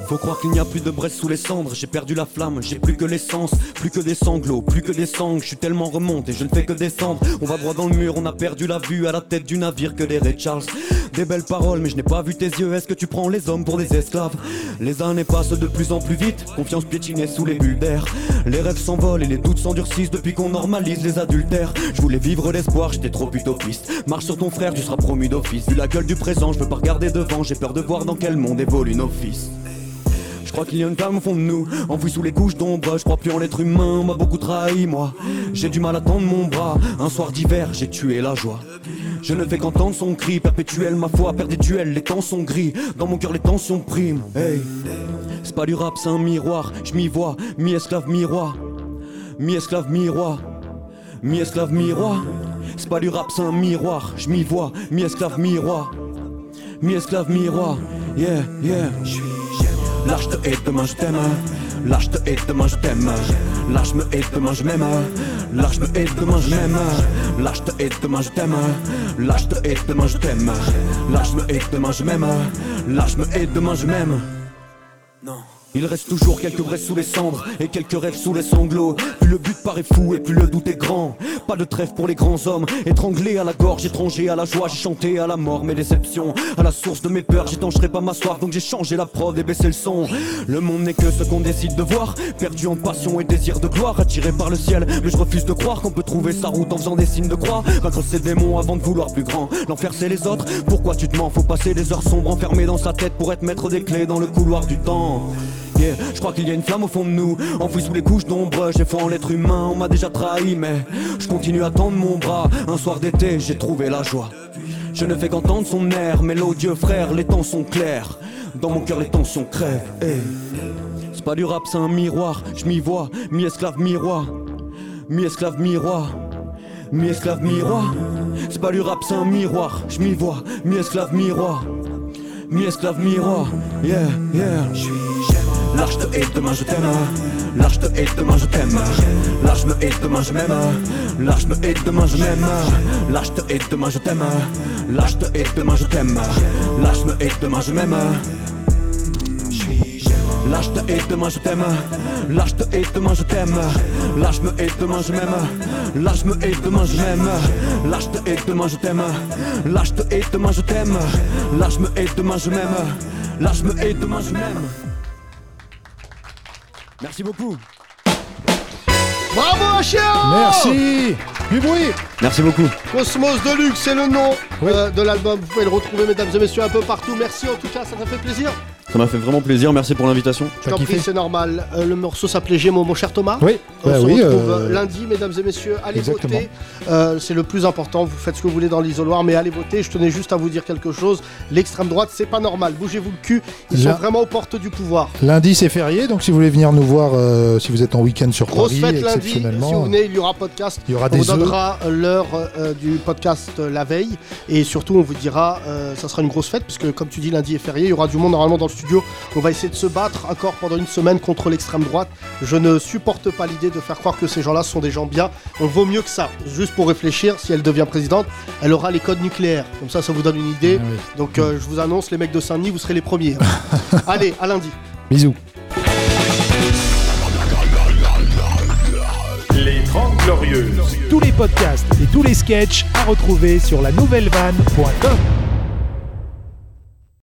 Speaker 17: Faut croire qu'il n'y a plus de braise sous les cendres. J'ai perdu la flamme, j'ai plus que l'essence, plus que des sanglots, plus que des sangles. Je suis tellement remonté, je ne fais que descendre. On va droit dans le mur, on a perdu la vue à la tête du navire que les Ray Charles. Des belles paroles, mais je n'ai pas vu tes yeux. Est-ce que tu prends les hommes pour des esclaves Les années passent de plus en plus vite. Confiance piétinée sous les bulles d'air. Les rêves s'envolent et les doutes s'endurcissent depuis qu'on normalise les adultères. Je voulais vivre l'espoir, j'étais trop utopiste. Marche sur ton frère, tu seras promu d'office. Vu la gueule du présent, je veux pas regarder devant. J'ai peur de voir dans quel monde évolue nos fils. Je crois qu'il y a une flamme au fond de nous, enfouie sous les couches d'ombre. Je crois plus en l'être humain, on m'a beaucoup trahi, moi. J'ai du mal à tendre mon bras. Un soir d'hiver, j'ai tué la joie. Je ne fais qu'entendre son cri, perpétuel, ma foi, perpétuel. Les temps sont gris, dans mon cœur les tensions priment. Hey, c'est pas du rap, c'est un miroir. Je m'y vois, mi-esclave, mi-roi. Mi-esclave, mi-roi. Mi-esclave, mi-roi. C'est pas du rap, c'est un miroir. Je m'y vois, mi-esclave, mi-roi. Mi-esclave, mi-roi. Yeah, yeah. Lâche te et demain je t'aime. Lâche te et demain je t'aime. Lâche me et demain je m'aime. Lâche me et demain je m'aime. Lâche te et demain je t'aime. Lâche te et demain je t'aime. Lâche me et demain je m'aime. Lâche me et demain je m'aime. Il reste toujours quelques braises sous les cendres et quelques rêves sous les sanglots. Plus le but paraît fou et plus le doute est grand. Pas de trêve pour les grands hommes. Étranglé à la gorge, étranger à la joie, j'ai chanté à la mort mes déceptions. À la source de mes peurs, j'étancherai pas ma soif, donc j'ai changé la prod et baissé le son. Le monde n'est que ce qu'on décide de voir. Perdu en passion et désir de gloire, attiré par le ciel. Mais je refuse de croire qu'on peut trouver sa route en faisant des signes de croix. Vaincre ses démons avant de vouloir plus grand. L'enfer c'est les autres. Pourquoi tu te mens Faut passer des heures sombres enfermées dans sa tête pour être maître des clés dans le couloir du temps. Yeah, je crois qu'il y a une flamme au fond de nous, enfouie sous les couches d'ombre. J'ai foi en l'être humain, on m'a déjà trahi, mais je continue à tendre mon bras. Un soir d'été, j'ai trouvé la joie. Je ne fais qu'entendre son air, mélodieux frère, les temps sont clairs. Dans mon cœur, les tensions crèvent. Hey. C'est pas du rap, c'est un miroir. Je m'y vois, mi-esclave, mi-roi. Mi-esclave, mi-roi. Mi-esclave, mi-roi. C'est pas du rap, c'est un miroir. Je m'y vois, mi-esclave, mi-roi. Mi-esclave, mi-roi. Yeah, yeah. Lâche te et demain je t'aime. Lâche te et demain je t'aime. Lâche me et demain je m'aime. Lâche me et demain je m'aime. Lâche te et demain je t'aime. Lâche te et demain je t'aime. Lâche me et demain je m'aime. Lâche te et demain je t'aime. Lâche te et demain je t'aime. Lâche me et demain je m'aime. Lâche me et demain je m'aime. Lâche te et demain je t'aime. Lâche te et demain je t'aime. Lâche me et demain je m'aime. Lâche me et demain je m'aime. Merci beaucoup.
Speaker 4: Bravo hein Achia
Speaker 1: Merci Du bruit
Speaker 17: Merci beaucoup.
Speaker 4: Cosmos Deluxe, c'est le nom euh, de l'album. Vous pouvez le retrouver, mesdames et messieurs, un peu partout. Merci en tout cas, ça m'a fait plaisir.
Speaker 18: Ça m'a fait vraiment plaisir, merci pour l'invitation.
Speaker 4: Je t'en prie, c'est normal. Euh, le morceau s'appelait Gémeaux, mon cher Thomas.
Speaker 1: Oui,
Speaker 4: On
Speaker 1: bah
Speaker 4: se
Speaker 1: oui,
Speaker 4: retrouve
Speaker 1: euh,
Speaker 4: lundi, mesdames et messieurs. Allez
Speaker 1: Exactement.
Speaker 4: voter. Euh, c'est le plus important. Vous faites ce que vous voulez dans l'isoloir, mais allez voter. Je tenais juste à vous dire quelque chose. L'extrême droite, c'est pas normal. Bougez-vous le cul. Ils
Speaker 1: Là-
Speaker 4: sont vraiment aux portes du pouvoir.
Speaker 1: Lundi, c'est férié, donc si vous voulez venir nous voir, euh, si vous êtes en week-end sur
Speaker 4: Grosse
Speaker 1: Paris,
Speaker 4: fête lundi. Si
Speaker 1: exceptionnellement.
Speaker 4: vous venez, il y aura podcast.
Speaker 1: Il y aura
Speaker 4: on
Speaker 1: des
Speaker 4: vous donnera l'heure euh, du podcast euh, la veille. Et surtout, on vous dira, euh, ça sera une grosse fête, puisque comme tu dis, lundi est férié. Il y aura du monde normalement dans le studio. On va essayer de se battre encore pendant une semaine contre l'extrême droite. Je ne supporte pas l'idée de faire croire que ces gens-là sont des gens bien. On vaut mieux que ça. Juste pour réfléchir, si elle devient présidente, elle aura les codes nucléaires. Comme ça, ça vous donne une idée.
Speaker 1: Ah
Speaker 4: Donc, euh, je vous annonce, les mecs de Saint-Denis, vous serez les premiers. Allez, à lundi.
Speaker 1: euh, Bisous.
Speaker 22: Les 30 Glorieuses.
Speaker 2: Tous les podcasts et tous les sketchs à retrouver sur la nouvellevanne.com.